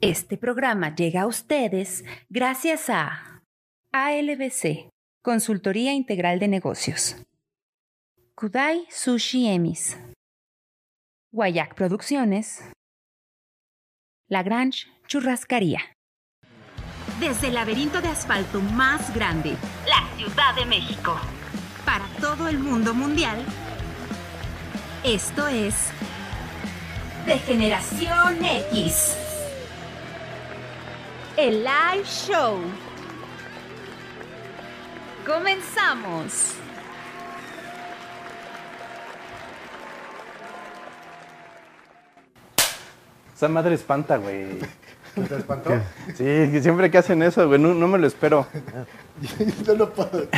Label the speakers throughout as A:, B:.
A: Este programa llega a ustedes gracias a ALBC, Consultoría Integral de Negocios. Kudai Sushi Emis. Guayac Producciones. Lagrange Churrascaría. Desde el laberinto de asfalto más grande, la Ciudad de México. Para todo el mundo mundial, esto es de Generación X. El live show. Comenzamos.
B: Esa madre espanta, güey.
C: ¿Te espantó?
B: Sí, que siempre que hacen eso, güey, no, no me lo espero.
C: no lo puedo,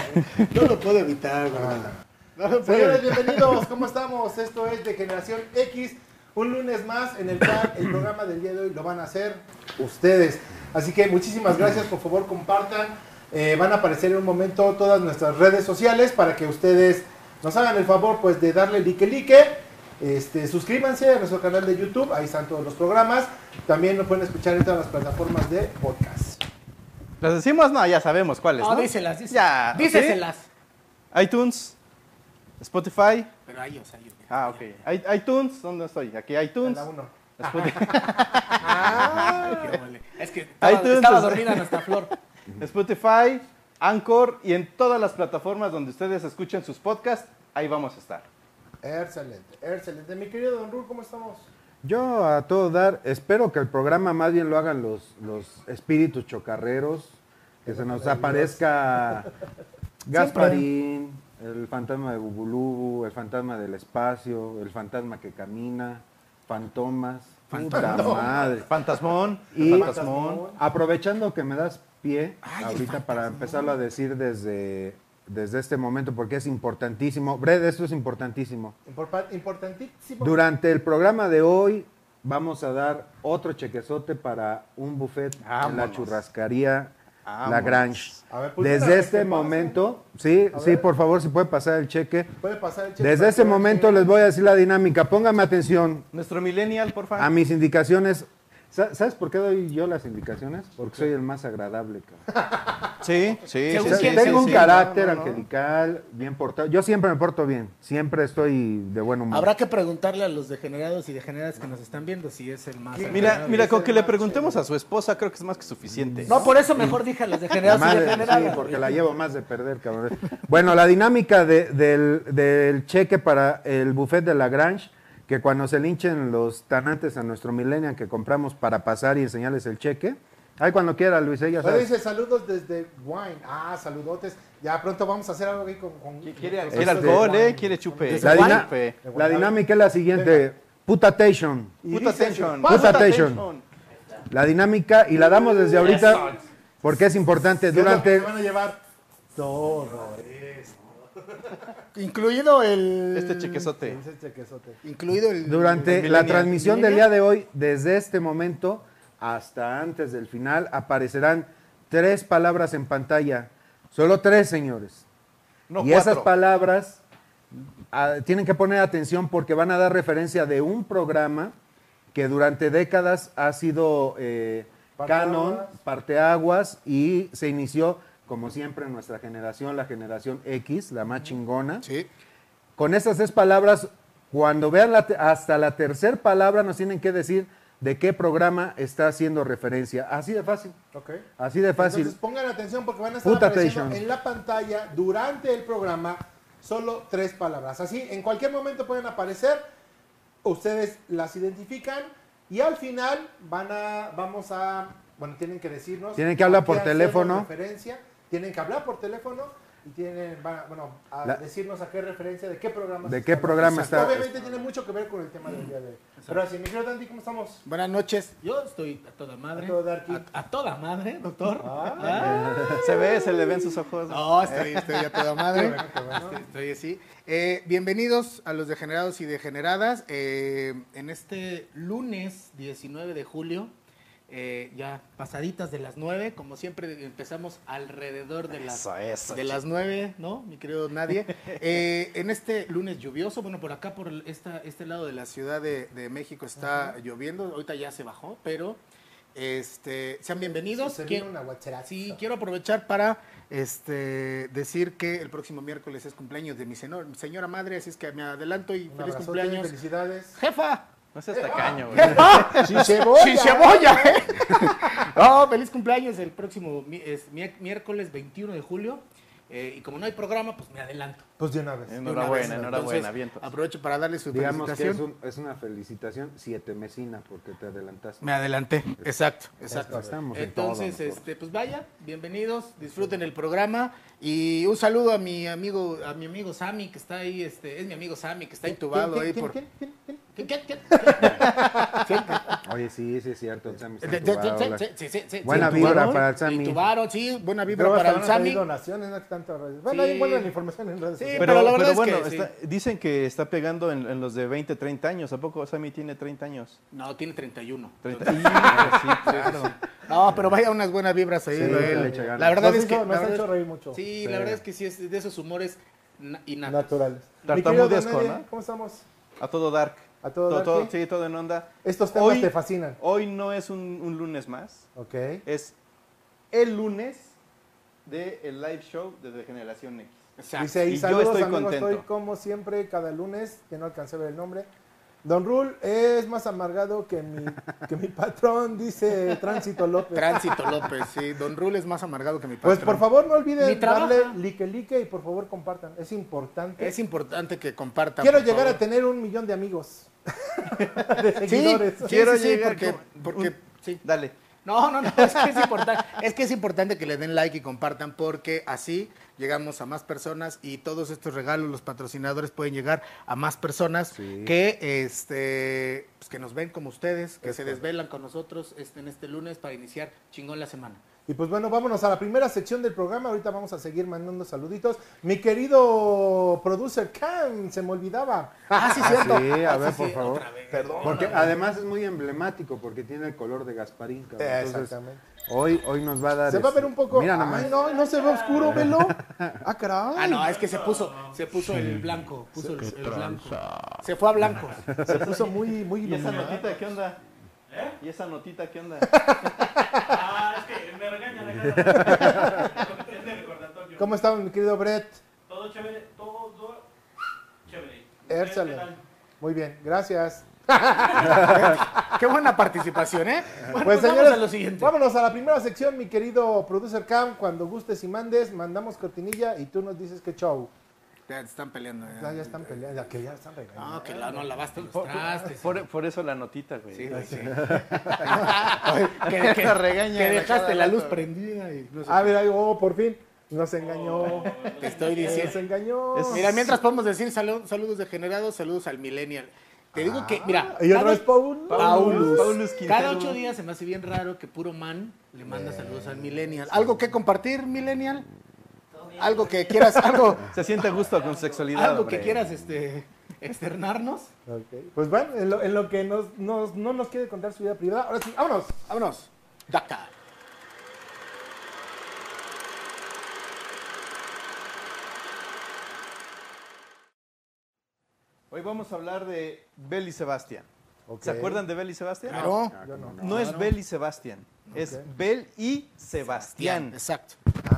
C: no lo puedo evitar, güey.
B: Ah.
C: No lo puedo
D: Señores,
C: evitar.
D: bienvenidos, ¿cómo estamos? Esto es de Generación X, un lunes más en el cual el programa del día de hoy lo van a hacer ustedes. Así que muchísimas gracias, por favor compartan, Eh, van a aparecer en un momento todas nuestras redes sociales para que ustedes nos hagan el favor pues de darle like like, este, suscríbanse a nuestro canal de YouTube, ahí están todos los programas, también nos pueden escuchar en todas las plataformas de podcast.
B: ¿Las decimos? No, ya sabemos cuáles,
E: No,
B: ¿no?
E: díselas, díselas.
B: Ya, ¿sí?
E: Díceselas.
B: iTunes, Spotify.
E: Pero ahí, o sea, yo.
B: Ah, ok. I- iTunes, ¿dónde estoy? Aquí iTunes.
D: La uno.
B: Spotify,
E: Ay, qué mole. Es que estaba,
B: iTunes,
E: estaba
B: o sea.
E: dormida nuestra flor.
B: Spotify, Anchor y en todas las plataformas donde ustedes escuchen sus podcasts, ahí vamos a estar.
D: Excelente, excelente. Mi querido Don Rul, ¿cómo estamos?
C: Yo a todo dar, espero que el programa más bien lo hagan los, los espíritus chocarreros, que se
D: Pues
C: nos aparezca Gasparín, el fantasma de Bubulubu, el fantasma del espacio, el fantasma que camina, fantomas, fantasma madre.
B: Fantasmón,
C: Y-
B: Fantasmón.
C: Aprovechando que me das pie ahorita para empezarlo a decir desde, desde este momento, porque es importantísimo. Bred, esto es importantísimo.
D: Imporpa- Importantísimo.
C: Durante el programa de hoy vamos a dar otro chequezote para un buffet en la
B: Vámonos.
C: churrascaría
B: Vámonos.
C: Lagrange.
D: A ver, pulsera,
C: Desde
D: que
C: este
D: te pase.
C: momento, sí,
D: A
C: sí,
D: ver.
C: por favor, si puede pasar el cheque.
D: Puede pasar el cheque
C: Desde
D: para
C: este
D: que vean
C: momento
D: que-
C: les voy a decir la dinámica. Póngame atención
B: Nuestro millennial, por
C: a
B: favor.
C: mis indicaciones. Sa- ¿Sabes por qué doy yo las indicaciones? Porque soy el más agradable. cabrón.
B: Sí,
C: O
B: sí.
E: Según
C: sea,
E: quién,
C: tengo
E: sí,
C: un
E: sí.
C: carácter
B: No, no, no.
C: angelical, bien portado. Yo siempre me porto bien, siempre estoy de buen humor.
E: Habrá que preguntarle a los degenerados y degeneradas que nos están viendo si es el más.
B: Mira,
E: agradable.
B: mira, con que le preguntemos a su esposa, creo que es más que suficiente.
E: No, por eso mejor dije a los
C: La
E: degenerados y
C: madre, sí,
E: degeneradas.
C: porque la llevo más de perder, cabrón. Bueno, la dinámica de- del, del cheque para el buffet de Lagrange, que cuando se linchen los tanantes a nuestro millennial que compramos para pasar y enseñarles el cheque. Ay, cuando quiera, Luis, ella
D: Ahora
C: sabe.
D: dice saludos desde Wine. Ah, saludotes. Ya pronto vamos a hacer algo ahí con. con
B: Quiere,
D: con
B: quiere
C: Este-
D: estos de
B: alcohol,
D: wine.
B: eh, quiere chupe.
C: La, dina-
B: Chupe.
C: la dinámica es la siguiente. Putatation.
B: Y Puta
D: dice-
B: tension.
C: Puta tension. La dinámica, y la damos desde ahorita, porque es importante.
D: ¿Qué es lo que
C: Durante...
D: se van a llevar? Todo.
E: Incluido el.
B: Este chiquesote.
D: Ese chequezote.
E: Incluido el.
C: Durante
B: Millennial.
C: la transmisión del día de hoy, desde este momento hasta antes del final, aparecerán tres palabras en pantalla. Solo tres, señores.
B: No,
C: y esas
B: cuatro.
C: palabras ah, tienen que poner atención porque van a dar referencia de un programa que durante décadas ha sido eh,
D: Parteaguas.
C: canon, parteaguas, y se inició, como siempre, en nuestra generación, la generación X, la más chingona.
E: Sí.
C: Con esas tres palabras, cuando vean la te- hasta la tercera palabra, nos tienen que decir de qué programa está haciendo referencia. Así de fácil.
D: Ok.
C: Así de fácil.
D: Entonces pongan atención porque van a estar
C: Puta
D: apareciendo
C: tension.
D: en la pantalla durante el programa solo tres palabras. Así, en cualquier momento pueden aparecer, ustedes las identifican y al final van a, vamos a, bueno, tienen que decirnos.
C: Tienen que hablar
D: a qué
C: por
D: hacemos
C: teléfono.
D: Referencia, tienen que hablar por teléfono y tienen, van a- bueno, a
C: La-
D: decirnos a qué referencia, de qué programa.
C: de
D: se
C: qué
D: está
C: programa
D: hablando.
C: está-
D: Obviamente tiene mucho que ver con el tema del día de hoy. Pero así, mi querido Dandy, ¿cómo estamos?
E: Buenas noches. Yo estoy a toda madre.
D: A todo dar aquí.
E: A, a toda madre, doctor. Ah.
B: Se ve, se le ven sus ojos.
E: No, estoy, estoy a toda madre.
D: qué bueno.
E: Estoy, estoy así. Eh, bienvenidos a los degenerados y degeneradas. Eh, en este lunes 19 de julio, eh, ya pasaditas de las 9, como siempre empezamos alrededor de las,
B: Eso, eso,
E: de las 9, ¿no? Mi querido nadie. Eh, en este lunes lluvioso, bueno, por acá, por el- esta, este lado de la Ciudad de, de México está lloviendo. Ahorita ya se bajó, pero... Este, sean bienvenidos.
D: Se
E: Quie-
D: vino una guacharaza.
E: Sí, quiero aprovechar para este, decir que el próximo miércoles es cumpleaños de mi seno- señora madre, así es que me adelanto y
D: Un
E: feliz
D: abrazote,
E: cumpleaños.
D: Felicidades.
E: ¡Jefa!
B: No seas tacaño, güey.
E: ¡Jefa!
D: ¡Sin cebolla!
E: ¡Sin cebolla! ¿eh? no, Oh, feliz cumpleaños el próximo mi- es mi- miércoles 21 de julio. Eh, y como no hay programa, pues me adelanto.
D: Pues de una vez.
E: de una
B: Enhorabuena,
E: vez.
B: enhorabuena,
E: Entonces,
B: vientos.
E: Aprovecho para darle su
C: Digamos que es,
E: felicitación.
C: un- es una felicitación siete mesina porque te adelantaste.
E: Me adelanté, exacto, exacto.
C: Estamos en todo,
E: Entonces,
C: nosotros.
E: este, pues vaya, bienvenidos, disfruten el programa y un saludo a mi amigo, a mi amigo Sammy que está ahí, este, es mi amigo Sammy que está intubado ahí por. ¿Qué, qué, qué?
C: Oye, sí, sí es cierto. el Sammy está
E: Sí,
C: entubado,
E: sí,
C: la-
E: sí, sí, sí, sí,
C: Buena
E: sí,
C: vibra
E: intubaron,
C: para el Sammy.
E: Intubaron, sí, buena vibra
D: Pero
E: para el
D: hasta van a pedir
E: Sammy.
D: donaciones, no que tanto. Bueno,
E: Sí.
D: ahí encuentran la información en redes
E: Sí,
D: sociales.
B: Pero,
E: Pero la verdad
B: pero
E: es que
B: bueno,
E: sí.
B: está- dicen que está pegando en, en los de 20, 30 años. ¿A poco Sammy tiene 30 años?
E: No, tiene 31.
B: 30. Sí, claro.
E: No, pero vaya unas buenas vibras ahí.
C: Sí,
E: de él.
C: le echa ganas.
E: La verdad
D: Nos
E: es que
D: hizo- nos
E: la
D: ha
E: verdad-
D: hecho reír mucho.
E: Sí, la verdad es que sí es de esos humores na- innatos.
D: Naturales. Mi querido
B: Tartamudeas
D: Don
B: con,
D: Eddie,
B: ¿no?
D: ¿Cómo estamos?
B: A todo dark.
D: A todo dark, ¿sí?
B: Sí, todo en onda.
D: Estos temas
B: Hoy-
D: te fascinan.
B: Hoy no es un, un lunes más.
D: Ok.
B: Es el lunes del el live show de Degeneración X.
E: Exacto.
D: Dice ahí,
B: y yo
D: saludos
B: estoy
D: amigos,
B: contento.
D: estoy como siempre cada lunes, que no alcancé a ver el nombre. Don Rul es más amargado que mi, que mi patrón, dice Tránsito López.
E: Tránsito López, sí. Don Rul es más amargado que mi padre.
D: pues por favor no
E: Ni
D: olviden
E: trabaja.
D: darle like, like y por favor compartan, es importante.
E: Es importante que compartan.
D: Quiero
E: por
D: llegar
E: favor.
D: a tener un millón de amigos, de seguidores.
E: Sí,
B: Quiero
E: sí, sí,
B: llegar
E: porque-
B: con-
E: porque-
B: un-
E: sí.
B: Dale.
E: No, no, no, es que es importante, es que es importante que le den like y compartan porque así llegamos a más personas y todos estos regalos, los patrocinadores pueden llegar a más personas
C: Sí.
E: que este pues, que nos ven como ustedes, que se desvelan con nosotros este, en este lunes para iniciar chingón la semana.
D: Y pues bueno, vámonos a la primera sección del programa. Ahorita vamos a seguir mandando saluditos. Mi querido producer Cam, se me olvidaba.
E: Ah, sí,
C: Ah,
E: cierto.
C: sí, a
E: Ah,
C: ver,
E: sí,
C: por
E: sí,
C: favor.
E: otra vez.
C: Porque además es muy emblemático porque tiene el color de Gasparín. cabrón.
D: Eh,
C: Entonces,
D: exactamente.
C: Hoy, hoy nos va a dar.
D: Se va a ver
C: este-
D: un poco.
C: Mira nomás.
D: Ay, no, no se ve oscuro, velo. Ah, caray.
E: Ah, no, es que se puso, se puso el blanco, puso el, el blanco. Se fue a blanco.
D: Se puso muy, muy
B: ¿Y esa
D: iluminado.
B: notita qué onda? ¿Y esa notita qué onda?
F: ¿Eh? Ah, es que me regaña la cara. Es mi recordatorio.
D: ¿Cómo estaba mi querido Brett?
F: Todo chévere, todo chévere.
D: Érsale. Muy bien, gracias.
E: Qué buena participación, ¿eh? Bueno,
D: Pues,
E: pues, vamos
D: señores,
E: a lo siguiente.
D: vámonos a la primera sección, mi querido producer Cam. Cuando gustes y mandes, mandamos cortinilla y tú nos dices que show.
E: Ya están peleando.
D: Ya, ya están peleando, que ya están regañando.
E: No, que la, no lavaste los
B: Por,
E: trastes.
B: por- por eso la notita, güey.
E: Sí,
B: Ay,
E: güey, sí. Ah, que, que-
B: La regaña
E: que
B: a
E: dejaste
B: cada
E: la luz
B: rato.
E: prendida y no sé.
D: Ah, mira, oh, por fin. Nos engañó.
E: te estoy
D: Nos
E: diciendo.
D: engañó.
B: Es-
E: Mira, mientras podemos decir salu- saludos degenerados, saludos al millennial. Te digo que, mira,
D: Ah, Y otra
E: cada-
D: vez Paul.
E: Paulus.
B: Paulus Quintero.
E: cada ocho días se me hace bien raro que puro man le manda saludos al millennial. ¿Algo que compartir, millennial? Algo que quieras, algo,
B: Se siente a gusto con sexualidad.
E: algo que
B: hombre.
E: quieras este, externarnos.
D: Ok, Pues bueno, en lo, en lo que nos, nos- no nos quiere contar su vida privada, ahora sí, vámonos.
E: Vámonos. Daca.
B: Hoy vamos a hablar de Bell y Sebastián.
D: Ok.
B: ¿Se acuerdan de Bell y Sebastián?
E: Claro.
C: Ah,
D: Yo
C: cómo
B: No es
E: Claro.
B: Bell y Sebastián, es Bell y Sebastián.
E: Exacto.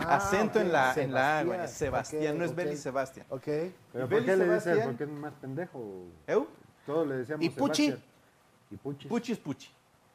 D: Ah,
B: Acento en, la,
D: ok,
B: en la A, güey.
D: Sebastián.
B: Sebastián, no es
D: Ok,
B: Bell y
D: ok.
B: Sebastián.
D: Ok.
C: ¿Pero
B: ¿Y
C: por
B: Beli
C: qué le dices?
B: Sebastián?
C: Porque es más pendejo.
B: ¿Eu?
C: Todos le decíamos.
E: ¿Y Puchi?
C: Sebastián. Y Puchi.
B: Puchi es Puchi.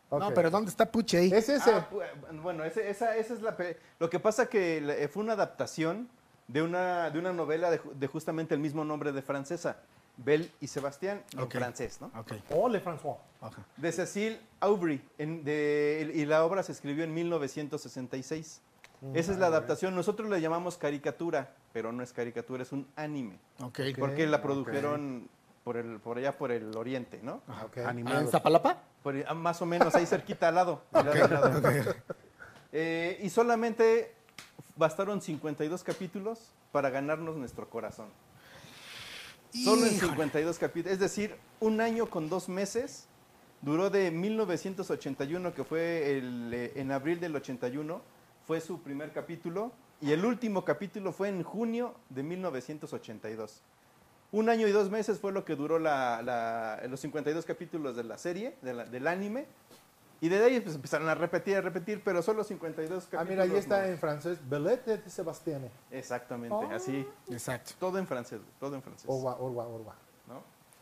D: ok.
E: No, pero ¿dónde está Puche ahí?
D: Es ese.
B: Ah, pu- bueno, ese- esa, esa es la... pe- Lo que pasa que la- eh, fue una adaptación de una, de una novela de, ju- de justamente el mismo nombre de francesa, Belle y Sebastián,
E: Ok.
B: en francés, ¿no?
E: Ok,
D: Ole, François.
E: ok.
B: De Cecil Aubry, en- de- y la obra se escribió en 1966.
E: Mm,
B: Esa es la adaptación. Nosotros le llamamos caricatura, pero no es caricatura, es un anime.
E: Ok.
B: Porque la produjeron por, el, por allá, por el oriente, ¿no?
D: Ok.
E: Ah, ¿En
C: Animado.
E: Zapalapa?
B: Por- ah, más o menos ahí cerquita al lado. al lado, al lado. Eh, y solamente bastaron 52 capítulos para ganarnos nuestro corazón. Solo en
E: Híjole.
B: 52 capítulos. Es decir, un año con dos meses. Duró de 1981, que fue el, eh, en abril del 81, fue su primer capítulo. Y el último capítulo fue en junio de 1982. Un año y dos meses fue lo que duró la- la- los 52 capítulos de la serie, de la- del anime. Y desde ahí pues, empezaron a repetir, a repetir, pero solo 52 capítulos.
D: Ah, mira, ahí está
B: nuevos.
D: en Ah. francés. Belette de Sebastiane.
B: Exactamente, así.
E: Exacto. Oh,
B: Todo en francés, güey, todo en francés.
D: Orwa, orwa, orwa.
B: ¿no?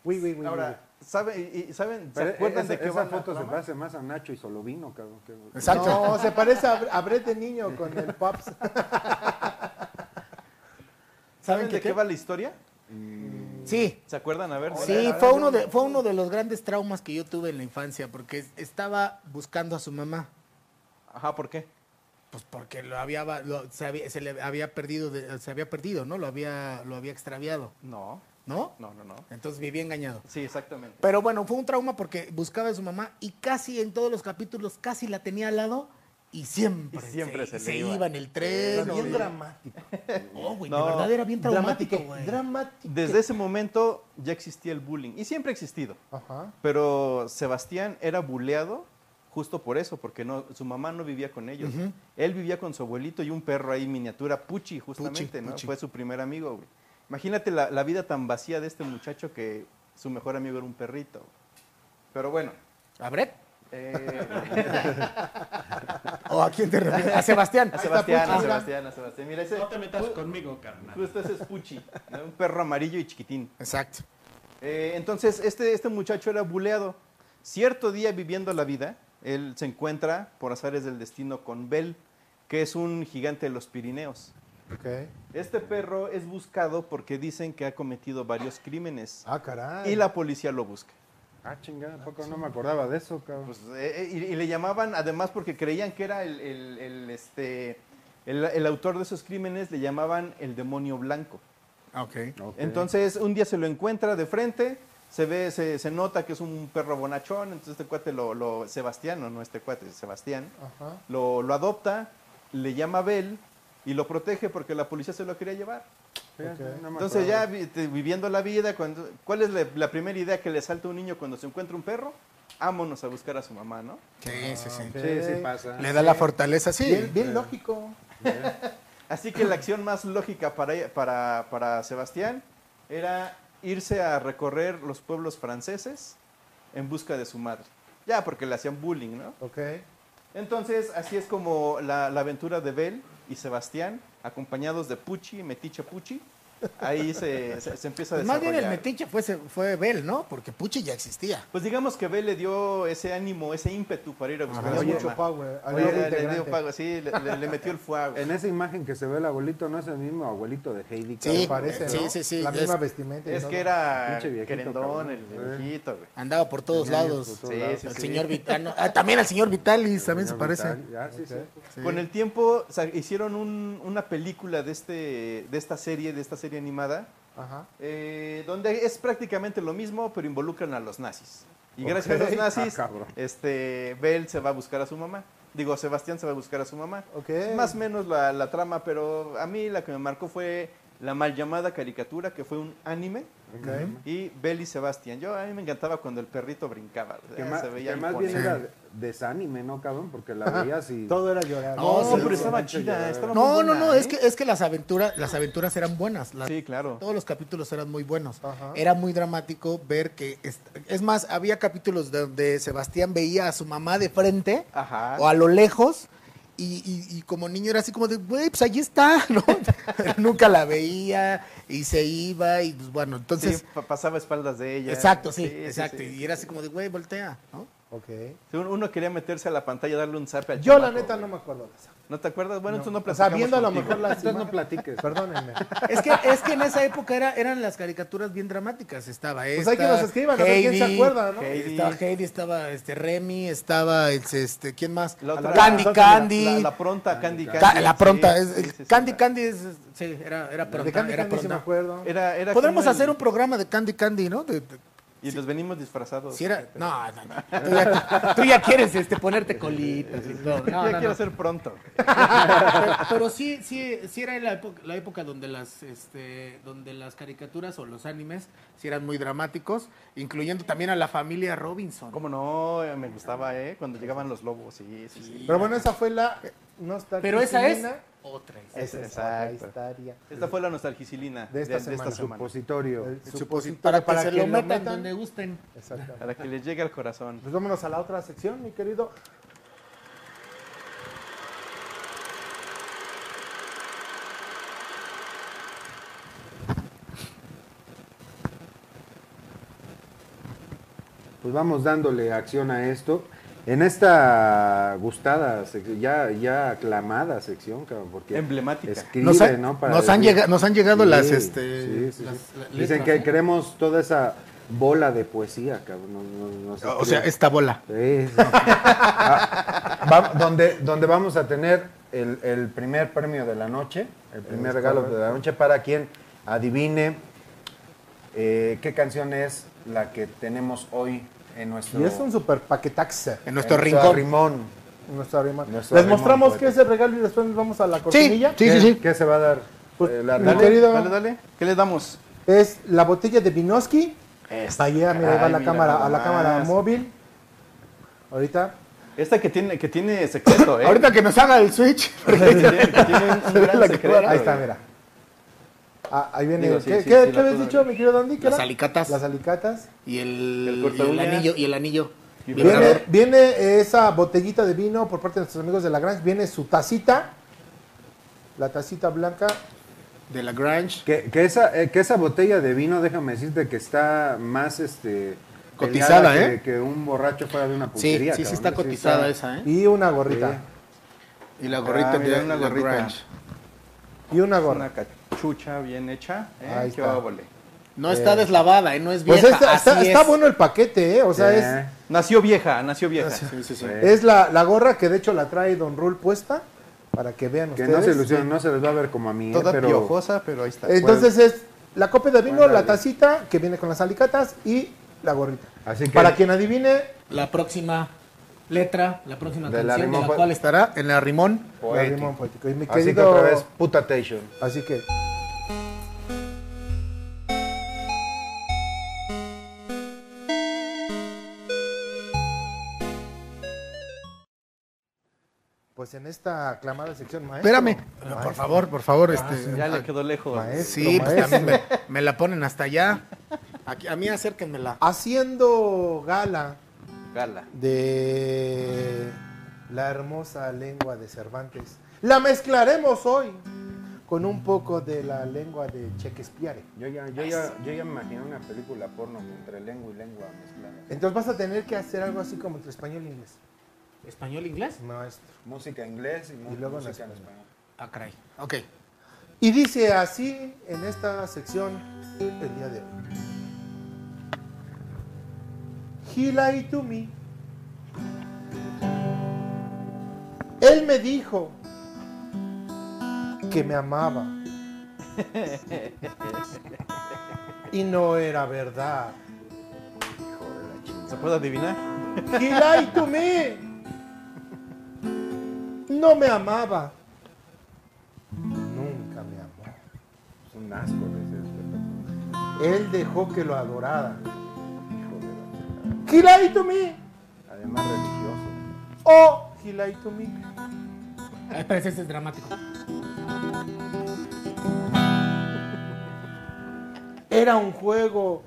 D: Oui, oui, oui. oui,
B: Ahora, ¿saben, y- y saben, ¿se
C: Pero
B: acuerdan
C: esa,
B: de qué
C: esa
B: va la
C: foto se
B: trama?
C: parece más a Nacho y Solovino, cabrón. que-
D: oui.
E: Exacto.
D: No, se parece a, a Brett de niño con el Pops.
B: ¿Saben de qué va la historia?
E: Sí,
B: ¿Se acuerdan? A ver.
E: Mm. Sí, fue uno, de, fue uno de los grandes traumas que yo tuve en la infancia, porque es- estaba buscando a su mamá,
B: Ajá, ¿por qué?
E: pues porque lo había, va- lo- se, había- se le había perdido, de- se había perdido, ¿no? Lo había, lo había extraviado,
B: No,
E: ¿no?
B: no, no, no.
E: Entonces viví engañado.
B: Sí, exactamente.
E: Pero bueno, fue un trauma porque buscaba a su mamá y casi en todos los capítulos casi la tenía al lado y siempre,
B: Y siempre se le
E: iba.
B: iba.
E: en el tren.
D: Bien
E: o-
D: dramático.
E: Oh, güey, de
B: No.
E: verdad era bien traumático,
D: Dramático.
E: güey.
D: Dramático.
B: Desde ese momento ya existía el bullying y siempre ha existido.
D: Ajá.
B: Pero Sebastián era buleado justo por eso, porque no, su mamá no vivía con ellos. Él vivía con su abuelito y un perro ahí miniatura, Puchi, justamente,
E: Puchi,
B: ¿no?
E: Puchi.
B: Fue su primer amigo, güey. Imagínate la, la vida tan vacía de este muchacho que su mejor amigo era un perrito. güey. Pero bueno.
E: ¿A Brett?
B: eh,
E: ¿O a quién te refieres? A Sebastián.
B: a Sebastián,
D: Puchi,
B: a
D: mira.
B: Sebastián, a Sebastián. Mira, ese,
F: No te metas conmigo, carnal.
B: justo ese es Puchi, ¿no? un perro amarillo y chiquitín.
E: Exacto.
B: Eh, entonces, este, este muchacho era buleado. Cierto día viviendo la vida, él se encuentra, por azares del destino, con Bel, que es un gigante de los Pirineos.
D: Ok.
B: Este perro es buscado porque dicen que ha cometido varios crímenes
D: Ah, caray.
B: y la policía lo busca.
C: Ah, chingada, ¿a poco no me acordaba de eso, cabrón.
B: Pues, eh, eh, y, y le llamaban, además porque creían que era el, el- el, este, el- el autor de esos crímenes, le llamaban el demonio blanco.
D: Ah,
E: Ok.
C: Ok.
B: Entonces, un día se lo encuentra de frente, se ve, se, se nota que es un perro bonachón, entonces este cuate lo, lo Sebastián, no, no este cuate, Sebastián,
D: Ajá.
B: lo, lo adopta, le llama Abel y lo protege porque la policía se lo quería llevar.
C: Fíjate,
D: Ok.
C: no me
B: Entonces ya
C: acordaba.
B: vi- te- viviendo la vida, cuando, ¿cuál es la, la primera idea que le salta a un niño cuando se encuentra un perro? Ámonos a buscar a su mamá, ¿no?
E: Sí, sí, sí.
C: Sí, sí pasa.
E: Le da la fortaleza, sí.
D: Bien, bien lógico.
B: Así que la acción más lógica para, para, para Sebastián era irse a recorrer los pueblos franceses en busca de su madre. Ya, porque le hacían bullying, ¿no?
D: Ok.
B: Entonces, así es como la, la aventura de Bel y Sebastián, acompañados de Pucci, Metiche Pucci, ahí se, se- se empieza a
E: Pues más
B: desarrollar.
E: bien el metiche fue, se- fue Bel, ¿no? Porque Puchi ya existía.
B: Pues digamos que Bel le dio ese ánimo, ese ímpetu para ir a buscar a
D: Le
B: su
D: dio mucho
B: mamá.
D: power. al
B: Oye,
D: nuevo
B: le, le dio
D: integrante.
B: pago, sí, le, le- le metió el fuego.
C: En esa imagen que se ve el abuelito, no es el mismo abuelito de Heidi.
E: Sí.
C: cabrón?
D: Parece,
E: Sí,
D: ¿no?
E: sí, sí,
D: La
E: es-
D: misma vestimenta. y
B: Es
D: todo.
B: que era
C: Pinche viejito,
B: querendón,
C: cabrón.
B: el el
C: Sí.
B: viejito, güey.
E: Andaba por todos
C: Tenía
E: lados.
C: por
B: Sí,
C: lados.
B: sí,
E: El
B: sí.
E: señor Vitano. Ah, también al señor Vitalis, también se
C: Señor
E: parece.
C: Vital, ya, sí,
D: Ok.
C: cierto.
E: Sí.
B: Con el tiempo o sea, hicieron un- una película de, este, de esta serie, de esta serie animada,
D: Ajá.
B: eh, donde es prácticamente lo mismo, pero involucran a los nazis. Y gracias a los
D: Ok.
B: nazis,
C: Ah, cabrón.
B: este, Bell se va a buscar a su mamá. Digo, Sebastián se va a buscar a su mamá.
D: Ok.
B: Más o menos la, la trama, pero a mí la que me marcó fue la mal llamada caricatura, que fue un anime,
D: Ok.
B: y Bell y Sebastián. Yo a mí me encantaba cuando el perrito brincaba. o sea,
C: Que más,
B: se veía
C: que más bien
B: imponente.
C: era de- desánime, ¿no, cabrón? Porque la veías y...
D: Todo era llorar.
E: No,
B: No,
E: sí,
B: pero
E: sí,
B: estaba
C: sí,
B: chida,
C: sí,
B: estaba
E: No,
B: muy
E: no,
B: buena,
E: no,
B: ¿eh?
E: es que, es que las, aventuras, las aventuras eran buenas. Las-
B: Sí, claro.
E: Todos los capítulos eran muy buenos.
D: Ajá.
E: Era muy dramático ver que... Es, es más, había capítulos donde Sebastián veía a su mamá de frente
B: Ajá.
E: o a lo lejos y, y- y como niño era así como de, güey, pues allí está, ¿no? Pero nunca la veía y se iba y pues bueno, entonces...
B: Sí, pa- pasaba a espaldas de ella.
E: Exacto, sí,
B: sí,
E: exacto.
B: sí.
E: Y era así como de, güey, voltea, ¿no?
D: Ok.
B: Sí, uno- Uno quería meterse a la pantalla, darle un zap al
D: Yo, la
B: chamaco,
D: neta, no
B: güey.
D: me acuerdo de eso.
B: ¿No te acuerdas? Bueno, tú no
D: O sea,
B: platicamos
D: viendo a lo
B: contigo.
D: mejor las
C: Entonces no
D: imágenes-
C: platiques.
D: Perdónenme.
E: Es que, es que en esa época era, eran las caricaturas bien dramáticas. Estaba esta,
D: Pues hay que nos escriban, a ver quién se
E: Heidi,
D: acuerda, ¿no?
B: Heidi.
E: Estaba Heidi, estaba este, Remy, estaba este, este, ¿quién más?
B: La otra-
E: Candy
B: la- la-
E: Candy.
B: La, la pronta Candy
E: Ca-
B: Candy.
E: la pronta.
B: sí,
E: es-
B: sí, sí,
E: Candy
B: sí.
E: Candy es, es- sí, era, era pronta.
D: De Candy
E: era
D: Candy sí me
E: pronta.
D: acuerdo.
B: Era, era
E: Podremos
B: como el-
E: hacer un programa de Candy Candy, ¿no? De- de-
B: Y nos venimos disfrazados.
E: si era, no, no, no. Tú, ya, tú ya quieres este, ponerte colitas y todo. No,
B: ya
E: no,
B: quiero
E: no.
B: ser pronto.
E: pero, pero sí, sí, sí era la época, la época donde las, este, donde las caricaturas o los animes sí eran muy dramáticos, incluyendo también a la familia Robinson.
B: Cómo no, eh, me gustaba, ¿eh? Cuando llegaban los lobos, sí, sí, sí.
D: Pero bueno, esa fue la. No está
E: Pero esa es
D: Cristina.
E: otra historia.
D: Esa es la
B: Exacto.
D: historia.
B: Esta fue la nostalgicilina
D: De esta semana.
C: Supositorio.
D: El
E: Supositorio
D: supositorio
E: para, que se lo metan, donde gusten.
D: Exactamente.
B: Para que les llegue al corazón.
D: Pues vámonos a la otra sección, mi querido.
C: Pues vamos dándole acción a esto. En esta gustada, sec- ya, ya aclamada sección, cabrón, porque
B: Emblemática.
C: escribe,
E: Nos han-
C: ¿no? Para
E: nos han
C: decir-
E: llega- nos han llegado las, este,
C: sí, sí,
E: las-
C: sí.
E: las
C: Dicen
E: letras,
C: que
E: ¿no?
C: queremos toda esa bola de poesía, cabrón. nos- nos- nos
E: O sea,
C: escribe.
E: esta bola.
C: Sí, sí. Ah, va- donde, donde vamos a tener el, el primer premio de la noche, el primer regalo de la noche para quien adivine eh, qué canción es la que tenemos hoy en nuestro,
D: Y es un super paquetaxe.
E: En
C: en
E: nuestro
C: nuestro
E: rincón.
C: arrimón.
D: Nuestro arrimón.
C: Nuestro
D: Les
C: arrimón, pues.
D: mostramos qué
C: poeta.
D: es el regalo y después nos vamos a la cortinilla.
E: Sí, sí,
C: ¿Qué-
E: sí.
C: ¿Qué se va a dar?
D: Pues,
C: Eh,
D: mi
C: dale.
D: querido-
B: Dale, dale. ¿Qué le damos?
D: Es la botella de Vinoski. Vaya, mira, ahí va
B: Ay,
D: la
B: mira
D: cámara,
B: nada
D: a la cámara
B: más.
D: móvil. Ahorita.
B: Esta que tiene, que tiene secreto, ¿eh?
E: Ahorita que nos haga el switch.
B: Que tiene, que tiene un, un gran secreto.
D: Ahí está,
B: güey.
D: mira. Ah, ahí viene.
B: Digo,
D: el-
B: sí,
D: ¿Qué,
B: sí,
D: qué-
B: sí,
D: qué
B: la
D: habías
B: puedo
D: dicho,
B: ver.
D: mi querido Dandy? ¿Qué
E: Las
D: era?
E: alicatas.
D: Las alicatas.
E: Y el,
B: El
E: y el
B: cortaúñas.
E: anillo. Y el anillo.
B: Y
E: Vibrador.
D: Viene, viene esa botellita de vino por parte de nuestros amigos de la Grange. Viene su tacita. La tacita blanca.
E: De la Grange.
C: Que, que esa, eh, que esa botella de vino, déjame decirte que está más este
E: Cotizada,
C: peleada que,
E: ¿eh?
C: que un borracho fuera de una
E: Sí,
C: putería.
E: sí, sí
C: cabrón.
E: está cotizada
C: está-
E: esa, ¿eh?
D: Y una gorrita.
E: Y la gorrita
B: Ah, mira,
E: de
B: una
E: la
B: gorrita.
E: Grange.
D: Y una
B: Es
D: gorra.
B: Una cachucha bien hecha. ¿eh?
D: Ahí
B: Qué
D: está.
B: óvole.
E: No está deslavada, ¿eh? No es vieja.
D: Pues está, está-
E: así
D: está
E: es.
D: bueno el paquete, ¿eh? O sea, es,
C: Sí.
B: Nació vieja, nació vieja.
E: Sí, sí, sí.
C: Sí.
D: es la, la gorra que de hecho la trae Don Rul puesta. Para que vean
C: Que
D: ustedes.
C: no se ilusionen, no se les va a ver como a mí, ¿eh?
B: Toda
C: pero
B: piojosa, pero ahí está.
D: Entonces es la copa de vino,
C: Ándale.
D: la tacita que viene con las alicatas y la gorrita.
C: Así que-
D: Para quien adivine,
E: La próxima letra, la próxima
C: Del
E: canción, de
C: arrimón
E: la
C: fue-
E: cual estará en la Rimón.
D: el limón poético. Y mi
C: Pues, así
D: querido-
C: que otra vez, putatation.
D: Así que. Pues en esta aclamada sección, maestro.
E: Espérame. Por
D: Maestro, Ah,
E: favor, por favor. este,
B: ya le quedó lejos.
D: maestro,
E: Sí, pues
D: maestro.
E: también me, me la ponen hasta allá. Aquí- a mí acérquenmela.
D: Haciendo gala
B: Gala.
D: de Eh, la hermosa lengua de Cervantes. La mezclaremos hoy con un poco de la lengua de Shakespeare.
C: Yo ya, yo, ya, yo ya me imaginé una película porno entre lengua y lengua mezclada.
D: Entonces vas a tener que hacer algo así como entre español e inglés.
E: ¿Español, inglés?
D: Maestro.
C: Música en inglés y, mu-
D: Y luego en
C: música en
D: español.
C: español.
E: Ah, caray. Ok.
D: Y dice así en esta sección el día de hoy. He lied to me. Él me dijo que me amaba. Y no era verdad.
B: ¿Se puede adivinar?
D: He lied to me. No me amaba. Nunca me amó.
C: Es un asco de ese- de
D: Él dejó que lo adorara.
C: ese- hijo de la chingada.
D: He lied to me.
C: Además religioso.
D: Oh, he lied to me.
E: Ah, Pero ese es dramático.
D: Era un juego.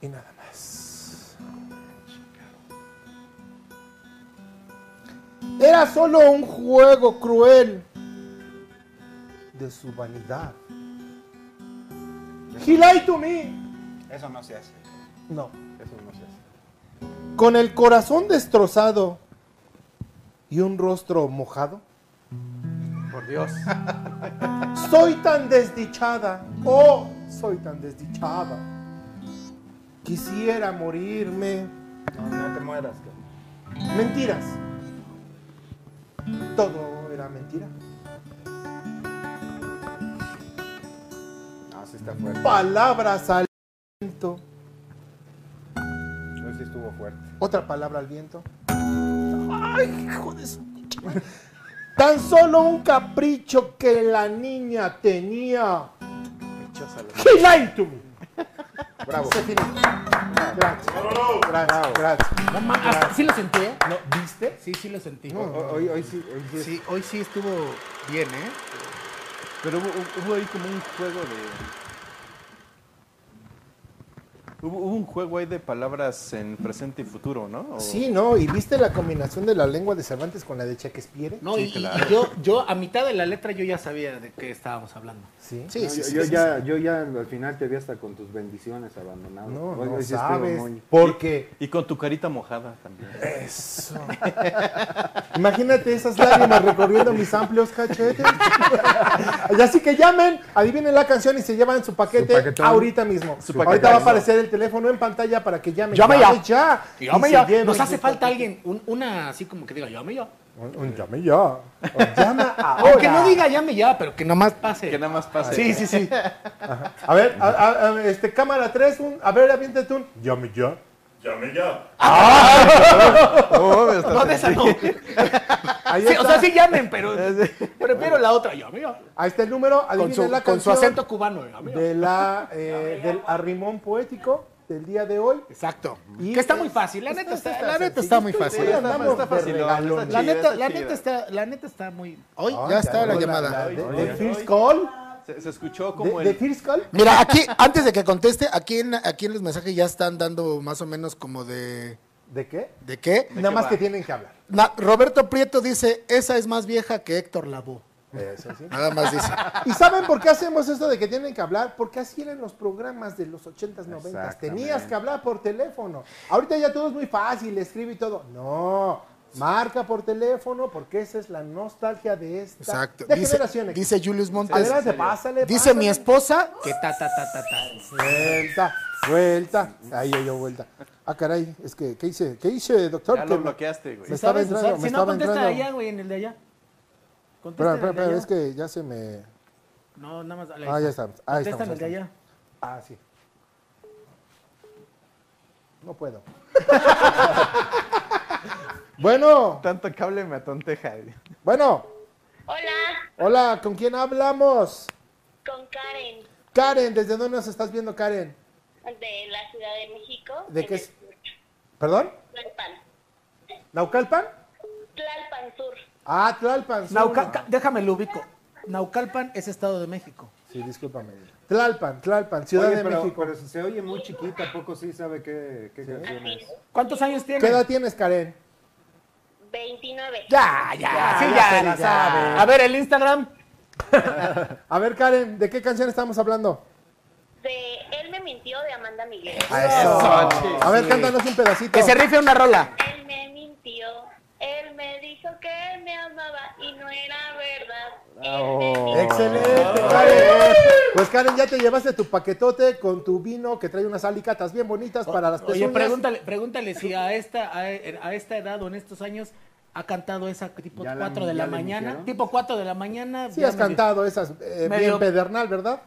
D: Y nada más. Era solo un juego cruel de su vanidad. He lied to me.
C: Eso no se hace.
D: No.
C: Eso no se hace.
D: Con el corazón destrozado y un rostro mojado.
B: Por Dios.
D: Soy tan desdichada, oh, soy tan desdichada. Quisiera morirme.
C: No, no te mueras, cabrón.
D: Mentiras. Todo era mentira. Ah,
C: No, sí está fuerte.
D: Palabras al viento.
C: Hoy sí estuvo fuerte.
D: Otra palabra al viento. Ay, hijo de su pinche madre. Tan solo un capricho que la niña tenía.
B: Chosa la-
D: He lied to me.
C: Bravo.
D: Gracias. Gracias. Gracias.
E: No mames, hasta- sí lo sentí, ¿eh?
D: ¿No, ¿Viste?
E: Sí, sí lo sentí.
C: Hoy, hoy sí, hoy sí.
E: Sí, hoy sí estuvo bien, ¿eh?
B: Pero hubo, hubo ahí como un juego de. Hubo, hubo un juego ahí de palabras en presente y futuro, ¿no? O-
D: Sí, ¿no? ¿Y viste la combinación de la lengua de Cervantes con la de Shakespeare?
E: No,
B: Sí,
E: y, y
B: claro.
E: yo, yo a mitad de la letra yo ya sabía de qué estábamos hablando.
D: Sí.
E: Sí, sí,
C: Yo,
E: sí.
C: yo
E: sí,
C: ya, yo ya al final te vi hasta con tus bendiciones abandonado.
D: No,
C: Hoy-
D: no
C: hoy sí estuvo
D: sabes.
C: muy-
D: Porque
B: Y con tu carita mojada también.
D: Eso. Imagínate esas lágrimas recorriendo mis amplios cachetes. Y así que llamen, adivinen la canción y se llevan su paquete
C: Su paquetón.
D: ahorita mismo.
B: Su
D: ahorita
B: paquetón.
D: va a aparecer el teléfono en pantalla para que llamen.
E: Llame ya.
D: ya.
E: sí.
D: Y se lleven
E: Nos
D: su
E: hace falta
D: paquete.
E: alguien, un- una así como que diga, llame ya.
D: Un, un llame ya. Un llama ahora.
E: Aunque no diga llame ya, pero que nomás pase.
B: Que nada más pase.
E: Sí, sí, sí.
D: A ver, a, a- a- este, cámara 3, un, a ver, aviéntate un. Llame ya.
F: Llame ya.
E: Ah. No de esa no.
D: Ahí,
E: Sí,
D: está,
E: o sea, sí llamen, pero prefiero la otra, llame ya.
D: ahí está el número.
E: Con
D: Adivinen
E: su,
D: la canción.
E: con su acento cubano, llame ya.
D: de la, eh, del arrimón poético del día de hoy.
E: Exacto.
D: Y
E: que está
D: es-
E: muy fácil, la neta está, la neta
D: sencillo,
E: está muy
D: estoy-
E: fácil.
B: Sí, está-
D: andamos
B: está
D: de
B: fácil, no,
D: regalón.
B: está
E: La neta,
B: chida, está
E: la
B: chida.
E: neta está, la neta está muy. Hoy
D: Ah,
E: ya está la
D: llegó
E: llamada.
D: de-
B: Hoy,
D: de
B: hoy.
D: First Call.
B: Se, se escuchó
D: De,
B: como
D: de
B: el.
D: First Call.
E: Mira, aquí, antes de que conteste, aquí en, aquí en los mensajes ya están dando más o menos como de.
D: ¿De qué?
E: ¿De qué?
D: Nada
B: qué
D: más
B: va?
D: que tienen que hablar.
E: Na- Roberto Prieto dice: Esa es más vieja que Héctor Lavoe.
D: Eso sí.
E: Nada más dice.
D: ¿Y saben por qué hacemos esto de que tienen que hablar? Porque así eran los programas de los 80s, 90s. Tenías
C: Exactamente.
D: que hablar por teléfono. Ahorita ya todo es muy fácil, escribe y todo. No, marca por teléfono porque esa es la nostalgia de esta
E: Exacto.
D: de
E: Dice,
D: generaciones.
E: dice Julius Montes.
D: Adelante, pásale.
E: Dice mi
D: pásale.
E: esposa que ta ta ta ta ta.
D: Vuelta, vuelta. Ahí yo, yo, vuelta. Ah, caray, es que, ¿qué hice? ¿Qué hice, doctor?
B: Ya
D: Que
B: lo
D: me-
B: bloqueaste, güey.
D: Me estaba entrando, me estaba entrando.
E: güey, en el de allá.
D: Espera, espera, espera, es que ya se me...
E: No, nada más.
D: Ah, ya estamos. Ahí estamos. ahí estamos. Ah, sí. No puedo. bueno,
B: Tanto cable me atonteja.
D: bueno.
G: Hola,
D: Hola, ¿con quién hablamos?
G: con Karen,
D: Karen, ¿desde dónde nos estás viendo, Karen?
G: de la Ciudad de México.
D: ¿De
G: en
D: qué
G: el
D: es? ¿Perdón?
G: Tlalpan.
D: ¿Naucalpan?
G: Tlalpan Sur.
D: Ah, Tlalpan. sí,
E: Naucalpan, déjame lo ubico. Naucalpan es Estado de México.
D: Sí, discúlpame. Tlalpan, Tlalpan, Ciudad
C: Oye,
D: de
C: pero,
D: México.
C: pero se oye muy chiquita, ¿a poco sí sabe qué, qué canción es?
E: ¿Cuántos años tiene?
D: ¿Qué edad tienes, Karen?
G: 29.
E: Ya, ya, sí,
D: ya
E: ya,
D: se
E: ya.
D: la sabe.
E: A ver, el Instagram.
D: A ver, Karen, ¿de qué canción estamos hablando?
G: De Él me mintió de Amanda Miguel.
D: A ver, cántanos un pedacito.
E: Que se rife una rola.
G: Él me mintió. Él me dijo que me amaba y no era verdad. Él me mintió.
D: Excelente,
E: Ah.
D: Karen. Pues Karen, ya te llevaste tu paquetote con tu vino que trae unas alicatas bien bonitas para las
E: Oye,
D: pezuñas.
E: pregúntale, pregúntale si a esta, a, a esta edad o en estos años ha cantado esa tipo
C: ¿Ya la-
E: 4 de
C: ya
E: la
C: la
E: mañana.
C: iniciaron?
E: Tipo 4 de la mañana.
D: Sí
E: ya
D: has
E: medio-
D: cantado esas eh, bien
E: medio- Ah,
D: pedernal, ¿verdad?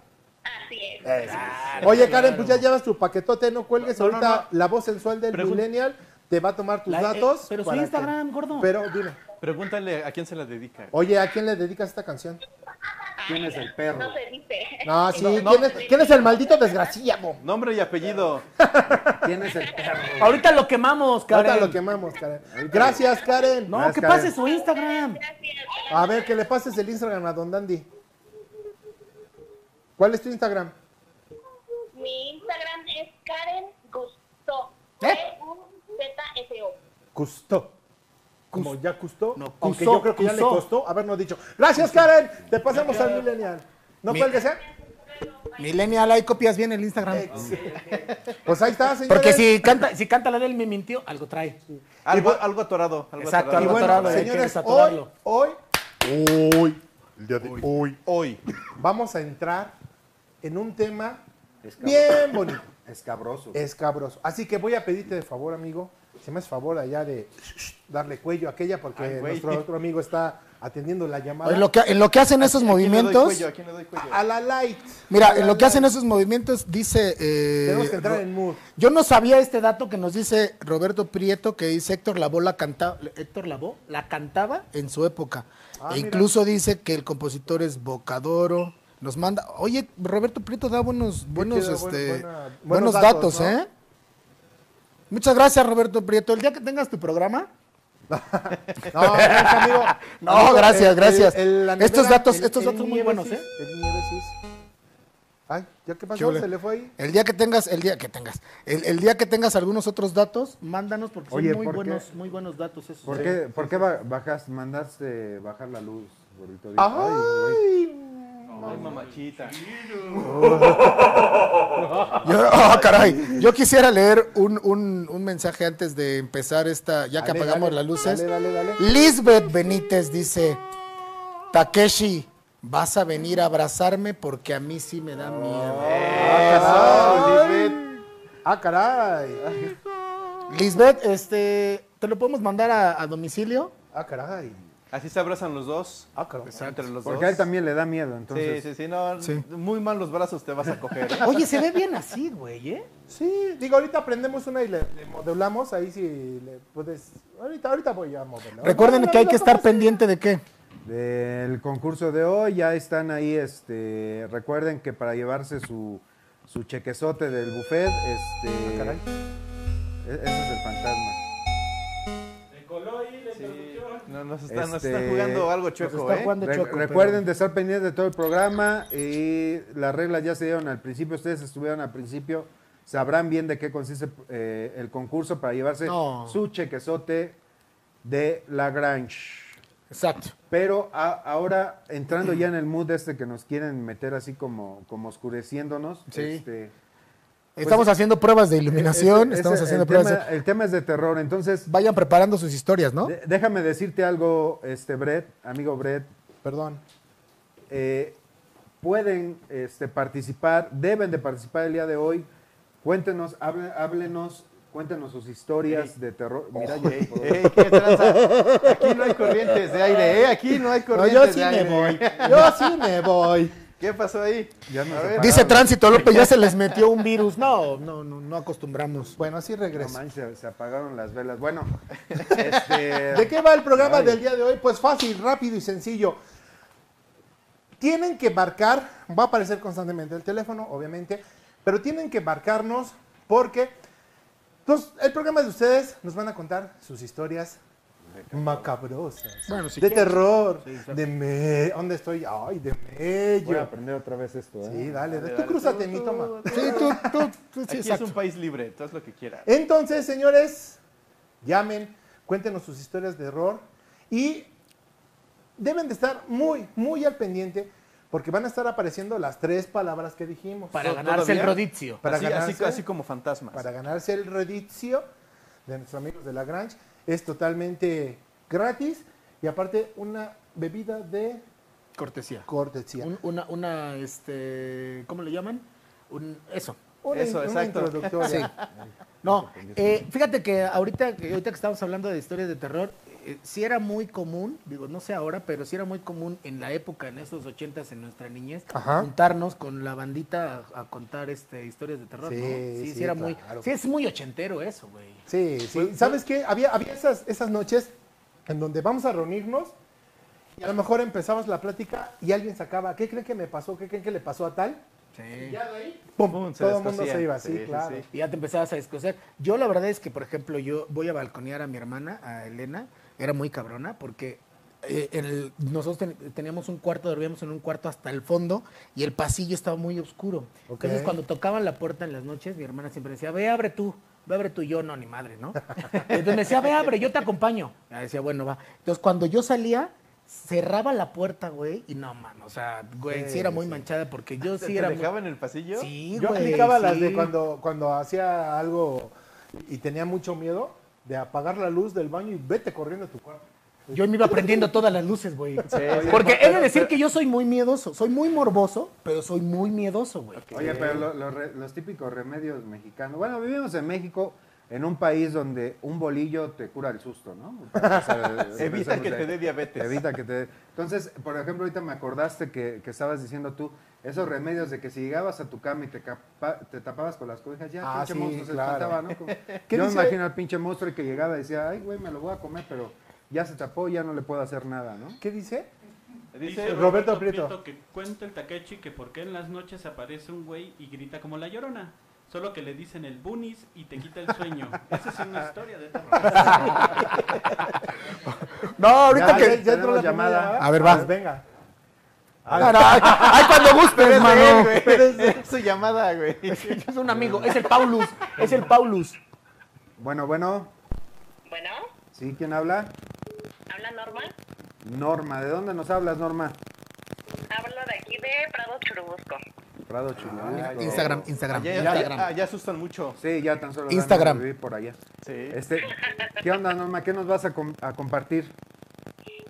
G: Así es.
D: Oye, Karen, pues ya llevas tu paquetote, no cuelgues.
B: No, no,
D: Ahorita la voz sensual del millennial te va a tomar tus
E: La- eh,
D: datos.
E: pero su
D: para que-
E: Instagram, gordo.
D: Pero dime,
B: Pregúntale a quién se la dedica.
D: oye, ¿a quién le dedicas esta canción?
C: ¿Quién es el perro?
G: No se dice.
D: No, sí, ¿quién, es, quién es el maldito desgraciado?
B: Nombre y apellido.
C: ¿Quién es el perro?
E: Ahorita lo quemamos,
D: Ahorita
E: Karen.
D: lo quemamos, Karen. Gracias, Karen.
E: No,
C: Gracias,
E: que
C: Karen.
E: pase su Instagram.
G: Gracias.
D: A ver, que le pases el Instagram a Don Dandy. ¿Cuál es tu Instagram?
G: Mi Instagram es Karen Gusto.
E: ¿Eh?
G: G-U-Z-S-O.
D: Custó. Como ya custó.
E: No,
D: Aunque
E: custó,
D: yo creo que ya le
E: custó.
D: costó habernos dicho. Gracias, Karen. Te pasamos al Millennial. No
E: Mi-
D: cuelgues, ¿eh?
E: Millennial, ahí copias bien el Instagram.
D: Pues ahí está, señores.
E: Porque si canta, si canta la del me mintió, algo trae.
B: Algo, algo atorado. Algo
E: Exacto,
D: Y
B: atorado.
D: bueno,
E: atorado, hay que
D: señores, hoy,
E: desatorarlo.
D: hoy ¿eh? Oh.
B: Hoy.
D: vamos a entrar en un tema
C: Escabroso.
D: bien bonito,
C: Escabroso.
D: escabroso. Así que voy a pedirte de favor, amigo, si me haces favor allá de darle cuello a aquella porque
B: Ay, güey.
D: nuestro otro amigo está atendiendo la llamada.
H: En lo que, en lo que hacen esos
B: ¿A quién le doy
H: movimientos,
B: cuello? ¿A quién le doy cuello?
D: A la light. A
H: mira,
D: la
H: en lo que
D: light.
H: hacen esos movimientos dice... eh,
D: Tenemos que entrar
H: Ro-
D: en mood.
H: Yo no sabía este dato que nos dice Roberto Prieto, que dice Héctor Lavoe la, canta,
E: Héctor Lavoe la cantaba.
H: en su época.
D: Ah,
H: e
D: mira.
H: incluso dice que el compositor es Bocadoro, Nos manda. Oye, Roberto Prieto da buenos, buenos,
I: chido, buen-
H: este,
I: buena-
H: buenos,
I: buenos
H: datos,
I: datos, ¿no?
H: ¿eh? Muchas gracias, Roberto Prieto. El día que tengas tu programa.
D: No, gracias, amigo.
H: No,
D: Amigo,
H: gracias,
D: el-
H: gracias.
D: el- la
H: estos
D: nevera,
H: datos,
D: el-
H: estos
D: el
H: datos muy
D: Nievesis,
H: buenos, ¿eh?
D: El Nievesis. Ay, ¿ya qué
H: ¿Qué
D: pasó?
H: ole?
D: ¿Se le fue ahí?
H: El día que tengas, el día que tengas, el, el día que tengas algunos otros datos, mándanos porque
C: Oye,
H: son muy
C: ¿por qué?
H: buenos, muy buenos datos esos.
C: ¿Por
H: Sí.
C: qué, ¿por qué ba- bajas, mandaste bajar la luz, gordito?
D: Ay,
B: Ay, mamachita.
H: Yo, ah, caray, yo quisiera leer un, un- un mensaje antes de empezar esta, ya que
D: Dale,
H: apagamos
D: dale,
H: las luces.
D: Dale, dale, dale.
H: Lisbeth Benítez dice, Takeshi, vas a venir a abrazarme porque a mí sí me da miedo.
D: Ah, Lisbeth. Ah, caray.
H: Lisbeth, este, ¿te lo podemos mandar a, a domicilio?
D: Ah, caray.
B: Así se abrazan los dos.
D: Ah, caray.
B: Entre los
C: Porque
B: dos.
C: a él también le da miedo,
B: Sí,
C: entonces.
B: sí, sí, no,
H: Sí.
B: muy mal los brazos te vas a coger.
H: Oye, se ve bien así, güey, ¿eh?
D: Sí, digo, ahorita aprendemos una y le, le modelamos, ahí si le puedes... Ahorita, ahorita voy a modelar.
H: Recuerden
D: No, no,
H: que hay
D: no,
H: que
D: no,
H: estar
D: no,
H: pendiente de qué.
C: Del concurso de hoy ya están ahí, este, recuerden que para llevarse su, su chequezote del buffet, este,
D: caray.
C: e- ese es el fantasma.
F: Le coló ahí la introducción.
B: No, nos están, nos
C: Este,
B: están jugando algo
H: nos
B: chueco,
H: está
B: ¿eh?
H: jugando- de
C: Re-
H: Choco,
C: recuerden
H: pero-
C: de estar pendientes de todo el programa y las reglas ya se dieron al principio, ustedes estuvieron al principio, sabrán bien de qué consiste eh, el concurso para llevarse
H: No.
C: su chequezote de Lagrange.
H: Exacto.
C: Pero a- ahora, entrando ya en el mood este que nos quieren meter así como, como oscureciéndonos,
H: Sí.
C: este,
H: Estamos haciendo pruebas de iluminación,
C: ese-
H: estamos
C: ese-
H: haciendo
C: el
H: pruebas
C: tema,
H: de...
C: El tema es de terror, entonces
H: Vayan preparando sus historias, ¿no?
C: de- déjame decirte algo, este Brett, amigo Brett,
D: Perdón.
C: eh, pueden este, participar, deben de participar el día de hoy. Cuéntenos, hable- háblenos, cuéntenos sus historias de terror. Mira, ya se colgó.
B: Oh. Ey, ¿qué tranza? Aquí no hay corrientes de aire, ¿eh? Aquí no hay
D: No,
B: corrientes
D: yo sí
B: de
D: me
B: aire.
D: voy. Yo sí me voy.
B: ¿Qué pasó ahí?
C: Ya nos
B: A ver.
C: separaron.
H: Dice Tránsito López, ya se les metió un virus. No, no, no, no acostumbramos.
D: Bueno, así
C: No
D: regreso.
C: manches, se, se apagaron las velas. Bueno, este,
D: ¿De qué va el programa
C: Ay.
D: del día de hoy? Pues fácil, rápido y sencillo. Tienen que marcar, va a aparecer constantemente el teléfono, obviamente, pero tienen que marcarnos porque los- el programa de ustedes nos van a contar sus historias macabrosas,
H: Bueno, si
D: de
H: quieres.
D: terror, de me, ¿dónde estoy? Ay, de
C: voy a
D: mello.
C: aprender otra vez esto. ¿eh?
D: Sí, dale,
B: Dale,
D: tú
B: dale.
D: crúzate,
B: Tú,
D: mi
B: tú,
D: toma.
B: tú.
H: Sí, tú, tú,
D: Pues
H: tú, sí,
B: Aquí es
H: exacto.
B: un país libre, tú haz lo que quieras.
D: Eh, Entonces, señores, llamen, cuéntenos sus historias de error y deben de estar muy, muy al pendiente porque van a estar apareciendo las tres palabras que dijimos.
E: Para
B: ¿Tod-
E: ganarse el
B: todavía?
E: rodizio.
D: Para
B: así,
D: ganarse-
B: así- así como fantasmas.
D: Para ganarse el redicio de nuestros amigos de La Grange. Es totalmente gratis y aparte una bebida de
E: Cortesía.
D: cortesía.
E: Un- una, una, este, ¿cómo le llaman? Un, eso.
D: Una,
B: Eso,
D: in- una
B: exacto.
D: introductoria.
E: No, eh, fíjate que ahorita, que ahorita que estamos hablando de historias de terror, eh, sí era muy común, digo, no sé ahora, pero sí era muy común en la época, en esos ochentas, en nuestra niñez,
D: Ajá.
E: juntarnos con la bandita a, a contar este, historias de terror.
D: Sí,
E: ¿no? Sí, sí,
D: sí,
E: era
D: claro.
E: muy, sí es muy ochentero eso, güey.
D: Sí, sí. ¿Sabes qué? Había, había esas, esas noches en donde vamos a reunirnos y a lo mejor empezabas la plática y alguien sacaba, ¿qué creen que me pasó? ¿Qué creen que le pasó a tal?
E: Sí.
D: ¡Pum!
B: Pum, se
D: Todo el mundo
B: descosían.
D: se iba, sí,
B: Sí, sí,
D: claro.
B: sí.
E: Y ya te empezabas a descoser. Yo la verdad es que, por ejemplo, yo voy a balconear a mi hermana, a Elena, era muy cabrona porque eh, en el- nosotros ten- teníamos un cuarto, dormíamos en un cuarto hasta el fondo y el pasillo estaba muy oscuro. Entonces
D: Ok.
E: cuando tocaban la puerta en las noches, mi hermana siempre decía, ve, abre tú. Ve, abre tú, yo no, ni madre, ¿no? Entonces me decía, ve, abre, yo te acompaño. Ya decía, bueno, va. Entonces, cuando yo salía, cerraba la puerta, güey, y no, man, o sea, güey, sí,
D: Sí,
E: era muy
D: sí.
E: manchada porque yo
B: ¿Te,
E: sí
B: te
E: era... muy-
B: dejaba en el pasillo?
E: Sí,
D: Yo
E: güey,
D: aplicaba las de
E: sí.
D: cuando, cuando hacía algo y tenía mucho miedo de apagar la luz del baño y vete corriendo a tu cuarto.
E: Yo me iba prendiendo todas las luces, güey.
B: sí.
E: Porque he de decir que yo soy muy miedoso. Soy muy morboso, pero soy muy miedoso, güey.
C: Oye, pero lo- lo re- los típicos remedios mexicanos. Bueno, vivimos en México, en un país donde un bolillo te cura el susto, ¿no? Para empezar,
B: Evita
C: empezamos
B: que
C: de
B: te
C: ahí.
B: dé diabetes.
C: Evita que te dé. Entonces, por ejemplo, ahorita me acordaste que, que estabas diciendo tú esos remedios de que si llegabas a tu cama y te, capa- te tapabas con las cobijas, ya
D: Ah,
C: pinche
D: sí,
C: monstruo se
D: claro.
C: espantaba, ¿no? Como- Yo
D: ¿Qué
C: me
D: dice-
C: imagino al pinche monstruo que llegaba y decía, ay, güey, me lo voy a comer, pero ya se tapó, ya no le puedo hacer nada, ¿no?
D: ¿Qué dice?
B: Dice
D: Roberto Prieto.
F: que cuenta el Takechi que por qué en las noches aparece un güey y grita como la llorona. Solo que le dicen el bunis y te quita el sueño. Esa es una historia de terror.
H: No, ahorita
D: Ya,
H: que.
D: ya- ya entró la
C: tenemos llamada.
D: primera.
H: A ver, va.
D: Pues venga.
H: Caray, ay, cuando gustes, mano.
B: Pero es, es su llamada, güey.
E: Es un amigo, es el Paulus, es el Paulus.
C: Bueno, bueno.
G: Bueno,
C: ¿Sí? ¿Quién habla?
G: habla Norma.
C: Norma. ¿De dónde nos hablas, Norma?
G: Hablo de aquí de Prado Churubusco.
C: Prado Churubusco.
E: Instagram, Instagram,
B: Ah, Allá,
E: Instagram.
B: allá- allá asustan mucho.
C: Sí, ya tan solo.
H: Instagram.
C: Vivir por allá.
B: Sí.
C: Este, ¿Qué onda, Norma? ¿Qué nos vas a, com- a compartir?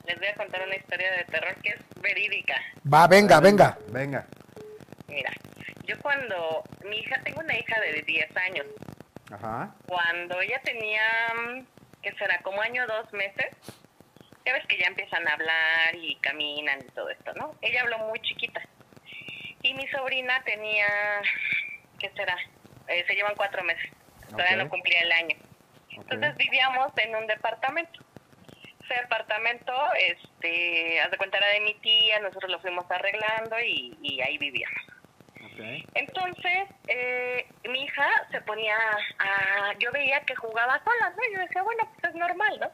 G: Les voy a contar una historia de terror que es verídica.
H: Va, venga, venga.
C: Venga.
G: Mira, yo cuando mi hija, tengo una hija de 10 años,
C: Ajá.
G: cuando ella tenía, mm, ¿qué será? Como año dos meses, ya ves que ya empiezan a hablar y caminan y todo esto, ¿no? Ella habló muy chiquita. Y mi sobrina tenía, ¿qué será? Eh, se llevan cuatro meses, todavía
C: Ok.
G: no cumplía el año. Entonces vivíamos en un departamento. Ese departamento, este, haz de cuenta era de mi tía, nosotros lo fuimos arreglando y, y ahí vivíamos. Entonces, eh, mi hija se ponía a... Yo veía que jugaba sola, ¿no? Yo decía, bueno, pues es normal, ¿no?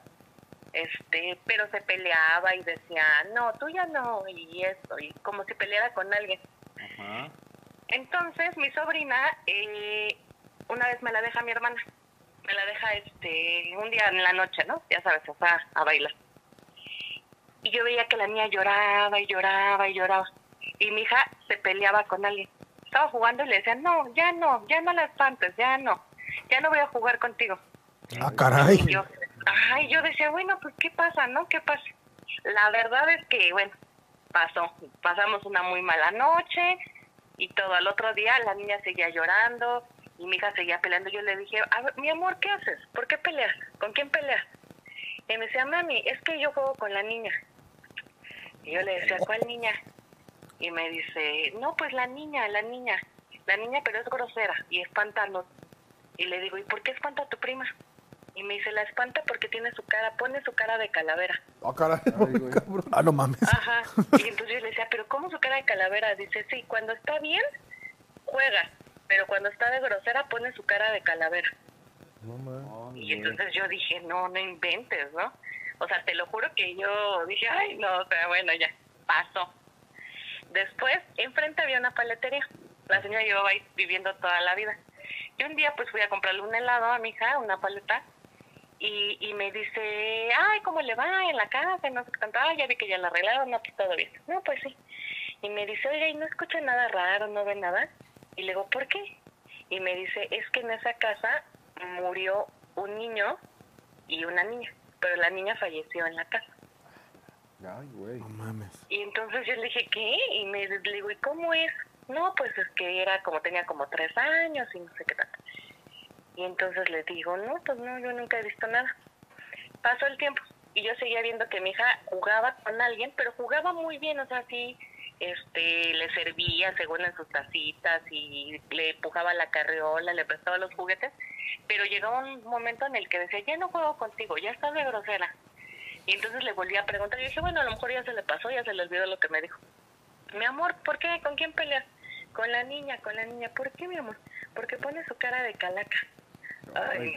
G: Este, pero se peleaba y decía, no, tú ya no, y eso, y como si peleara con alguien. Entonces, mi sobrina, eh, una vez me la deja mi hermana, me la deja este un día en la noche, ¿no? Ya sabes, se fue a, a bailar. Y yo veía que la niña lloraba y lloraba y lloraba. Y mi hija se peleaba con alguien. Estaba jugando y le decía, no, ya no, ya no la espantes, ya no, ya no voy a jugar contigo.
H: Ah, caray.
G: Y yo, ay, yo decía, bueno, pues qué pasa, ¿no? ¿Qué pasa? La verdad es que, bueno, pasó. Pasamos una muy mala noche y todo. Al otro día la niña seguía llorando y mi hija seguía peleando. Yo le dije, a ver, mi amor, ¿qué haces? ¿Por qué peleas? ¿Con quién peleas? Y me decía, mami, es que yo juego con la niña. Y yo le decía, ¿cuál niña? Y me dice, no, pues la niña, la niña. La niña, pero es grosera y espanta a los- Y le digo, ¿y por qué espanta a tu prima? Y me dice, la espanta porque tiene su cara, pone su cara de calavera.
H: Ah, caray. cabrón. Ah, no mames.
G: Ajá. Y entonces yo le decía, ¿pero cómo su cara de calavera? Dice, sí, cuando está bien, juega. Pero cuando está de grosera, pone su cara de calavera.
B: Oh,
G: Y entonces yo dije, no, no inventes, ¿no? O sea, te lo juro que yo dije, ay, no, o sea, bueno, ya, pasó. Después, enfrente había una paletería. La señora llevaba ahí viviendo toda la vida. Y un día, pues fui a comprarle un helado a mi hija, una paleta, y, y me dice, ay, ¿cómo le va en la casa? No sé qué tanto. Ah, ya vi que ya la arreglaron, no, pues todo bien. No, pues sí. Y me dice, oye, ¿y no escucha nada raro, no ve nada? Y le digo, ¿por qué? Y me dice, es que en esa casa murió un niño y una niña, pero la niña falleció en la casa.
C: Ay, güey.
H: No mames.
G: Y entonces yo le dije, ¿qué? Y me le digo, ¿y cómo es? No, pues es que era como, tenía como tres años y no sé qué tanto. Y entonces le digo, no, pues no, yo nunca he visto nada. Pasó el tiempo y yo seguía viendo que mi hija jugaba con alguien, pero jugaba muy bien, o sea, sí, este, le servía según en sus tacitas y le empujaba la carriola, le prestaba los juguetes, pero llegó un momento en el que decía, ya no juego contigo, ya estás de grosera. Y entonces le volví a preguntar. Yo dije, bueno, a lo mejor ya se le pasó, ya se le olvidó lo que me dijo. Mi amor, ¿por qué? ¿Con quién peleas? Con la niña, con la niña. ¿Por qué, mi amor? Porque pone su cara de calaca.
C: Oh,
G: Ay,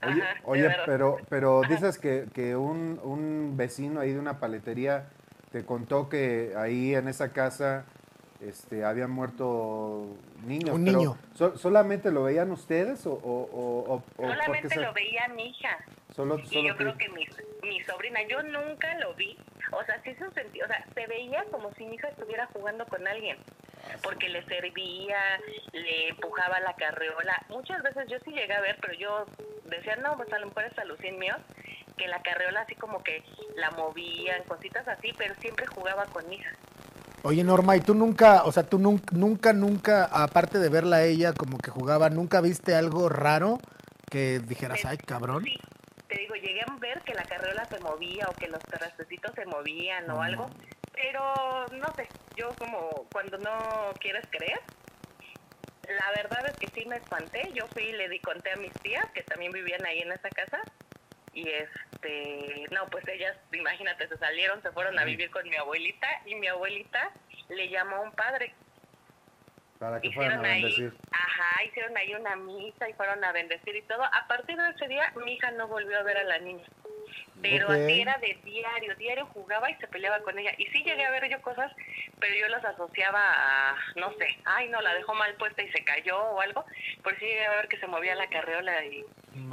C: Oye,
G: Ajá, de
C: oye
G: verdad.
C: pero, pero dices que, que un, un vecino ahí de una paletería te contó que ahí en esa casa este, habían muerto niños.
H: Un
C: pero
H: niño.
C: so- ¿Solamente lo veían ustedes o, o, o, o- o por qué
G: solamente
C: se-
G: lo veía mi hija.
C: Solo,
G: Y
C: solo
G: yo
C: tú?
G: creo que mi, mi sobrina, yo nunca lo vi. O sea, sí se sentía, o sea, se veía como si mi hija estuviera jugando con alguien.
B: Ah,
G: Porque le servía, le empujaba la carriola. Muchas veces yo sí llegué a ver, pero yo decía, no, pues a lo mejor es alucín mío, que la carriola así como que la movían, cositas así, pero siempre jugaba con mi hija.
H: Oye, Norma, ¿y tú nunca, o sea, tú nun- nunca, nunca, aparte de verla a ella como que jugaba, nunca viste algo raro que dijeras, ay, cabrón?
G: Sí, te digo, llegué a ver que la carriola se movía o que los terracecitos se movían o algo, pero no sé, yo como cuando no quieres creer, la verdad es que sí me espanté, yo fui y le di, conté a mis tías que también vivían ahí en esa casa y este, no, pues ellas, imagínate, se salieron, se fueron a vivir con mi abuelita y mi abuelita le llamó a un padre.
C: Para que fueran
G: Hicieron
C: a
G: ahí,
C: bendecir.
G: ajá, hicieron ahí una misa y fueron a bendecir y todo. A partir de ese día, mi hija no volvió a ver a la niña. Pero
D: Ok.
G: así era de diario, diario jugaba y se peleaba con ella. Y sí llegué a ver yo cosas, pero yo las asociaba a, no sé, ay no, la dejó mal puesta y se cayó o algo. Por sí llegué a ver que se movía la carreola y,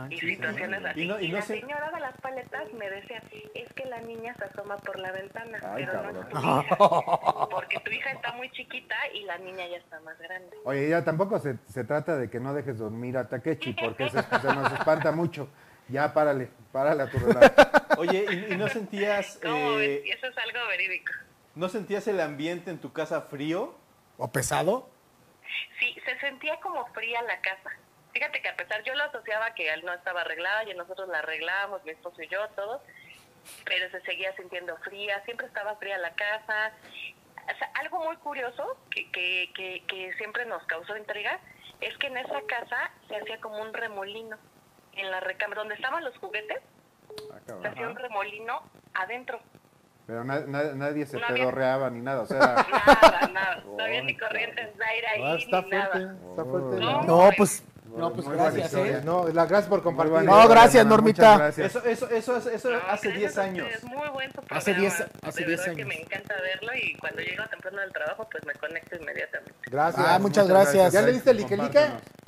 G: y situaciones así.
B: Y
G: Y,
B: no- y no
G: la
B: se-
G: señora de las paletas me decía, es que la niña se asoma por la ventana,
C: Ay,
G: pero no es tu hija, porque tu hija está muy chiquita y la niña ya está más grande.
C: Oye, ya tampoco se, se trata de que no dejes dormir a Takechi, porque se, se nos espanta mucho. Ya párale, párale a tu relato.
B: Oye, ¿y, y no sentías
G: ¿Cómo
B: eh,
G: ves? Y eso es algo verídico.
B: no sentías el ambiente en tu casa frío?
H: ¿O pesado?
G: Sí, se sentía como fría la casa. Fíjate que a pesar, yo lo asociaba que él no estaba arreglada y nosotros la arreglábamos, mi esposo y yo, todos, pero se seguía sintiendo fría, siempre estaba fría la casa. O sea, algo muy curioso que, que, que, que siempre nos causó intriga es que en esa casa se hacía como un remolino en la recámara, donde estaban los juguetes,
C: Ah,
G: se
C: cabrón.
G: hacía un remolino adentro.
C: Pero na- na- nadie se
G: No había-
C: pedorreaba ni nada, o sea,
G: Nada, nada, no había ni corrientes de aire ahí,
D: Ah, está
G: ni
D: fuerte,
G: nada.
D: está fuerte.
G: No,
D: la-
H: No, pues.
D: No, pues
C: Muy buena
D: gracias,
C: historia.
D: ¿eh? No, la, gracias por compartir.
C: Muy buena
H: No,
C: historia,
H: gracias,
C: hermana,
H: Normita.
C: muchas gracias.
B: Eso, eso, eso, eso, eso hace 10 años.
G: Es muy buen su programa.
H: Hace 10 hace
G: de
H: 10
G: verdad que
H: años.
G: me encanta verlo y cuando llego temprano del trabajo pues me conecto inmediatamente.
D: Gracias.
H: Ah, muchas gracias.
D: ¿Ya le diste liquelica?
C: Compártenos.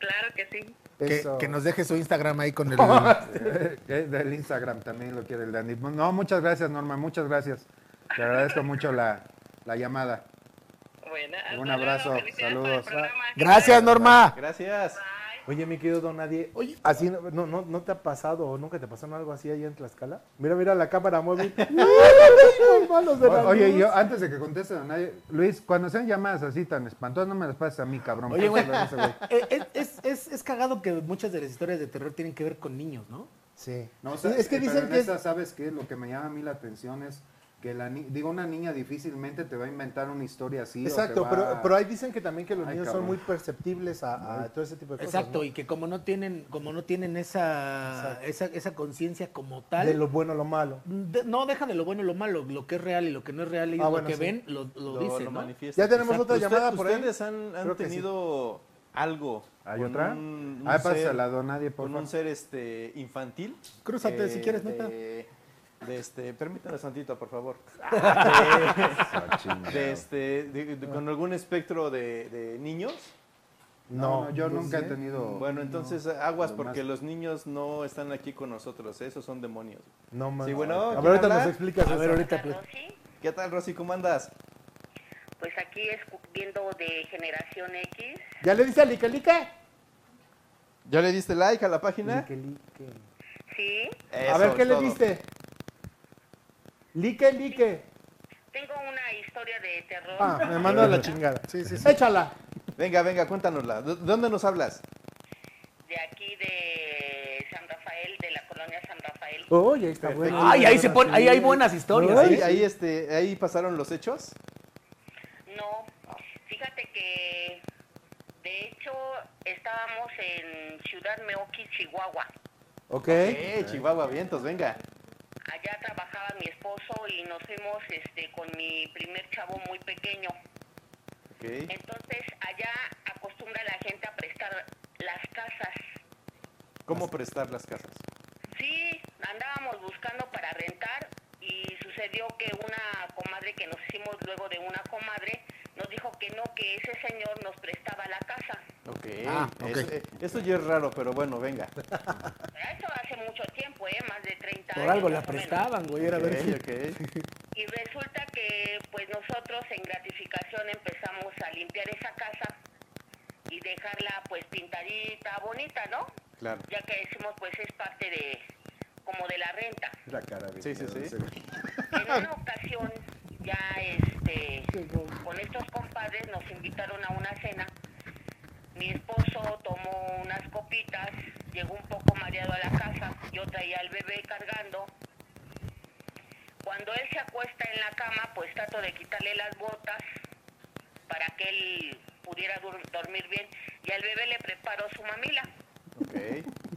G: Claro que sí.
H: Que,
D: Eso.
H: que nos deje su Instagram ahí con el.
C: Eh, Del Instagram también lo quiere el Dani. No, muchas gracias, Norma, muchas gracias. Te agradezco mucho la, la llamada.
G: Bueno,
C: Un
G: hasta luego,
C: abrazo,
G: felicidades por el
C: saludos.
G: programa.
H: Gracias, Norma.
B: Gracias.
D: Oye, mi querido don Nadie, oye, así no, no, no, ¿no te ha pasado o nunca te pasó algo así allá en Tlaxcala? Mira, mira la cámara móvil. Los malos de la
C: O- Oye,
D: luz.
C: yo antes de que conteste don nadie, Luis, cuando sean llamadas así tan espantosas, no me las pases a mí, cabrón.
H: Oye, güey.
C: Pásalas a ese güey.
H: Eh, Es, es- es- es cagado que muchas de las historias de terror tienen que ver con niños, ¿no?
D: Sí.
C: No, o
D: Sí,
C: sea, eh,
D: es que
C: pero
D: dicen
C: en
D: que es-
C: esta, ¿sabes qué? Lo que me llama a mí la atención es que la ni- digo, una niña difícilmente te va a inventar una historia así. o te
D: Exacto,
C: va
D: pero,
C: a-
D: pero ahí dicen que también que los
C: Ay,
D: niños
C: cabrón.
D: son muy perceptibles a, a todo ese tipo de cosas.
H: Exacto,
D: ¿no?
H: y que como no tienen, como no tienen esa, esa, esa conciencia como tal,
D: De lo bueno, lo malo.
H: de- no deja de lo bueno y lo malo, lo que es real y lo que no es real y
D: Ah,
H: lo
D: bueno,
H: que
D: sí.
H: ven lo, lo dicen, ¿no?
B: manifiesta.
D: Ya tenemos
B: Exacto.
D: otra
B: Usted-
D: llamada por ahí.
B: ¿Ustedes han, han
D: Creo que sí.
B: tenido algo?
C: ¿Hay
B: con
C: otra?
B: un- un
C: Ah,
B: ser-
C: pásala, don nadie, por
B: con un
C: favor.
B: ser este infantil.
H: Crúzate,
B: eh,
H: si quieres,
B: de-
H: neta.
B: de este, permítanos tantito, por favor.
C: Ah,
B: De,
C: chingado.
B: de este, de- de- con algún espectro de, de niños.
C: No,
D: No,
C: no, yo
D: pues,
C: nunca he
D: ¿eh?
C: tenido.
B: Bueno, entonces aguas
C: lo
B: porque
C: más-
B: los niños no están aquí con nosotros, ¿eh? esos son demonios.
D: No mames.
B: Sí, bueno,
D: a
B: ¿quién
D: ver, ahorita
B: habla?
D: nos explicas
H: A ver,
D: eso.
H: ahorita pues,
G: Rosy,
B: ¿Qué tal, Rosy? ¿Cómo andas?
G: pues aquí escu- viendo de Generación X.
D: ¿Ya le dice a Liquelica?
B: ¿Ya le diste like a la página?
D: Liquelique.
G: Sí,
D: A ver,
B: Eso,
D: ¿qué le
B: todo.
D: diste? Lique, lique.
G: tengo una historia de terror.
D: Ah, me manda la chingada.
H: Sí, sí, sí.
D: Échala.
B: Venga, venga, cuéntanosla. ¿De dónde nos hablas?
G: de aquí de San Rafael, de la colonia San Rafael.
D: Oye, ahí está bueno.
H: Ay, ahí se pone, ahí hay buenas historias.
D: Ay,
B: Ahí,
H: ¿eh?
B: ahí, este, ahí pasaron los hechos.
G: No, fíjate que de hecho estábamos en Ciudad Meoqui, Chihuahua.
D: Ok.
B: Eh, Chihuahua, vientos, venga.
G: Allá trabajaba mi esposo y nos fuimos este, con mi primer chavo muy pequeño.
B: Ok.
G: Entonces allá acostumbra la gente a prestar las casas.
B: ¿Cómo prestar las casas?
G: Sí, andábamos buscando para rentar y sucedió que una comadre que nos hicimos luego de una comadre nos dijo que no, que ese señor nos prestaba la casa.
B: Ok.
H: Ah,
B: Eso, eh, esto ya es raro, pero bueno, venga.
G: Eso hace mucho tiempo, ¿eh? Más de 30 años.
H: Por algo la
G: más o menos.
H: prestaban, güey, era ver si-
B: Ok, ok.
G: Y resulta que pues nosotros en gratificación empezamos a limpiar esa casa y dejarla pues pintadita, bonita, ¿no?
B: Claro.
G: Ya que decimos pues es parte de como de la renta.
C: La cara de
B: Sí, sí,
C: miedo,
B: sí.
C: ese güey.
G: En una ocasión ya este con estos compadres nos invitaron a una cena. Mi esposo tomó unas copitas, llegó un poco mareado a la casa, yo traía al bebé cargando. Cuando él se acuesta en la cama, pues trato de quitarle las botas para que él pudiera dur- dormir bien y al bebé le preparo su mamila.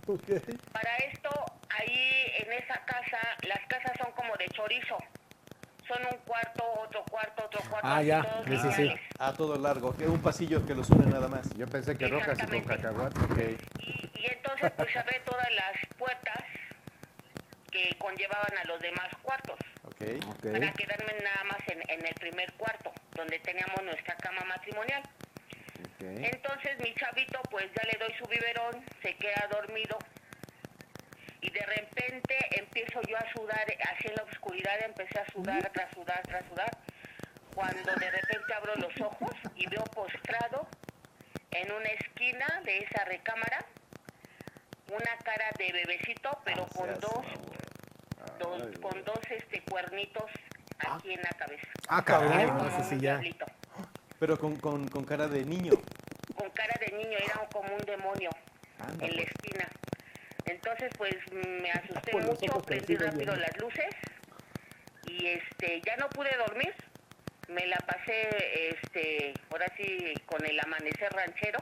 B: Ok.
G: Para esto
H: ahí en esa casa, las casas son como de chorizo. Son un cuarto, otro cuarto, otro cuarto.
E: Ah,
H: así
E: ya.
H: todos
E: Sí, sí, sí.
H: iguales.
B: A todo largo, que un pasillo que los une nada más.
C: Yo pensé que rojas y con cacahuate.
H: Y, y entonces pues se ve todas las puertas que conllevaban a los demás cuartos.
B: Ok.
H: Para quedarme nada más en, en el primer cuarto, donde teníamos nuestra cama matrimonial. Entonces mi chavito pues ya le doy su biberón, se queda dormido y de repente empiezo yo a sudar, así en la oscuridad empecé a sudar, tras sudar, tras sudar, cuando de repente abro los ojos y veo postrado en una esquina de esa recámara una cara de bebecito,
G: Ah,
H: pero con dos, dos- con dos este cuernitos aquí en la cabeza.
E: Ah, cabrón.
H: Como
E: No sé
H: un
E: si ya.
H: diablito,
B: Pero con, con, con cara de niño.
H: con cara de niño, era como un demonio
B: Anda,
H: en la
B: pues.
H: esquina. Entonces, pues me asusté
G: Por los
H: mucho,
G: ojos
H: prendí
G: torcidos,
H: rápido
G: ya.
H: las luces y este ya no pude dormir. Me la pasé este ahora sí con el amanecer ranchero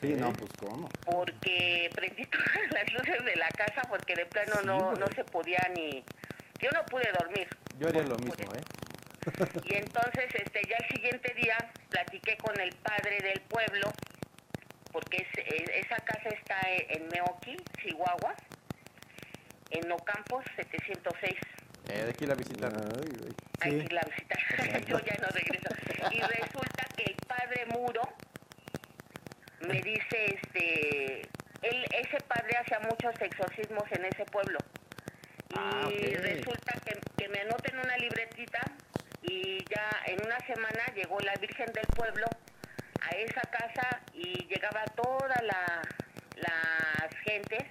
C: Sí, no, pues cómo.
H: porque prendí todas las luces de la casa porque de plano no no se podía ni yo no pude dormir.
B: Yo haría lo mismo, ¿eh?
H: Y entonces, este, ya el siguiente día platiqué con el padre del pueblo, porque es- e- esa casa está e- en Meoqui, Chihuahua, en Ocampos 706.
B: Eh, de aquí la visitar.
H: Hay que ir a visitar. Yo ya no regreso. Y resulta que el padre Muro me dice, este, él, ese padre hacía muchos exorcismos en ese pueblo. Y
B: Ah, ok.
H: resulta que, que me anoten una libretita y ya en una semana llegó la Virgen del Pueblo a esa casa y llegaba toda la, las gentes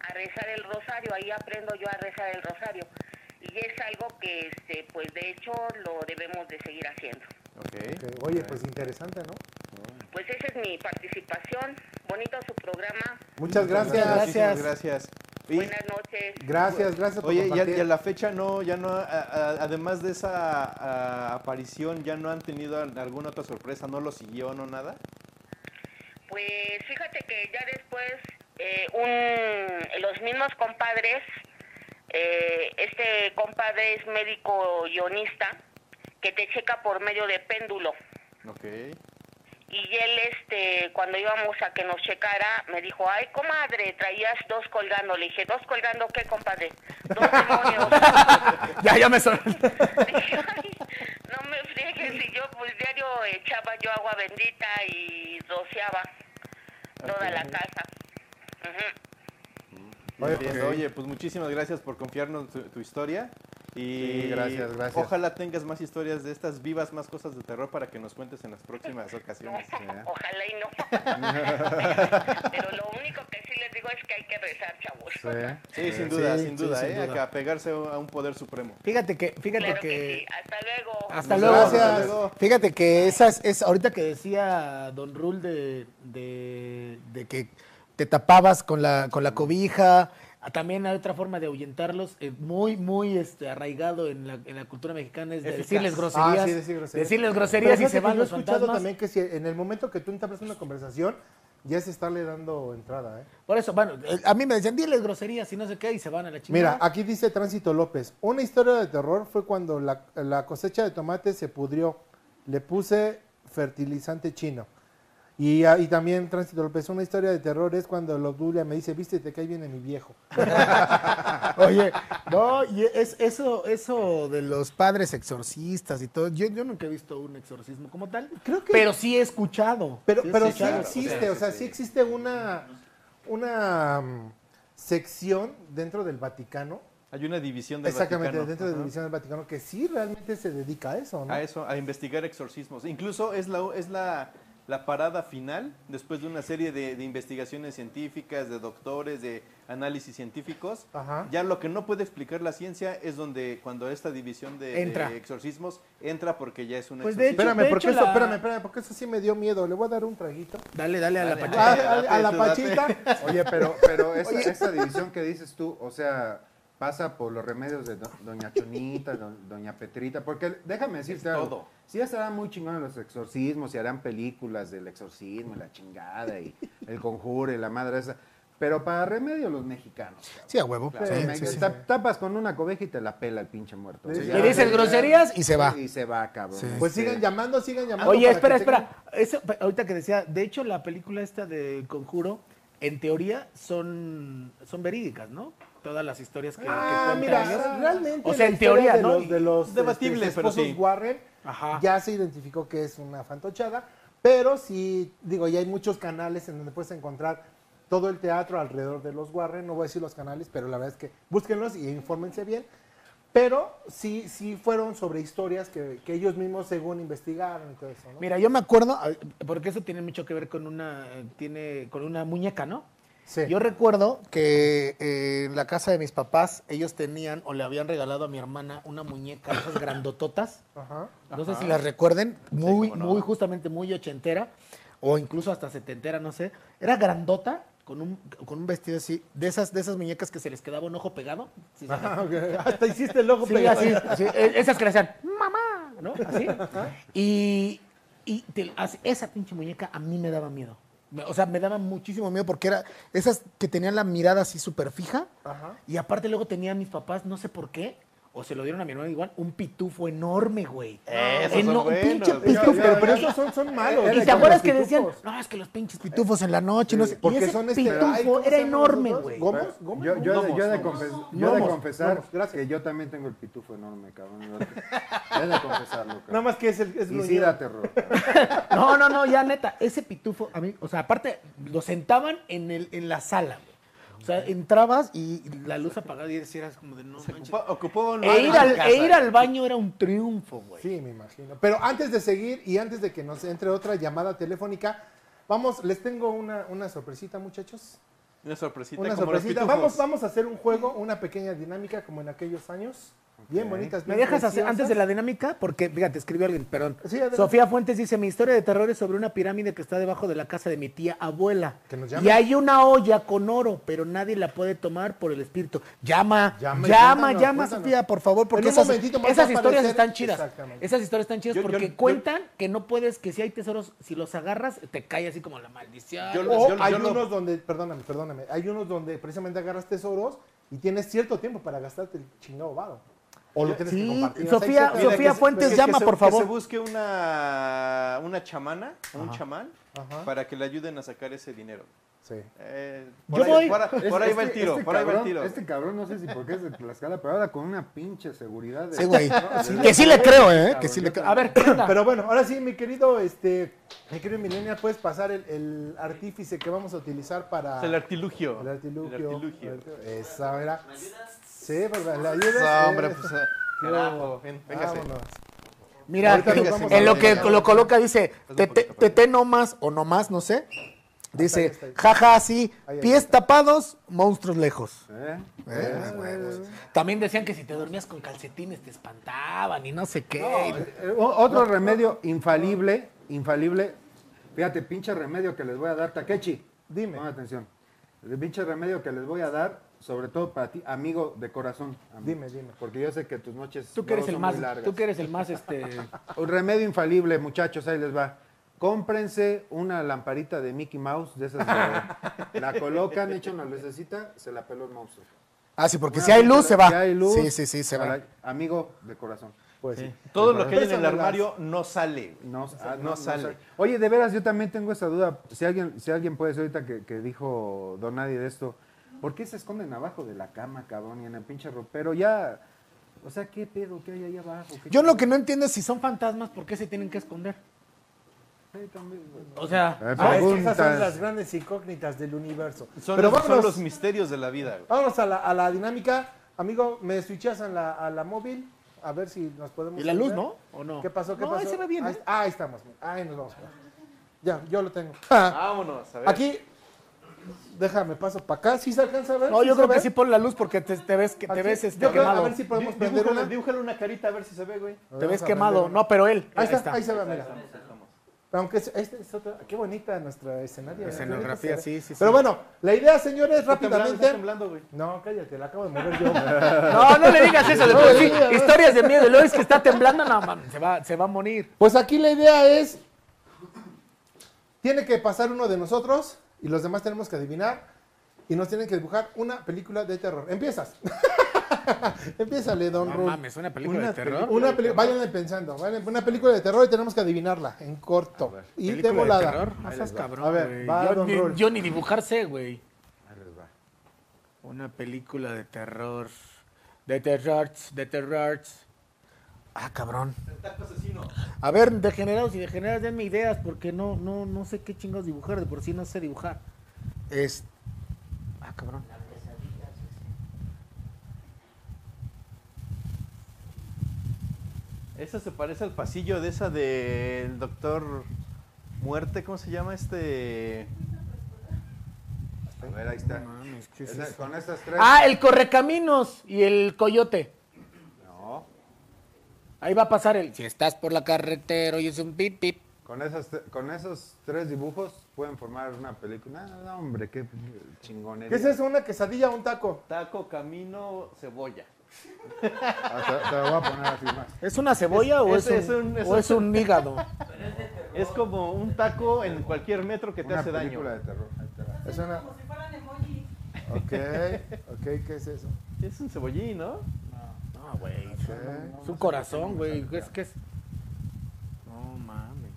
H: a rezar el rosario. Ahí aprendo yo a rezar el rosario. Y es algo que, este, pues de hecho, lo debemos de seguir haciendo.
B: Ok.
D: Ok, Oye, pues interesante, ¿no?
H: Pues esa es mi participación. Bonito su programa.
D: Muchas gracias.
E: gracias.
B: Muchísimas gracias. Y-
H: Buenas noches.
D: Gracias, gracias por
B: Oye, ya,
D: compartir.
B: ya la fecha no, ya no, a- a- además de esa a- aparición, ya no han tenido al- alguna otra sorpresa, no lo siguió, no nada.
H: Pues fíjate que ya después eh, un, los mismos compadres, eh, este compadre es médico guionista que te checa por medio de péndulo.
B: Ok.
H: Y él, este, cuando íbamos a que nos checara, me dijo, ay, comadre, traías dos colgando. Le dije, ¿dos colgando qué, compadre? Dos demonios.
E: Ya, ya me sonó.
H: Dije, "Ay, no me friegues. Y yo, pues, diario echaba yo agua bendita y rociaba toda la casa. Ujú.
B: Oye, Oye, pues muchísimas gracias por confiarnos tu, tu historia. Y
C: Sí, gracias, gracias.
B: Ojalá tengas más historias de estas vivas, más cosas de terror para que nos cuentes en las próximas ocasiones. ¿eh?
H: Ojalá y no. Pero lo único que sí les digo es que hay que rezar, chavos.
B: Sí, sin duda,
E: Sí,
B: sin
E: sí,
B: duda,
E: sin
B: ¿eh?
E: duda.
B: A que apegarse a un poder supremo.
E: Fíjate que, fíjate
H: Claro que,
E: que.
H: sí. Hasta luego.
E: Hasta
B: Nos
E: luego.
B: vemos,
E: Gracias.
B: hasta luego.
E: Fíjate que esas es ahorita que decía Don Rul de, de, de que te tapabas con la con la cobija. Ah, También hay otra forma de ahuyentarlos, eh, muy, muy este, arraigado en la, en la cultura mexicana, es de decirles groserías.
D: Ah, sí, decir groserías.
E: Decirles
D: Pero
E: groserías y
D: fíjate
E: se
D: que
E: van
D: yo he
E: los
D: escuchado
E: fantasmas.
D: también que si en el momento que tú entablas una conversación, ya es estarle dando entrada, ¿eh?
E: Por eso, bueno, eh, a mí me decían, diles groserías y no sé qué, y se van a la chingada.
D: Mira, aquí dice Tránsito López. Una historia de terror fue cuando la, la cosecha de tomates se pudrió. Le puse fertilizante chino. Y, ah, y también Tránsito López. Una historia de terror es cuando la Obdulia me dice, viste, te cae bien mi viejo.
E: Oye, no, y es, eso, eso de los padres exorcistas y todo, yo, yo nunca he visto un exorcismo como tal,
D: Creo que-
E: pero sí he escuchado.
D: Pero,
E: he
D: pero sí
E: escuchado.
D: existe, o sea, sí existe una, una mm, sección dentro del Vaticano.
B: Hay una división del
D: exactamente,
B: Vaticano.
D: dentro de la
B: Ajá.
D: división del Vaticano, que sí realmente se dedica a eso, ¿no?
B: a eso, a investigar exorcismos. Incluso es la, es la, la parada final después de una serie de, de investigaciones científicas, de doctores, de análisis científicos.
D: Ajá.
B: Ya lo que no puede explicar la ciencia es donde cuando esta división de, de
E: Entra.
B: exorcismos entra porque ya es una
E: Pues de hecho-
D: Espérame, porque
E: de
D: eso,
E: la-
D: espérame, espérame, porque eso sí me dio miedo. Le voy a dar un traguito.
E: Dale, dale Ah, a la
B: Dale.
E: pachita.
D: A,
B: date,
D: a- a la
B: tú date.
D: pachita.
C: Oye, pero, pero esa, esa división que dices tú, o sea, pasa por los remedios de do- doña Chonita, do- doña Petrita, porque déjame decirte algo.
B: todo.
C: Sí, estarán muy chingones los exorcismos y harán películas del exorcismo, y la chingada y el conjuro y la madre esa. Pero para remedio los mexicanos. cabrón.
E: Sí, a huevo.
C: Claro.
E: Sí,
C: Me-
E: sí, sí.
C: ta- Tapas con una cobeja y te la pela el pinche muerto.
D: Sí,
C: O sea,
E: Le dices groserías y se va.
C: Y se va, cabrón.
E: Sí.
D: Pues sigan llamando, sigan llamando.
E: Oye,
D: para
E: espera,
D: que tengan-
E: espera. Eso, pe- ahorita que decía, de hecho, la película esta de Conjuro, en teoría, son, son verídicas, ¿no? Todas las historias que, que
D: Ah,
E: cuentan ellos.
D: mira, realmente
E: O sea,
D: la
E: en
D: historia
E: teoría,
D: de
E: ¿no?
D: los, de los,
B: Debatible,
D: este,
B: pero
D: esposos
B: sí.
D: Warren
E: Ajá.
D: ya se identificó que es una fantochada, pero sí, digo, ya hay muchos canales en donde puedes encontrar todo el teatro alrededor de los Warren, no voy a decir los canales, pero la verdad es que búsquenlos y infórmense bien, pero sí, sí fueron sobre historias que, que ellos mismos según investigaron y todo eso, ¿no?
E: Mira, yo me acuerdo, a- porque eso tiene mucho que ver con una, eh, tiene, con una muñeca, ¿no?
D: Sí.
E: Yo recuerdo que eh, en la casa de mis papás, ellos tenían o le habían regalado a mi hermana una muñeca, esas grandototas.
D: Ajá.
E: No sé si las recuerden, muy,
B: cómo no.
E: muy, justamente muy ochentera, o incluso hasta setentera, no sé. Era grandota, con un, con un vestido así, de esas, de esas muñecas que se les quedaba un ojo pegado. Sí,
D: Ah, ok. Hasta hiciste el ojo
E: sí,
D: pegado.
E: así, así, eh, esas que le hacían, mamá, ¿no? Así. Y, y te- as- esa pinche muñeca a mí me daba miedo. Me- O sea, me daba muchísimo miedo porque era esas que tenían la mirada así súper fija.
D: Ajá.
E: Y aparte luego tenía a mis papás, no sé por qué, o se lo dieron a mi hermano igual, un pitufo enorme, güey.
D: Ah,
B: Esos son
E: Eno- un
B: buenos,
E: eh, pinche
B: sí.
D: Pero,
E: pitufo.
D: pero, pero esos son, son malos.
E: ¿Y te
D: Como
E: acuerdas
D: los
E: que decían,
D: pitufos.
E: no, es que los pinches pitufos en la noche, no sé.
D: Porque
E: y ese
D: son este- ay,
E: pitufo
D: ¿cómo se
E: era
D: llaman
E: enorme,
D: los dos?
E: güey.
D: ¿Gomos? ¿Gomos?
C: Yo, yo, de-
D: Gnomos,
C: yo de,
D: gnomos.
C: confes- yo de
D: Gnomos,
C: confesar
D: gnomos, gracias.
C: que yo también tengo el pitufo enorme, cabrón. Yo de confesarlo,
D: Nada
C: cabrón.
D: más que es el... Es
C: Y sí da terror. cabrón.
E: No, no, no, ya neta, ese pitufo, a mí, o sea, aparte, lo sentaban en, el, en la sala, güey. O sea, entrabas y la luz apagada y decías como de no manches.
B: Ocupa- ocupaba un lugar
E: E
B: en
E: ir,
B: mi
E: al,
B: casa.
E: e ir al baño era un triunfo, güey.
D: Sí, me imagino. Pero antes de seguir y antes de que nos entre otra llamada telefónica, vamos, les tengo una, una sorpresita, muchachos.
B: Una sorpresita
D: Una
B: como los
D: sorpresita.
B: pitufos.
D: Vamos, vamos a hacer un juego, una pequeña dinámica como en aquellos años. Bien bonitas.
E: ¿Me
D: bien
E: dejas hacer
D: preciosas.
E: antes de la dinámica? Porque, fíjate, escribió alguien, perdón.
D: Sí, adelante.
E: Sofía Fuentes dice, mi historia de terror es sobre una pirámide que está debajo de la casa de mi tía abuela.
D: Que nos llame.
E: Y hay una olla con oro, pero nadie la puede tomar por el espíritu. Llama, llama,
D: Llama y
E: llama,
D: cuéntanos, cuéntanos.
E: Sofía, por favor, porque
D: En un
E: esas,
D: momentito más
E: esas
D: va a
E: historias
D: aparecer-
E: están chidas.
D: Exactamente.
E: Esas historias están chidas
B: Yo- yo-
E: porque
B: yo-
E: cuentan que no puedes, que si hay tesoros, si los agarras, te cae así como la maldición.
B: Yo-
D: O
B: yo- yo
D: hay
B: lo-
D: unos donde, perdóname, perdóname, hay unos donde precisamente agarras tesoros y tienes cierto tiempo para gastarte el chingado varo. O lo tienes que
E: Sí,
D: compartir.
E: Sofía-
D: Hay ciertas-
E: Sofía
D: que se-
E: Fuentes,
D: que-
B: Que-
E: llama,
B: que se-
E: por favor.
B: Que se busque una, una chamana, un chamán,
D: Ajá.
B: para que le ayuden a sacar ese dinero.
D: Sí.
B: Eh,
E: Yo
B: por, ahí,
E: voy-
B: por ahí- por ahí va el
C: Este-
B: tiro,
C: este
B: por ahí va el
C: cabrón-
B: tiro.
C: Este cabrón, no sé si por qué es de Tlaxcala, pero ahora con una pinche seguridad. de-
E: Sí, güey.
C: No, de-
E: que sí le creo, ¿eh? Que
C: Cabrón,
E: sí le
C: yo
E: creo.
C: también.
E: A ver, venga.
D: Pero bueno, ahora sí, mi querido, este, mi querido Milenia, puedes pasar el, el artífice que vamos a utilizar para
B: Es el artilugio.
D: el artilugio.
B: El artilugio.
D: Artilugio. Esa, era. Sí, ¿verdad? ¿Le ayudas?
B: No, hombre,
D: Eso.
B: pues. eh, Carajo, ven, véngase.
D: Vámonos.
E: Mira,
D: Ahorita
E: que-
D: nos vamos a
E: en lo
D: ver,
E: que
D: ya.
E: lo coloca dice,
B: un
E: tete,
B: poquito para
E: tete no más o no más, no sé.
D: ahí,
E: Dice,
D: hasta ahí.
E: jaja, sí,
D: Ahí, Ah, ahí
E: pies tapados, monstruos lejos.
C: ¿Eh?
E: Eh, También decían que si te dormías con calcetines te espantaban y no sé qué.
C: Eh, o- Otro remedio infalible, infalible. Fíjate, pinche remedio que les voy a dar, Takechi.
D: Dime.
C: Pon atención. El pinche remedio que les voy a dar, sobre todo para ti, amigo de corazón. amigo.
D: Dime, dime.
C: Porque yo sé que tus noches
E: tú que eres
C: luego
E: el
C: son
E: más,
C: muy largas.
E: tú que eres el más este
C: Un remedio infalible, muchachos, ahí les va. Cómprense una lamparita de Mickey Mouse, de esas de- la colocan, echan una lucecita, se la peló el monstruo.
E: Ah, sí, porque
C: Una
E: si hay luz se va.
C: Si hay luz,
E: sí, sí, sí, se va.
C: caray, Amigo de corazón.
D: Pues sí.
B: Todo lo que hay en el
D: Pésamelas.
B: armario no sale.
C: No, ah,
B: no
C: no- no
B: sale.
C: sale. Oye, de veras, yo también tengo esa duda. Si alguien, si alguien puede ser ahorita que, que dijo Don Nadie de esto, ¿por qué se esconden abajo de la cama, cabrón, y en el pinche ropero? Ya, o sea, ¿qué pedo que hay ahí abajo? ¿Qué
E: Yo lo
C: ch-
E: que no entiendo es si son fantasmas, ¿por qué se tienen que esconder?
C: Ay, también, güey.
E: O sea,
C: Eh,
D: Ah, es que esas son
C: preguntas.
D: las grandes incógnitas del universo.
B: Son,
D: Pero
B: los, son
D: vámonos,
B: los misterios de la vida. güey.
D: vámonos a, la, a la dinámica. Amigo, me switchas a la, a la móvil a ver si nos podemos...
E: y la luz,
D: ayudar.
E: ¿no? ¿O no?
D: ¿Qué pasó? ¿Qué
E: no,
D: pasó?
E: ahí se ve bien.
D: Ahí,
E: ¿eh?
D: ah, ahí estamos. Ahí nos vamos. Ya, yo lo tengo.
B: Vámonos, a ver.
D: Aquí, déjame paso para acá. ¿Sí se alcanza a ver?
E: No, yo
D: se
E: creo que
D: ve?
E: sí pon la luz porque te, te ves que te
D: Aquí.
E: ves este,
D: Yo creo-
E: quemado.
D: A ver si podemos
B: Dibújale-
D: prender una.
B: Dibújale una carita a ver si se ve, güey.
E: Te ves
D: Vamos a
E: quemado,
D: prender una.
E: no, pero él.
D: Ahí está, ahí se ve, mira. Aunque es- este es otra, qué bonita nuestra escenario.
E: Escenografía,
D: Ahorita se ve.
E: sí, sí,
D: Pero
E: sí.
D: bueno, la idea, señores,
B: Está temblando,
D: rápidamente.
B: está temblando, güey.
D: No, cállate, la acabo de mover yo.
E: No, no le digas eso, de por sí, historias de miedo, luego es que está temblando, no, mames, se va, se va a morir.
D: Pues aquí la idea es, tiene que pasar uno de nosotros y los demás tenemos que adivinar y nos tienen que dibujar una película de terror. Empiezas. Empiézale, Don
E: No
D: Rul.
E: mames, una película de terror.
D: Una peli- vayan pensando, ¿vale? una película de terror y tenemos que adivinarla en corto. y de
E: ¿Película
D: volada.
E: terror? No seas cabrón,
D: A ver,
E: güey.
D: va,
E: yo,
D: don
E: ni,
D: Rol.
E: yo ni dibujar sé, güey. Una película de terror. De terror, de terror. Ah, cabrón. A ver, degenerados y degeneradas, denme ideas, porque no, no, no sé qué chingados dibujar, de por sí no sé dibujar. Es. Ah, cabrón.
B: Esa se parece al pasillo de esa del doctor Muerte, ¿cómo se llama este?
C: A ver, ahí está.
E: Mames, ¿qué es
C: Esa-
E: eso?
C: con estas tres.
E: Ah, el correcaminos y el coyote.
C: No.
E: Ahí va a pasar el. Si estás por la carretera, oyes un pip pip.
C: Con, esas, te- con esos tres dibujos pueden formar una película. Ah, No, no, hombre, qué chingonería.
D: ¿Qué es eso? ¿Una quesadilla o un taco?
B: Taco, camino, cebolla.
C: Ah, te, te lo voy a poner así más.
E: ¿Es una cebolla o, es
B: ese
E: un,
B: es un- es
E: o
B: un-
E: es un hígado?
B: Es como un taco en cualquier metro que te
C: Una
B: hace daño.
C: película de terror. Ahí te va.
D: Es una...
I: Como si fueran emojis.
D: Ok, ok, ¿qué es eso?
B: Es un cebollín, ¿no?
E: No, güey.
D: Ok.
E: Es un corazón, güey. Es que es. No mames.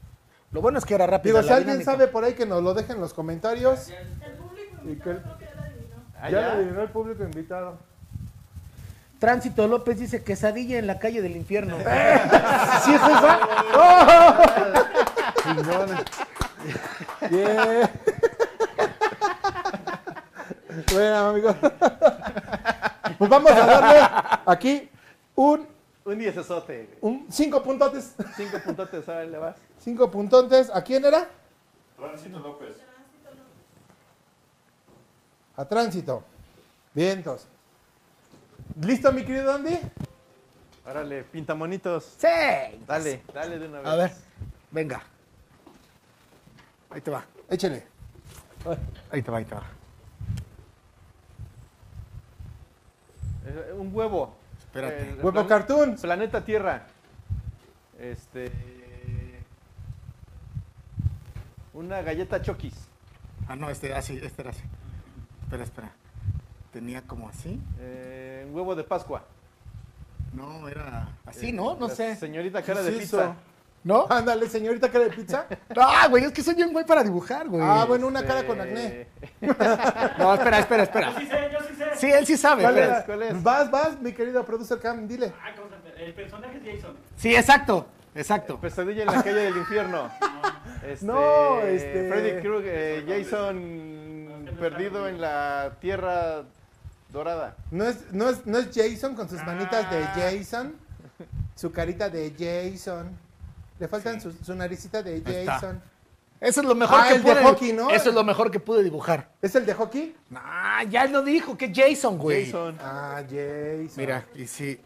E: Lo bueno es que era rápido.
D: Digo, si alguien sabe por ahí que nos lo deje en los comentarios.
I: El público
D: ¿Y
I: invitado
D: qué?
I: creo que ya lo adivinó.
B: Ah,
D: ya
B: ya.
D: lo adivinó el público invitado.
E: Tránsito López dice quesadilla en la calle del infierno.
D: ¿Sí es esa? ¡Oh!
C: Chingones.
D: Bien. bueno, amigos. Pues vamos a darle aquí un,
B: Un diezesote.
D: un cinco puntotes.
B: Cinco puntotes, ahora le vas.
D: Cinco puntotes. ¿A quién era? A tránsito. Vientos. ¿Listo, mi querido Andy?
B: Órale, pintamonitos.
E: ¡Sí!
B: Dale, dale de una vez.
E: A ver, venga. Ahí te va.
D: Échale.
E: Ahí te va, ahí te va.
B: Eh, Un huevo.
E: Espérate.
B: El
D: Huevo
B: plan-
D: Cartoon.
B: Planeta Tierra. Este. Una galleta Chokis.
E: Ah, no, este era así, este era así. Espera, espera. Tenía como así.
B: Eh, un huevo de Pascua.
E: No, era así,
B: Eh,
E: ¿no? No
B: la
E: sé.
B: Señorita cara de
D: es eso?
B: pizza.
E: ¿No?
D: Ándale, señorita cara de pizza.
E: Ah, güey, es que soy un güey para dibujar, güey.
D: Ah, bueno, una
B: Este,
D: cara con acné.
E: Este. No, espera, espera, espera.
F: Yo sí sé, yo sí sé.
E: Sí, él sí sabe.
D: ¿Cuál
E: espera.
D: era?
B: ¿Cuál es?
D: Vas, vas, mi querido producer Cam, dile.
F: Ah, ¿cómo se- El personaje es Jason.
E: Sí, exacto, exacto.
B: Eh, Pesadilla en la calle del infierno. Este,
D: No, este-
B: Freddy Krueger, eh, Jason perdido en la tierra dorada.
D: ¿No es, no es, no es Jason con sus manitas de
F: Ah.
D: Jason? Su carita de Jason. Le faltan su, su naricita de
E: Ahí está.
D: Jason.
E: Eso es lo mejor
D: Ah,
E: que
D: el de
E: pude.
D: hockey, ¿no?
E: Eso es lo mejor que pude dibujar.
D: ¿Es el de hockey?
E: Ah, ya lo dijo, que Jason, güey.
B: Jason.
D: Ah, Jason.
E: Mira, y sí.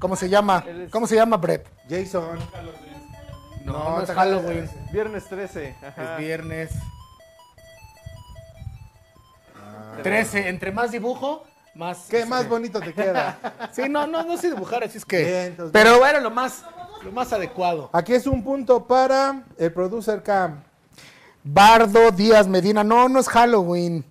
E: ¿Cómo se llama?
B: Él es-
E: ¿Cómo se llama, Brett?
D: Jason.
E: No,
D: No,
E: no, es
D: te-
E: Halloween.
B: Viernes 13.
E: Es
B: Ajá.
E: viernes.
C: Ah,
E: 13. Entre más dibujo, más. este,
D: ¿Qué más bonito te queda?
E: Sí, no, no, no sé dibujar, así es
D: Bien,
E: que.
D: entonces,
E: Pero era lo más, lo más adecuado.
D: Aquí es un punto para el producer Cam.
E: Bardo Díaz Medina. No, no es Halloween.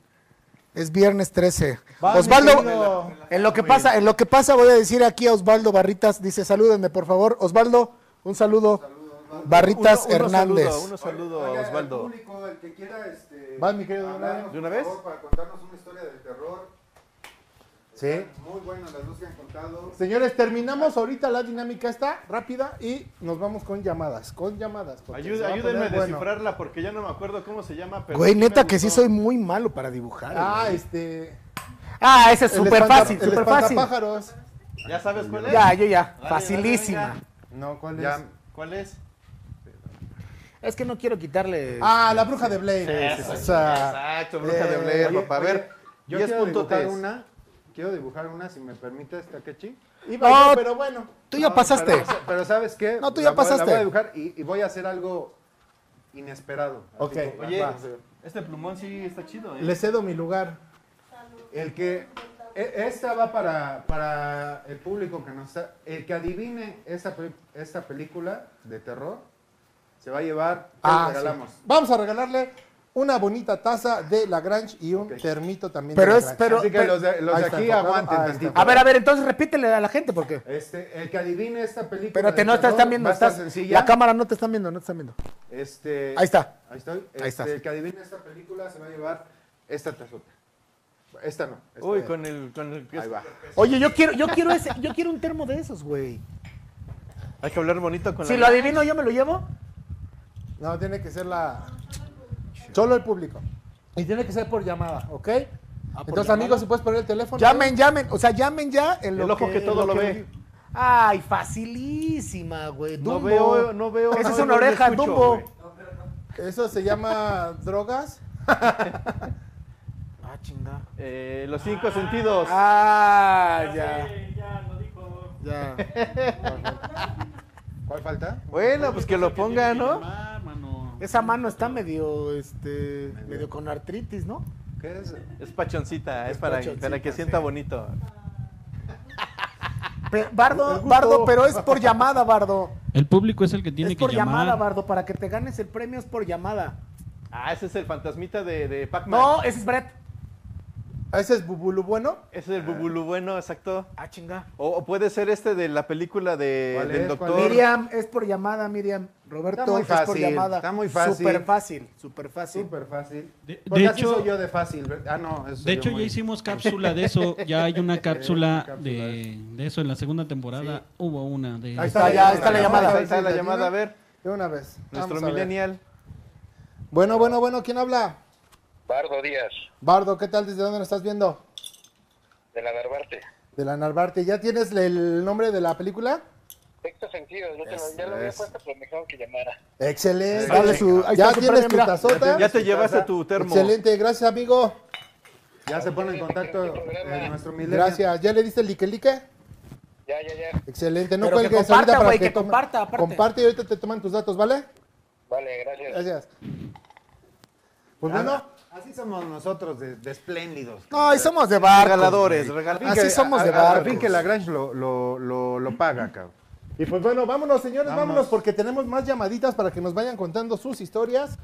E: Es viernes 13.
D: Va, mi
E: Osvaldo,
D: querido.
E: en lo que pasa, en lo que pasa voy a decir aquí a Osvaldo Barritas, dice, salúdenme por favor. Osvaldo, un saludo. Barritas
B: Uno- uno
E: Hernández.
B: saludo, uno saludo, Osvaldo.
C: público, el que quiera, este,
D: Vas, mi querido Donado.
B: ¿De una vez?
C: para contarnos una historia de terror.
D: Sí.
C: Muy buenas las dos que han contado.
D: Señores, terminamos ahorita la dinámica esta rápida y nos vamos con llamadas. Con llamadas. porque pues, se
B: Ayuda-
D: va a
B: ayúdenme a
D: poner bueno.
B: descifrarla porque ya no me acuerdo cómo se llama. Pero
E: Güey,
B: me
E: neta que sí
B: gustó.
E: soy muy malo para dibujar.
D: Ah,
E: güey.
D: este.
E: Ah, ese es
D: el
E: súper
D: espanta-
E: fácil,
D: el
E: súper fácil.
D: espantapájaros.
B: ¿Ya sabes cuál es?
E: Ya, yo ya.
B: Dale, dale,
E: Facilísima.
B: venga.
D: No, ¿cuál es?
C: Ya,
B: ¿Cuál es?
E: Es que no quiero quitarle. este,
D: Ah, la bruja de Blair. O sea,
B: Exacto, bruja de
D: eh,
B: Blair,
D: oye,
B: papá. A
C: oye,
B: ver,
C: yo
B: 10
C: quiero dibujar
B: puntotes.
C: una. Quiero dibujar una, si me este, permites, Takechi.
D: iba
E: No.
D: yo, pero bueno.
E: Tú ya
C: No,
E: pasaste.
C: Pero, pero ¿sabes qué?
E: No, tú ya
C: La voy-
E: pasaste.
C: La voy a dibujar y, y voy a hacer algo inesperado. Así
D: Ok,
C: como-
B: Oye,
C: va.
B: este plumón sí está chido, ¿eh?
D: Le cedo mi lugar.
C: El que. e- Esta va para, para el público que nos está. El que adivine esta, pe- esta película de terror se va a llevar. ¿qué le
D: Ah,
C: regalamos?
D: sí. Vamos a regalarle una bonita taza de Lagrange y un termito también
E: Pero
D: de
E: es-
D: Lagrange.
E: pero-
C: Así que
E: pero-
C: los de, los
D: Ahí
C: de
D: está
C: aquí
D: enfocado,
C: aguanten
D: ahí
C: tantito.
D: está.
E: A ver, a ver, entonces repítele a la gente porque.
C: Este, el que adivine esta película.
E: Espérate,
C: del
E: no te
C: terror
E: están viendo.
C: va a estar
E: estás-
C: sencilla.
E: la cámara no te están viendo, no te están viendo.
C: Este,
E: Ahí está.
C: Ahí estoy.
E: Ahí estás.
C: Este, El que adivine esta película se va a llevar esta tazota. Esta no. esta
B: Uy,
C: de-
B: con el, con el
C: Ahí va.
E: Oye, yo quiero, yo quiero ese, yo quiero un termo de esos, güey.
B: Hay que hablar bonito con
E: Si lo
B: la...
E: adivino, yo me lo llevo.
D: No, tiene que ser la. Solo el público. Y tiene que ser por llamada, ¿ok?
C: Ah,
D: Entonces, amigos, si puedes poner el teléfono.
E: Llamen, llamen, o sea, llamen ya en lo
B: El ojo que
E: en
B: todo lo ve.
E: Ay, facilísima, güey.
B: No
E: Dumbo.
B: veo, no veo.
E: Esa
B: no
E: es
B: veo,
E: una
B: no
E: oreja,
B: escucho,
E: Dumbo.
B: güey.
D: Eso se llama drogas.
E: Ah, chinga.
B: Eh, los cinco sentidos.
E: Ah,
J: Ya,
E: ya.
J: sé, ya lo dijo.
E: Ya.
C: ¿Cuál falta?
B: Bueno, pues que lo ponga, ¿no?
E: Esa mano está medio, este, medio con artritis, ¿no?
C: ¿Qué es?
B: Es pachoncita, es para,
E: pachoncita,
B: para que sienta bonito.
E: Pe- Bardo, Bardo, pero es por llamada, Bardo.
K: El público es el que tiene
E: es
K: que
E: por
K: llamar.
E: llamada, Bardo. Para que te ganes el premio es por llamada.
B: Ah, ese es el fantasmita de, de Pac-Man.
E: No, ese es Brett.
D: Ese es Bubulu bueno.
B: Ese es el bubulú bueno, exacto.
E: Ah, chinga.
B: O, o puede ser este de la película de,
C: ¿Cuál
B: del
C: es? ¿Cuál
B: doctor.
C: es?
E: Miriam, es por llamada, Miriam. Roberto,
C: Está muy
E: es por
C: fácil,
E: llamada.
C: está muy fácil. Pues
E: Súper fácil, súper fácil.
C: Súper fácil.
K: De, Eh, de
C: Porque así
K: hecho,
C: soy yo de fácil. ¿verdad? Ah, no. eso soy
K: de
C: yo
K: hecho
C: muy- Eh,
K: ya hicimos cápsula de eso. Ya hay una cápsula
C: cápsula
K: de, de eso. En la segunda temporada hubo una de...
D: Ahí está, ya, ahí está la llamada.
B: Ahí está la llamada, a ver.
D: De una vez. Vamos
B: Nuestro
D: a ver.
B: millennial.
D: Bueno, bueno, bueno, ¿quién habla?
G: Bardo Díaz,
D: Bardo, ¿qué tal? ¿Desde dónde lo estás viendo?
G: de la Narvarte.
D: De la Narvarte. ¿Ya tienes el nombre de la película?
G: Sexto sentido, yo te lo, ya lo había puesto, pero me dijeron que llamara.
D: Excelente.
E: Dale su- ahí
D: ya
E: está su
D: tienes
E: premio,
D: tu
E: mira.
D: tazota.
B: Ya te llevaste tu termo.
D: Excelente, gracias, amigo.
C: Ya se pone en contacto eh, nuestro milenio.
D: Gracias. ¿Ya le diste el like, like?
G: Ya, ya, ya.
D: Excelente. No
E: Pero que
D: cuelgues
E: comparta,
D: ahorita para
E: güey,
D: que,
E: que
D: tome-
E: comparta, aparte.
D: Comparte y ahorita te toman tus datos, ¿vale?
G: Vale, gracias.
E: Eh,
D: Gracias. Pues
C: Ah,
D: bueno,
C: Así somos nosotros de, de espléndidos.
E: No, y somos de barcos.
B: Regaladores,
E: güey.
B: regal-
E: Así somos de
C: barro.
E: barcos.
C: Al fin que Lagrange lo, lo, lo, lo paga, cabrón.
D: y pues bueno, vámonos, señores, vámonos.
C: Vámonos.
D: porque tenemos más llamaditas para que nos vayan contando sus historias.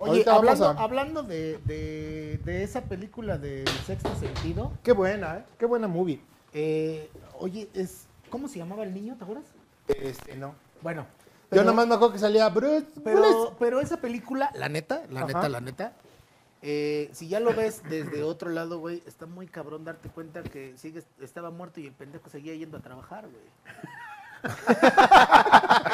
E: Oye,
D: Ahorita vamos
E: hablando,
D: a-
E: hablando de, de- de esa película de Sexto Sentido,
D: Qué buena, ¿eh? Qué buena movie.
E: eh, oye, es ¿cómo se llamaba el niño, te acuerdas?
D: Este, no.
E: Bueno,
D: Yo nomás me acuerdo que salía Bruce. Willis.
E: pero, pero esa película, la neta, la neta, la neta, eh, si ya lo ves desde otro lado, güey, está muy cabrón darte cuenta que sigues, estaba muerto y el pendejo seguía yendo a trabajar, güey.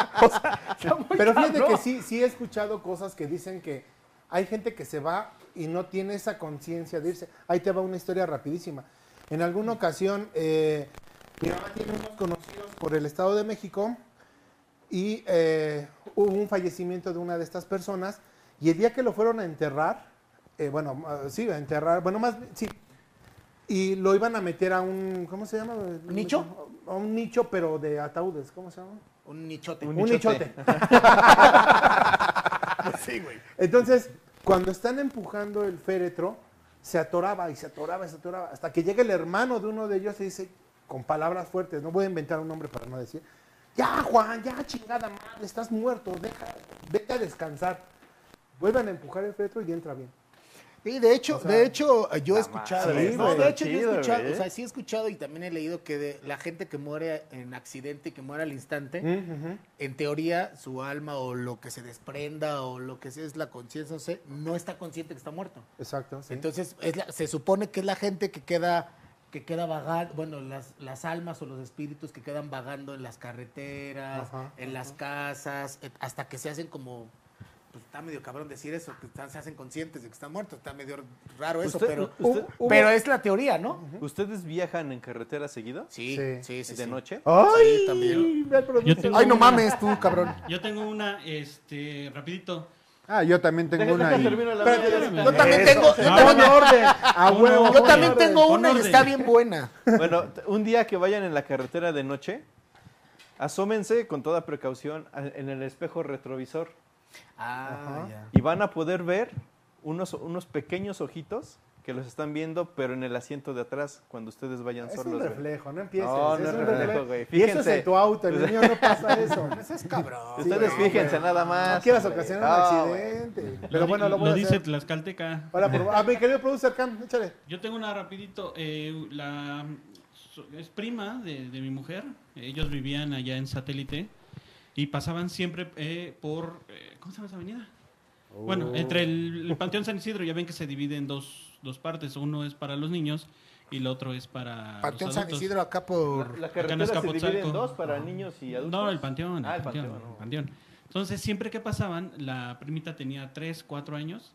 D: Pero fíjate que sí, sí he escuchado cosas que dicen que hay gente que se va y no tiene esa conciencia de irse. Ahí te va una historia rapidísima. En alguna ocasión, eh, mi mamá tiene unos conocidos por el Estado de México y eh, hubo un fallecimiento de una de estas personas y el día que lo fueron a enterrar, eh, bueno, ah, sí, a enterrar, bueno, más, bien, sí, y lo iban a meter a un, ¿cómo se llama?
E: ¿Nicho?
D: A un nicho, pero de ataúdes, ¿cómo se llama?
E: Un nichote.
D: Un nichote. Entonces, cuando están empujando el féretro, se atoraba y se atoraba y se atoraba. Hasta que llega el hermano de uno de ellos y dice, con palabras fuertes, no voy a inventar un nombre para no decir, ya Juan, ya chingada madre, estás muerto, deja, vete a descansar. Vuelven a empujar el féretro y entra bien.
E: Sí, de hecho, de hecho, yo he escuchado.
B: madre,
E: no,
B: güey,
E: de hecho, yo
B: chido,
E: he escuchado,
B: güey.
E: o sea, sí he escuchado y también he leído que de la gente que muere en accidente y que muere al instante, en teoría, su alma o lo que se desprenda o lo que sea es la conciencia, no sé, no está consciente que está muerto.
D: Exacto. sí.
E: Entonces, es la- se supone que es la gente que queda que queda vagando, bueno, las, las almas o los espíritus que quedan vagando en las carreteras,
D: Ajá,
E: en las casas, eh, hasta que se hacen como, pues está medio cabrón decir eso, que están- se hacen conscientes de que están muertos, está medio raro eso,
B: Usted-
E: pero,
B: usted-
E: hu- pero es la teoría, ¿no?
B: ¿Ustedes viajan en carretera seguido?
E: Sí,
D: Sí.
E: sí, sí.
B: ¿De
E: sí.
B: noche?
D: ¡Ay!
E: también.
D: ve al
K: Yo
D: productor.
K: tengo
E: Ay, no
K: una-
E: mames tú, cabrón.
K: Yo tengo una, este, rapidito.
C: Ah, yo también tengo
B: Deja-
C: una
B: deja
C: ahí.
B: termino la
D: Espérate,
B: mía.
K: espérate.
E: Yo también
C: Eso.
E: tengo, yo
K: Ah,
E: también,
K: bueno.
C: A
K: No,
C: huevo.
K: no,
E: yo
K: con
E: también
K: orden,
E: tengo
K: con
E: una y
K: orden.
E: está bien buena.
B: Bueno, t- un día que vayan en la carretera de noche, asómense con toda precaución a- en el espejo retrovisor
E: Ah,
B: y van a poder ver unos, unos pequeños ojitos que los están viendo, pero en el asiento de atrás, cuando ustedes vayan
D: Es
B: solos.
D: un
B: güey.
D: reflejo, no empieces,
B: No,
D: es
B: no es
D: un
B: reflejo,
D: reflejo.
B: güey.
D: Y eso es
B: Fíjense.
D: en tu auto, en el mío no pasa eso. No seas cabrón.
B: Ustedes
D: güey.
B: fíjense nada más.
D: No quieras
B: hombre.
D: ocasionar
B: No,
D: un
B: güey.
D: accidente.
K: Lo
D: Pero
K: di-
D: bueno, lo
K: lo
D: voy a
K: dice
D: hacer.
K: Tlaxcalteca.
D: Para probar. A mi querido producer Cam, échale.
K: Yo tengo una rapidito. eh, la, so- es prima de, de mi mujer. Ellos vivían allá en satélite y pasaban siempre eh, por... eh, ¿Cómo se llama esa avenida?
E: Oh.
K: Bueno, entre el, el Panteón San Isidro ya ven que se divide en dos, dos partes. Uno es para los niños y el otro es para... los
E: Panteón San
K: adultos.
E: Isidro acá por...
B: La
K: Acá en
B: carretera se divide en
K: Azcapotzalco.
B: dos para niños y adultos.
K: No, el panteón.
B: Ah,
K: el panteón,
B: panteón.
K: el panteón. Entonces, siempre que pasaban, la primita tenía 3, 4 años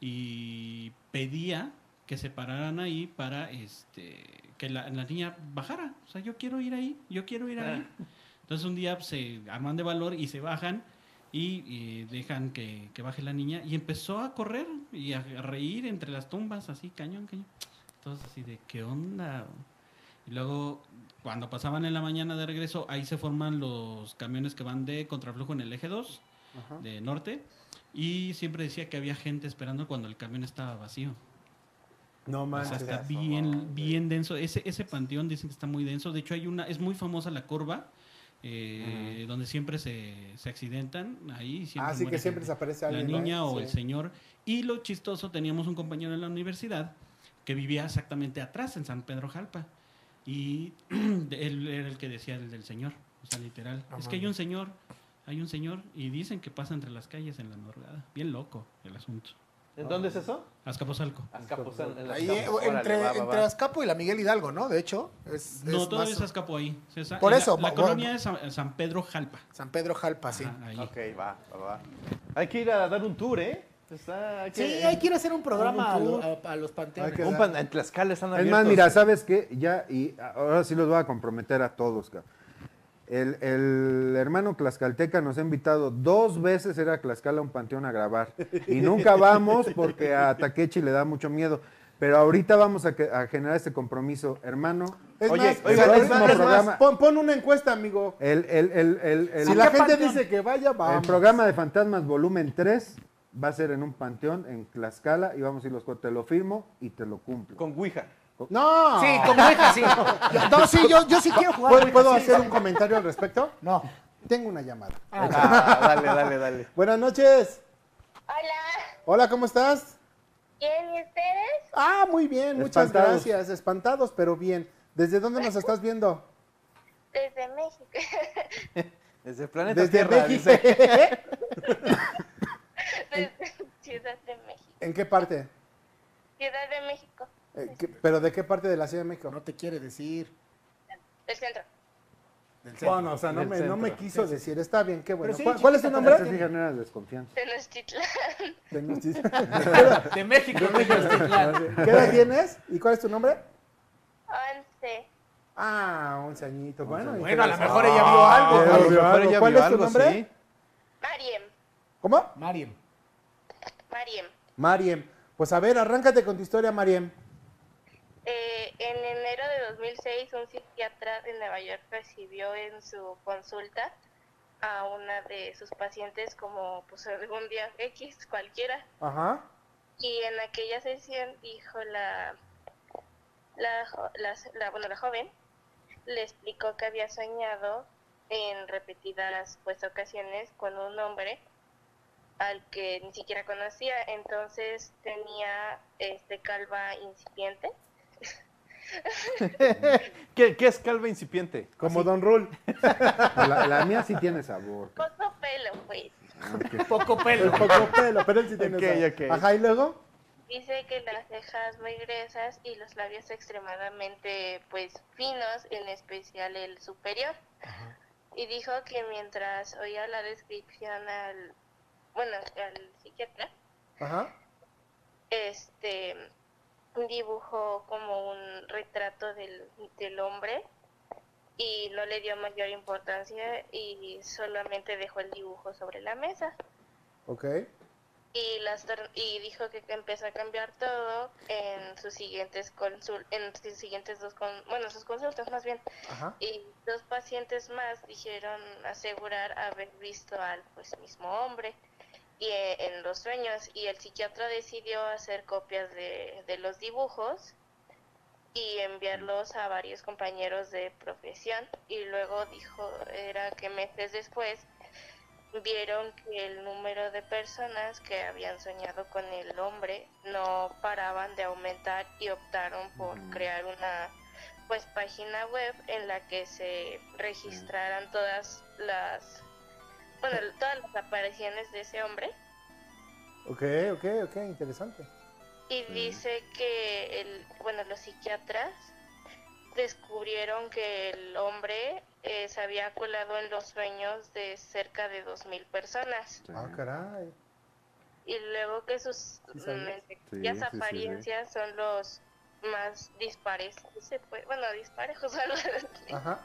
K: y pedía que se pararan ahí para este, que la, la niña bajara. O sea, yo quiero ir ahí, yo quiero ir ahí.
B: Ah.
K: Entonces, un día pues, se arman de valor y se bajan y, eh, dejan que, que baje la niña y empezó a correr y a, a reír entre las tumbas, así, cañón, cañón. Entonces, así de, ¿qué onda? Y luego, cuando pasaban en la mañana de regreso, ahí se forman los camiones que van de contraflujo en el eje 2, de norte, y siempre decía que había gente esperando cuando el camión estaba vacío.
D: No
K: O sea,
D: manches.
K: está bien, bien denso. Ese, ese panteón dicen que está muy denso. De hecho, hay una, es muy famosa la curva, eh, donde siempre se, se accidentan. Ahí siempre
D: Así Ah, que
K: muere gente
D: siempre desaparece
K: la
D: alguien. ¿no?
K: niña o el
D: Sí.
K: señor. Y lo chistoso, teníamos un compañero en la universidad que vivía exactamente atrás, en San Pedro Jalpa. Y de- él era el que decía el del señor, o sea, literal.
E: No
K: es que hay un señor, hay un señor, y dicen que pasa entre las calles en la madrugada. Bien loco el asunto.
B: ¿En dónde es eso?
K: Azcapotzalco.
B: Azcapotzalco. en
E: Ahí, eh,
B: Azcapotzalco. Órale,
E: entre,
B: va, va,
E: entre
B: va.
E: Azcapo y la Miguel Hidalgo, ¿no? De hecho, es,
K: No,
E: es
K: todavía
E: más-
K: es Azcapo ahí. Es esa-
E: Por
K: la-
E: eso,
K: La,
E: bueno.
K: colonia es San, San Pedro Jalpa.
E: San Pedro Jalpa, sí.
K: Ajá, ahí.
B: Ok, va, va, va. Hay que ir a dar un tour, ¿eh? Está, hay
E: Sí,
B: que-
E: hay que ir a hacer un programa a,
D: Un tour.
E: lo- a- a los panteones.
D: Hay que
B: Un pan- en Tlaxcala están
C: Es
B: abiertos.
C: más, mira, ¿sabes qué? Ya, y ahora sí los voy a comprometer a todos, cabrón. El, el hermano Tlaxcalteca nos ha invitado dos veces era a Tlaxcala a un panteón a grabar. Y nunca vamos porque a Takechi le da mucho miedo. Pero ahorita vamos a, que- a generar este compromiso. Hermano,
D: Es
B: Oye,
D: más,
B: oigan,
D: o sea,
B: es
D: el
B: más,
D: próximo
B: es más.
D: programa- Pon, pon una encuesta, amigo.
C: el, el, el, el- el-
D: si la gente dice que vaya,
C: el
D: vamos.
C: programa de Fantasmas Volumen 3 va a ser en un panteón en Tlaxcala y vamos a ir los cuatro. Te lo firmo y te lo cumplo.
B: Con Ouija.
D: No.
E: Sí, como Ouija, sí. Yo- No, sí, yo, yo sí quiero jugar.
D: ¿Puedo,
E: Ouija,
D: puedo
E: sí.
D: hacer un comentario al respecto?
E: No.
D: Tengo una llamada.
B: Ah, dale, dale, dale.
D: Buenas noches.
L: Hola,
D: Hola, ¿cómo estás?
L: ¿bien y ustedes?
D: Ah, muy bien, muchas
C: Espantados.
D: gracias. Espantados, pero bien. ¿Desde dónde nos estás viendo?
L: Desde México.
B: Desde el planeta
D: Desde
B: Tierra,
D: México.
B: dice.
L: Desde Ciudad de México.
D: ¿En qué parte?
L: Ciudad de México,
D: Eh, ¿qué- ¿Pero de qué parte de la Ciudad de México?
E: No te quiere decir.
L: del centro.
D: Bueno, o sea, no
B: Del
D: me, no me
B: centro.
D: quiso decir. Está bien, qué bueno.
E: Pero sí,
D: ¿Cuál, cuál es tu
E: chiquita,
D: nombre?
C: Eso sí genera desconfianza.
L: Tenochtitlan.
E: De México.
D: ¿Qué edad tienes? ¿Y cuál es tu nombre?
L: 11.
D: Ah, once añitos. Bueno,
E: Bueno, a lo
D: interesante.
E: mejor ella vio algo.
D: Ah,
B: A lo
D: vio
B: mejor
D: algo.
B: ella
D: ¿Cuál
B: vio
D: es tu
B: algo,
D: nombre?
B: sí.
L: Mariem.
D: ¿Cómo?
E: Mariem.
L: Mariem.
D: Mariem. Pues a ver, arráncate con tu historia, Mariem.
L: Eh, en enero de 2006, un psiquiatra de Nueva York recibió en su consulta a una de sus pacientes como pues algún día X cualquiera
D: Ajá.
L: y en aquella sesión dijo la la, jo- la, la- bueno, la joven le explicó que había soñado en repetidas pues ocasiones con un hombre al que ni siquiera conocía entonces tenía este calva incipiente
B: ¿Qué, qué es calva incipiente?
D: Como Don Rul.
C: La, la mía sí tiene sabor.
L: poco pelo pues
E: Poco
D: El
E: pelo.
D: poco pelo, pero él sí tiene
B: Ok,
D: esa.
B: ok.
D: Ajá, y luego.
L: Dice que las cejas muy gruesas y los labios extremadamente pues finos, en especial el superior. Y dijo que mientras oía la descripción al bueno, al psiquiatra,
D: Ajá.
L: este dibujó como un retrato del, del hombre y no le dio mayor importancia y solamente dejó el dibujo sobre la mesa
D: Ok.
L: y las tor- y dijo que empezó a cambiar todo en sus siguientes consul en sus siguientes dos con bueno sus consultas más bien
D: Ajá.
L: y dos pacientes más dijeron asegurar haber visto al pues mismo hombre y y eh, en los sueños y el psiquiatra decidió hacer copias de, de los dibujos y enviarlos a varios compañeros de profesión y luego dijo era que meses después vieron que el número de personas que habían soñado con el hombre no paraban de aumentar y optaron por crear una pues página web en la que se registraran todas las bueno todas las apariciones de ese hombre
D: Ok, ok, ok, interesante.
L: y dice que el bueno los psiquiatras descubrieron que el hombre eh, se había colado en los sueños de cerca de 2.000 personas
D: Ah, caray.
L: y luego que sus
D: ¿Sí sabías?
L: mm, las
D: Sí, sí, sí, sí.
L: apariencias son los más dispares ¿sí se puede? bueno disparejos algo así.
D: Ajá.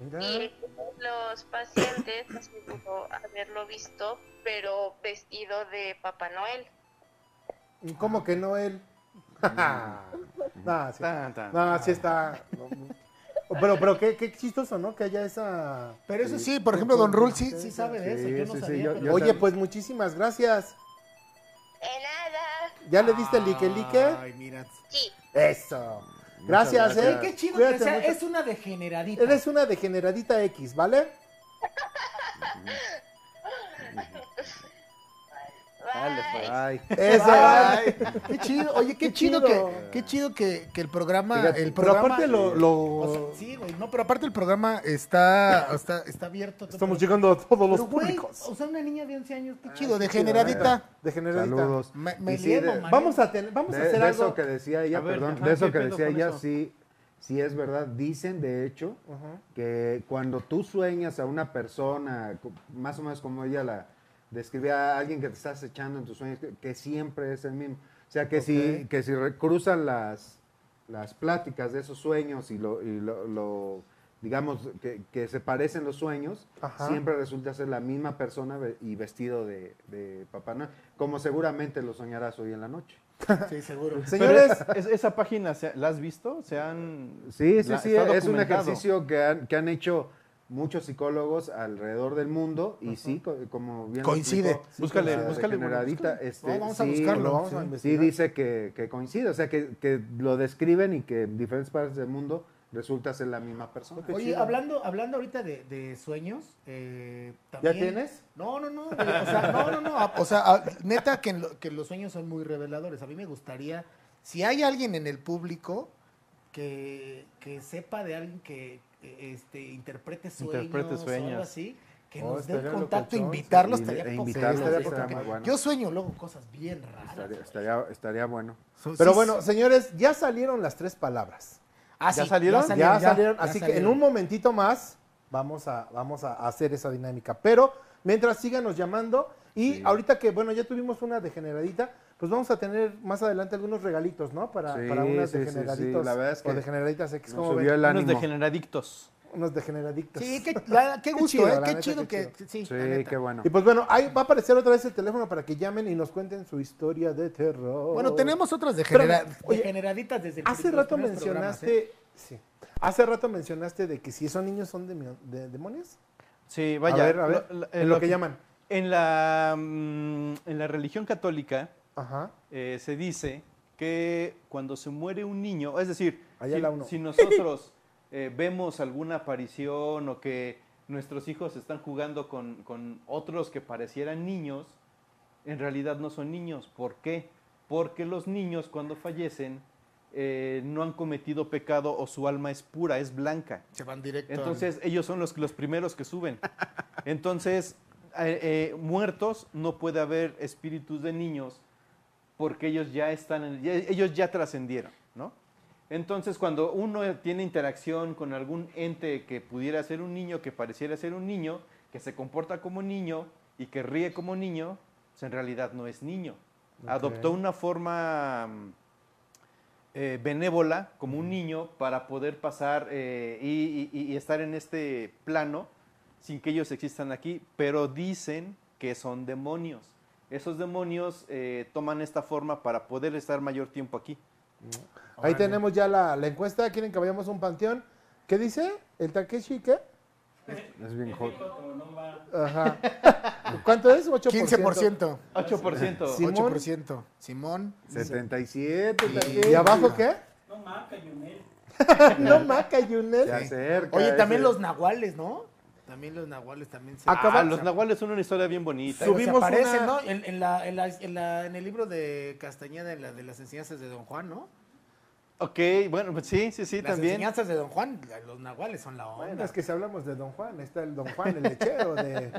D: Mira.
L: Y los pacientes aseguró haberlo visto, pero vestido de Papá Noel.
D: ¿Y ¿Cómo que no él? Ah. no, sí. No, sí está. no. Pero, pero qué, qué chistoso, ¿no? Que haya esa.
E: Pero eso sí, por ejemplo, Don Rul sí- sí sabe de eso, yo no sabía, pero- yo
D: Oye,
E: también.
D: pues muchísimas gracias. ¿Ya le diste el like, like?
E: Ay, mira.
D: Eso. Gracias,
E: Muchas
D: ¿eh?
E: Qué chido que
D: Cuídate
E: sea,
D: mucho.
E: es una degeneradita.
D: Eres una degeneradita X, ¿vale?
C: Dale, pues. Ay.
D: Eso.
E: Ay,
D: Bye.
E: Ah, Qué chido, oye, qué,
D: Ah, Qué
E: chido,
D: chido.
E: que, qué chido que, que el programa,
D: Fíjate,
E: el
D: pero
E: programa. eh,
D: aparte lo- lo-
E: O sea, sí, güey, no, pero aparte el programa está, está, está abierto. a todo
D: Estamos
E: el-
D: llegando a todos los
E: Pero, güey,
D: públicos. Ah,
E: O sea, una niña de 11 años, qué
D: chido,
E: chido, degeneradita.
D: Degeneradita.
C: Saludos.
E: Me-
C: Y
E: me
C: sí,
E: llevo,
C: de-
E: man.
D: Vamos a, tener- vamos a
C: de-
D: hacer
C: de
D: algo.
C: eso que decía ella,
D: A ver,
C: perdón,
D: ajá,
C: de eso
D: ¿qué
C: que
D: pedo
C: decía
D: con
C: ella,
D: eso?
C: sí, sí es verdad. Dicen, de hecho,
D: Ajá.
C: que cuando tú sueñas a una persona, co- más o menos como ella la describía, a alguien que te estás echando en tus sueños, que, que siempre es el mismo. O sea, que si,
D: Ok.
C: que si re- cruzan las, las pláticas de esos sueños y lo, y lo- lo- digamos, que, que se parecen los sueños,
D: Ajá.
C: siempre resulta ser la misma persona ve- y vestido de, de Papá Noel, como seguramente lo soñarás hoy en la noche.
E: Sí, seguro.
B: Señores, es- esa página, ¿se- ¿la has visto? ¿Se han,
C: Sí, sí,
B: la-
C: sí,
B: está
C: es un
B: documentado?
C: ejercicio que han, que han hecho muchos psicólogos alrededor del mundo y sí, co- como bien lo
E: Coincide.
C: explicó,
B: Búscale,
C: la
B: búscale, bueno,
C: degeneradita,
B: búscale.
C: este,
B: No, vamos a
C: sí,
B: buscarlo,
C: sí,
B: vamos a
C: sí
B: investigar.
C: dice que, que coincide, o sea, que, que lo describen y que en diferentes partes del mundo resulta ser la misma persona.
E: Oye, hablando, hablando ahorita de, de sueños, eh,
C: ¿Ya
E: también...
C: tienes?
E: No, no, no. güey, o sea, no, no, no. a- O sea, a- neta que, en lo- que los sueños son muy reveladores. A mí me gustaría, si hay alguien en el público que, que sepa de alguien que eh, este, interprete sueños,
B: Interprete
E: o algo
B: sueños.
E: así, que
B: Oh,
E: nos dé el
B: estaría
E: contacto,
B: locochón,
E: invitarlos,
C: sí,
E: estaría
C: e
E: poca
C: invitarlos,
E: madre,
C: estaría
E: porque
C: muy bueno.
E: Yo sueño luego cosas bien raras.
C: Estaría, estaría, estaría bueno.
D: Pero bueno, señores, ya salieron las tres palabras.
E: Ah,
D: ¿Ya
E: sí,
D: salieron?
E: ya
D: Ya
E: salieron,
D: salieron.
E: ya, ya
D: Así que en
E: salieron.
D: un momentito más vamos a, vamos a hacer esa dinámica. Pero mientras síganos llamando y ahorita que, bueno, ya tuvimos una degeneradita, pues vamos a tener más adelante algunos regalitos, ¿no? Para,
C: Sí,
D: para unas
C: sí, sí, sí,
D: degeneraditos
C: la verdad es que
D: o degeneraditas X.
C: nos
D: ¿cómo
C: subió
D: ven?
C: el ánimo. Unos
B: degeneradictos.
D: Unos degeneradictos.
E: Sí, qué, la- qué
D: Qué
E: gusto,
D: chido,
E: ¿eh?
D: la
E: Qué
D: neta,
E: chido que...
D: qué chido.
E: Sí, la
C: Sí,
E: neta.
C: qué bueno.
D: Y pues bueno, ahí va a aparecer otra vez el teléfono para que llamen y nos cuenten su historia de terror.
E: Bueno, tenemos otras degenera-
D: Espérame, Oh. oye,
E: degeneraditas desde el
D: Hace
E: los
D: rato
E: primeros programas,
D: mencionaste,
E: ¿eh?
D: sí, hace rato mencionaste de que si esos niños son demi- de, demonios.
B: Sí, vaya.
D: A ver, a ver, en lo que llaman.
B: En la, mm, en la religión católica
D: Ajá.
B: eh, se dice que cuando se muere un niño, es decir,
D: Allá
B: si,
D: la uno.
B: si nosotros eh, vemos alguna aparición o que nuestros hijos están jugando con, con otros que parecieran niños, en realidad no son niños. ¿Por qué? Porque los niños cuando fallecen eh, no han cometido pecado o su alma es pura, es blanca.
E: Se van directo. al-
B: Entonces ellos son los, los primeros que suben. Entonces, eh, eh, muertos no puede haber espíritus de niños porque ellos ya están, en- ya- ellos ya trascendieron, ¿no? Entonces, cuando uno tiene interacción con algún ente que pudiera ser un niño, que pareciera ser un niño, que se comporta como niño y que ríe como niño, pues en realidad no es niño. Adoptó una forma mm, eh, benévola como un niño para poder pasar eh, y, y- y estar en este plano sin que ellos existan aquí, pero dicen que son demonios. Esos demonios eh, toman esta forma para poder estar mayor tiempo aquí.
D: Ahí tenemos ya la, la encuesta. ¿Quieren que vayamos a un panteón? ¿Qué dice? ¿El Takeshi qué?
C: Es bien hot.
D: Ajá.
M: ¿Cuánto es? 8%.
E: 15%.
B: 8%.
E: Simón. 8%.
M: Simón.
C: 77
M: ¿Y abajo qué?
F: No maca, Yunel.
M: no maca, Yunel.
C: Se acerca
E: Oye, también
C: ese.
E: los nahuales, ¿no? También los nahuales también se...
B: Ah,
E: Acabamos
B: los nahuales son una historia bien bonita.
E: Subimos aparecen, ¿no? En, en la, en, la, en, la- en el libro de Castañeda, en la- de las enseñanzas de Don Juan, ¿no?
B: Ok, bueno, pues sí, sí, sí,
E: las
B: también.
E: enseñanzas de Don Juan, la- los nahuales son la onda.
M: Bueno, es que si hablamos de Don Juan, está el Don Juan, el lechero de.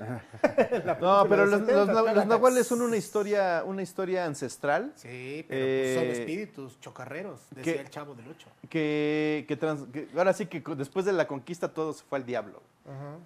M: la
B: No, pero
M: película
B: los,
M: de 70,
B: los nah- los
M: espérate.
B: nahuales son una historia, una historia ancestral
E: Sí, pero pues, son
B: Eh,
E: espíritus chocarreros, decía
B: ¿qué?
E: el chavo del ocho.
B: que, que, trans- que ahora sí que co- después de la conquista todo se fue al diablo.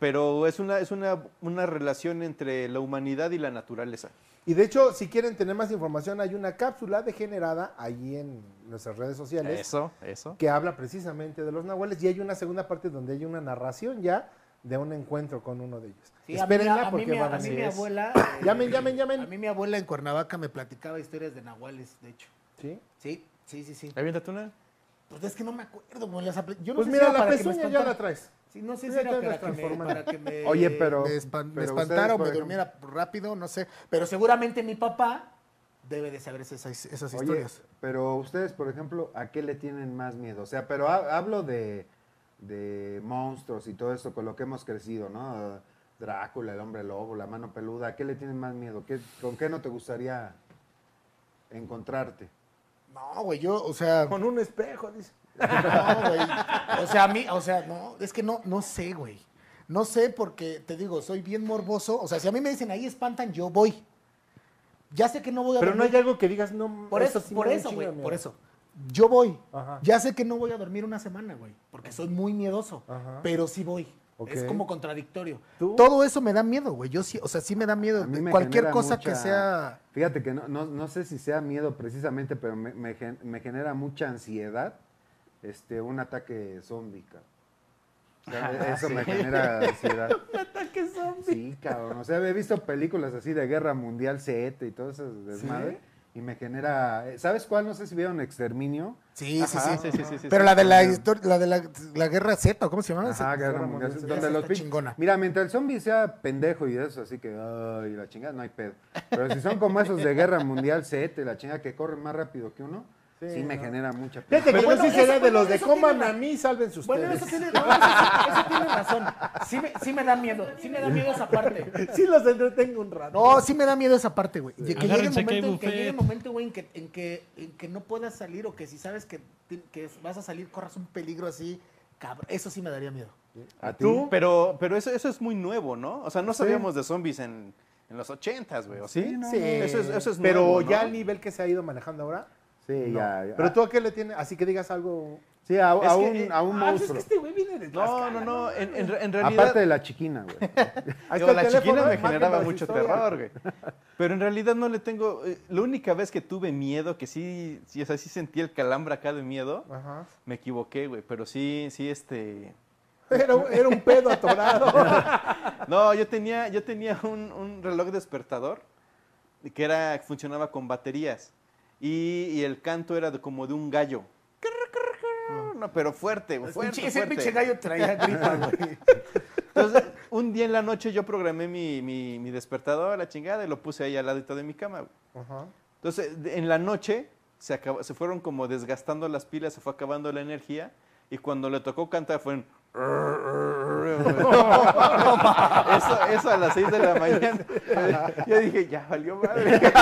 B: Pero es una, es una, una relación entre la humanidad y la naturaleza.
M: Y de hecho, si quieren tener más información, hay una cápsula degenerada ahí en nuestras redes sociales
B: Eso, eso.
M: que habla precisamente de los nahuales y hay una segunda parte donde hay una narración ya de un encuentro con uno de ellos.
E: Sí, a mí-
M: Espérenla
E: a mí
M: porque
E: mi-
M: van a
E: a mí
M: venir.
E: mi abuela... eh,
M: Llamen, llamen, llamen.
E: A mí mi abuela en Cuernavaca me platicaba historias de nahuales, de hecho.
M: ¿Sí?
E: Sí, sí, sí, sí.
B: Aviéntate una.
E: Pues es que no me acuerdo, güey, las apl- yo no
M: Pues
E: sé
M: mira,
E: si era
M: la
E: para que me
M: pezuña ya
E: espantaran.
M: la traes.
E: Sí, no sé
M: Tú
E: si
M: ya
E: era
M: te
E: para
M: andas
E: que, me,
M: transformando.
E: para que me-
C: Oye, pero-
E: me, espan- me
C: pero ustedes,
E: espantara o
C: por
E: me
C: ejemplo-
E: durmiera rápido, no sé. Pero seguramente mi papá debe de saber esas, esas
C: Oye,
E: historias.
C: pero ustedes, por ejemplo, ¿a qué le tienen más miedo? O sea, pero ha- hablo de, de monstruos y todo eso con lo que hemos crecido, ¿no? Drácula, el hombre lobo, la mano peluda. ¿A qué le tienen más miedo? ¿Qué- ¿Con qué no te gustaría encontrarte?
E: No, güey, yo, o sea,
M: Con un espejo, dice.
E: no, güey. O sea, a mí, o sea, no, es que no, no sé, güey. No sé porque, te digo, soy bien morboso. O sea, si a mí me dicen ahí espantan, yo voy. Ya sé que no voy a
M: Pero no
E: dormir.
M: hay algo que digas, no.
E: Por eso,
M: sí me
E: por
M: da un
E: eso,
M: chingo
E: güey,
M: de miedo. Ah.
E: por eso. Yo voy.
M: Ajá.
E: Ya sé que no voy a dormir una semana, güey, porque soy muy miedoso,
M: Ajá.
E: pero sí voy.
M: Ok.
E: Es como contradictorio.
M: ¿Tú?
E: Todo eso me da miedo, güey. Yo sí, o sea, sí me da miedo.
C: A mí me
E: Cualquier
C: genera
E: cosa
C: mucha-
E: que sea.
C: Fíjate que no, no, no sé si sea miedo precisamente, pero me, me gen- me genera mucha ansiedad este, un ataque zombie, cabrón. O sea, e- eso me genera ansiedad. un ataque zombie. Sí, cabrón. O sea, he visto películas así de Guerra Mundial Z y todo eso desmadre. Y me genera. eh, ¿Sabes cuál? No sé si vieron Exterminio.
E: Sí,
B: Ajá,
E: sí, sí.
B: sí, sí,
E: Pero
B: sí.
E: la de la historia, la de la, la guerra Z, ¿o ¿cómo se llama?
C: Ajá, Guerra,
M: Guerra
C: Mundial.
M: Mundial
C: Z,
M: Z.
C: donde
E: Esa
C: los
E: está
C: pin-
E: chingona.
C: Mira, mientras el zombie sea pendejo y eso, así que, ay, la chingada, no hay pedo. Pero si son como esos de Guerra Mundial Z, y la chingada que corren más rápido que uno, sí, me genera mucha pena.
M: Fíjate que yo
E: Bueno,
M: sí
E: eso-
M: sería de
E: bueno,
M: los de
E: eso tiene
M: coman
E: una-
M: a mí, sálvense ustedes.
E: Bueno, eso tiene, no, eso, sí- eso tiene razón. Sí me, sí me da miedo, sí me da miedo esa parte.
M: Sí los entretengo un rato.
E: No, sí me da miedo esa parte, güey. Que llegue el
K: Agárrense que hay
E: momento, que llegue el
K: buffet.
E: momento, güey, en que, en, que, en que no puedas salir o que si sabes que, ti- que vas a salir, corras un peligro así, cabrón. Eso sí me daría miedo.
C: ¿A ti?
B: ¿Tú? Pero, pero eso, eso es muy nuevo, ¿no? O sea, no sabíamos de zombies en, en los ochentas, güey, ¿o sí?
C: Sí, no,
M: Sí,
B: Eso es, eso es
M: pero
B: nuevo, ¿no?
M: ya al nivel que se ha ido manejando ahora.
C: Sí,
M: no.
C: ya. ya.
M: Pero tú a qué le tienes, así que digas algo.
C: Sí, a,
B: Es
C: a
B: que,
C: un,
B: eh,
C: a un
M: Ah, pues es
C: monstruo.
M: que este güey viene de
B: No,
M: Tlaxcala.
B: no, no, en, en- en realidad...
C: Aparte de la chiquina, güey.
M: Ahí
B: Digo,
M: está
B: la
M: el teléfono,
B: chiquina me
M: márquenos
B: generaba
M: su
B: mucho
M: historia.
B: terror, güey. Pero en realidad no le tengo... eh, La única vez que tuve miedo, que sí, sí, o sea, sí sentí el calambre acá de miedo,
M: Ajá.
B: me equivoqué, güey. Pero sí, sí, este...
M: Era, un- era un pedo atorado.
B: No, yo tenía, yo tenía un, un reloj despertador que era, funcionaba con baterías. Y, y el canto era de- como de un gallo.
M: Ah.
B: No, pero fuerte, güey, fuerte,
E: Pinche- ese
B: fuerte.
E: pinche gallo traía gripa, güey.
B: Entonces, un día en la noche yo programé mi, mi, mi despertador, la chingada, y lo puse ahí al ladito de mi cama. güey.
M: Ajá.
B: Entonces, de- en la noche se, acabó- se fueron como desgastando las pilas, se fue acabando la energía, y cuando le tocó cantar fue en... eso, eso a las 6 de la mañana. Yo dije, ya valió madre.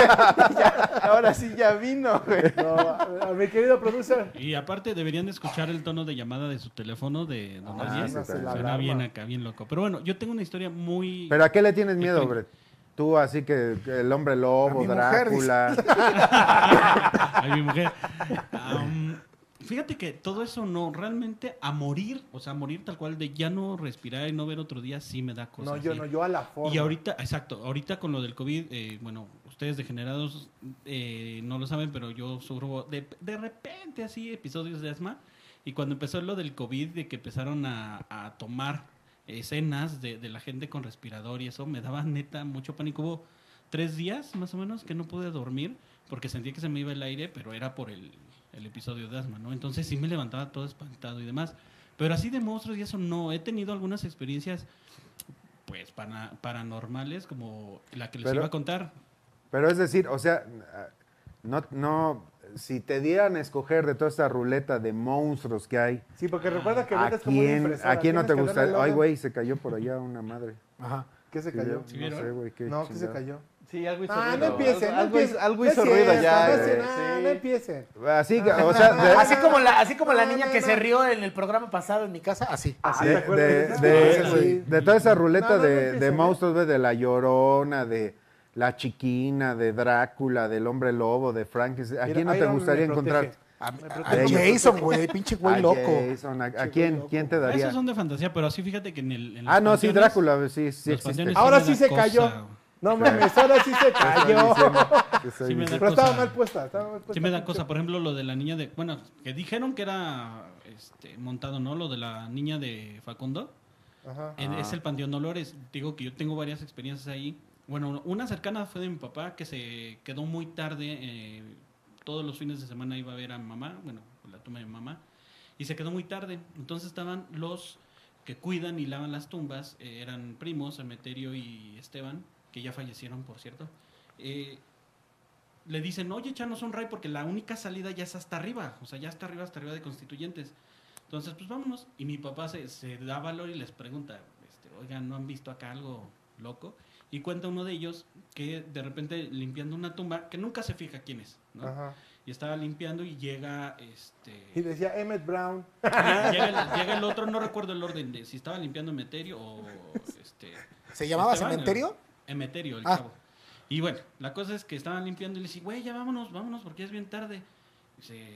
B: Ya, ahora sí ya vino, güey.
M: No, a, a mi querido producer.
K: Y aparte deberían de escuchar el tono de llamada de su teléfono de Don
C: Ah,
K: Alguien.
C: sí, sí,
K: Suena
C: la
K: bien acá, bien loco. Pero bueno, yo tengo una historia muy...
C: Pero ¿a qué le tienes miedo,
K: Chiquina.
C: Brett? Tú así que, que el hombre lobo,
E: mi mujer,
C: Drácula.
K: a mi mujer. Am, fíjate que todo eso no, realmente a morir, o sea, a morir tal cual de ya no respirar y no ver otro día, sí me da cosas.
M: No, yo no, yo a la forma.
K: Y ahorita, exacto, ahorita con lo del COVID, eh, bueno, ustedes degenerados eh, no lo saben, pero yo sufro de, de repente así episodios de asma. Y cuando empezó lo del COVID, de que empezaron a, a tomar escenas de, de la gente con respirador y eso, me daba neta mucho pánico. Hubo tres días más o menos que no pude dormir porque sentía que se me iba el aire, pero era por el, el episodio de asma, ¿no? Entonces sí me levantaba todo espantado y demás. Pero así de monstruos y eso no. He tenido algunas experiencias pues pana- paranormales como la que les
C: Pero-
K: iba a contar.
C: Pero es decir, o sea, no, no, si te dieran a escoger de toda esta ruleta de monstruos que hay.
M: Sí, porque recuerda que
C: ¿A
M: ahorita es como una
C: quién,
M: impresora,
C: ¿A quién no
M: tienes
C: te
M: que
C: gusta?
M: darle al
C: Ay,
M: orden.
C: güey, se cayó por allá una madre.
M: Ajá. ¿Qué se
C: Sí,
M: cayó?
C: yo No sé, güey, qué
M: No, ¿qué se
C: chingada.
M: cayó?
B: Sí, algo hizo
M: Ah, no
B: ruido.
M: empiecen, no
B: Algo- algo hizo-
M: empiecen.
B: algo
M: No
B: hizo
M: es
B: ruido
M: cierto,
B: ya,
M: No,
B: eh,
M: es cierto, ah,
B: sí.
M: no empiecen.
C: Así,
M: Ah.
C: que, o sea, de-
E: así como la, así como la niña que se rió en el programa pasado en mi casa, así.
C: Ah, de, de- de- de toda esa ruleta de, de monstruos, güey, de la llorona, de la chiquina, de Drácula, del hombre lobo, de Frankenstein. ¿A
E: Mira,
C: quién no te
E: Iron me
C: gustaría
E: protege.
C: encontrar?
E: A- a-
C: A
E: a
C: ellos.
E: Jason, güey, pinche güey
C: A
E: loco.
C: Jason, ¿a- ¿a, quién, quién te daría?
K: Esos son de fantasía, pero sí fíjate que en el. en
C: Ah,
K: los
C: no, sí,
K: panteones-
C: Drácula, sí, sí
K: los
C: existe.
K: panteones
M: Ahora
K: me
M: sí
K: da
M: se
K: cosa,
M: cayó.
K: güey.
M: No mames, ahora sí se cayó.
K: Sí me da
M: Pero estaba
K: cosa.
M: mal puesta, estaba mal
B: pues,
M: puesta.
K: Sí me da cosa, por ejemplo, lo de la niña de... Bueno, que dijeron que era este, montado, ¿no? Lo de la niña de Facundo.
M: Ajá.
K: En-
M: Ah.
K: Es el Panteón Dolores. Digo que yo tengo varias experiencias ahí. Bueno, una cercana fue de mi papá, que se quedó muy tarde. eh, todos los fines de semana iba a ver a mamá, bueno, la tumba de mamá. Y se quedó muy tarde. Entonces estaban los que cuidan y lavan las tumbas. eh, eran primos, Emeterio y Esteban, que ya fallecieron, por cierto. Eh, le dicen, oye, échanos un ray porque la única salida ya es hasta arriba, o sea, ya está arriba, hasta arriba de constituyentes. Entonces, pues vámonos. Y mi papá se, se da valor y les pregunta, este, oigan, ¿no han visto acá algo loco? Y cuenta uno de ellos que de repente limpiando una tumba, que nunca se fija quién es, ¿no?
M: Ajá.
K: Y estaba limpiando y llega, este,
M: Y decía Emmett Brown.
K: llega, el, llega el otro, no recuerdo el orden de si estaba limpiando Emeterio o este.
E: ¿Se llamaba Cementerio?
K: el- Emeterio, el
E: Ah.
K: chavo. Y bueno, la cosa es que estaban limpiando y le dice, güey, ya vámonos, vámonos, porque ya es bien tarde. Dice,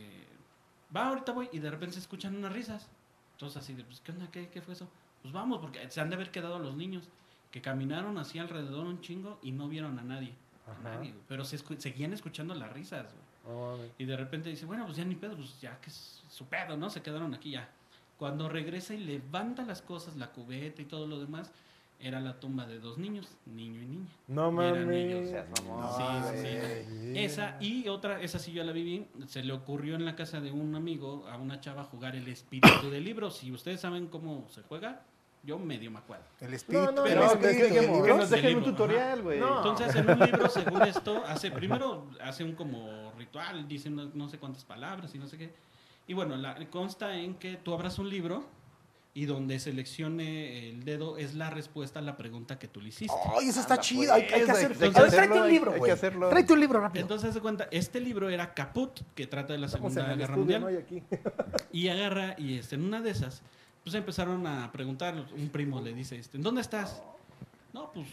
K: va, ahorita voy. Y de repente se escuchan unas risas. Entonces así de, pues, ¿qué onda? ¿Qué, qué fue eso? Pues vamos, porque se han de haber quedado los niños. Que caminaron así alrededor un chingo y no vieron a nadie. a nadie, güey. Pero se escu- seguían escuchando las risas, güey.
M: Oh,
K: Y de repente dice, bueno, pues ya ni pedo, pues ya que es su pedo, ¿no? Se quedaron aquí ya. Cuando regresa y levanta las cosas, la cubeta y todo lo demás, era la tumba de dos niños, niño y niña.
M: No
K: Y eran
M: mames.
K: ellos.
M: Seas mamón.
K: Sí, sí, sí.
M: Ay,
K: Esa y otra, esa sí yo la viví, se le ocurrió en la casa de un amigo a una chava jugar el espíritu del libro. Si ustedes saben cómo se juega, yo medio me acuerdo.
E: El
B: espíritu, No, no, el no, espíritu que- del que- libro. que nos dejen un tutorial, güey. No.
K: Entonces, en un libro, según esto, hace primero hace un como ritual, dice no, no sé cuántas palabras y no sé qué. Y bueno, la, consta en que tú abras un libro y donde seleccione el dedo es la respuesta a la pregunta que tú le hiciste.
E: Ay, eso está chido. Hay, hay que hacer. a ver, tráete un libro, güey. Tráete un libro rápido.
K: Entonces, se cuenta, este libro era Caput, que trata de la
M: Estamos en
K: Segunda
M: el
K: Guerra
M: estudio,
K: Mundial.
M: ¿no? Y aquí.
K: Y agarra, y este, en una de esas, pues empezaron a preguntar, un primo le dice, este, ¿en dónde estás? No, pues,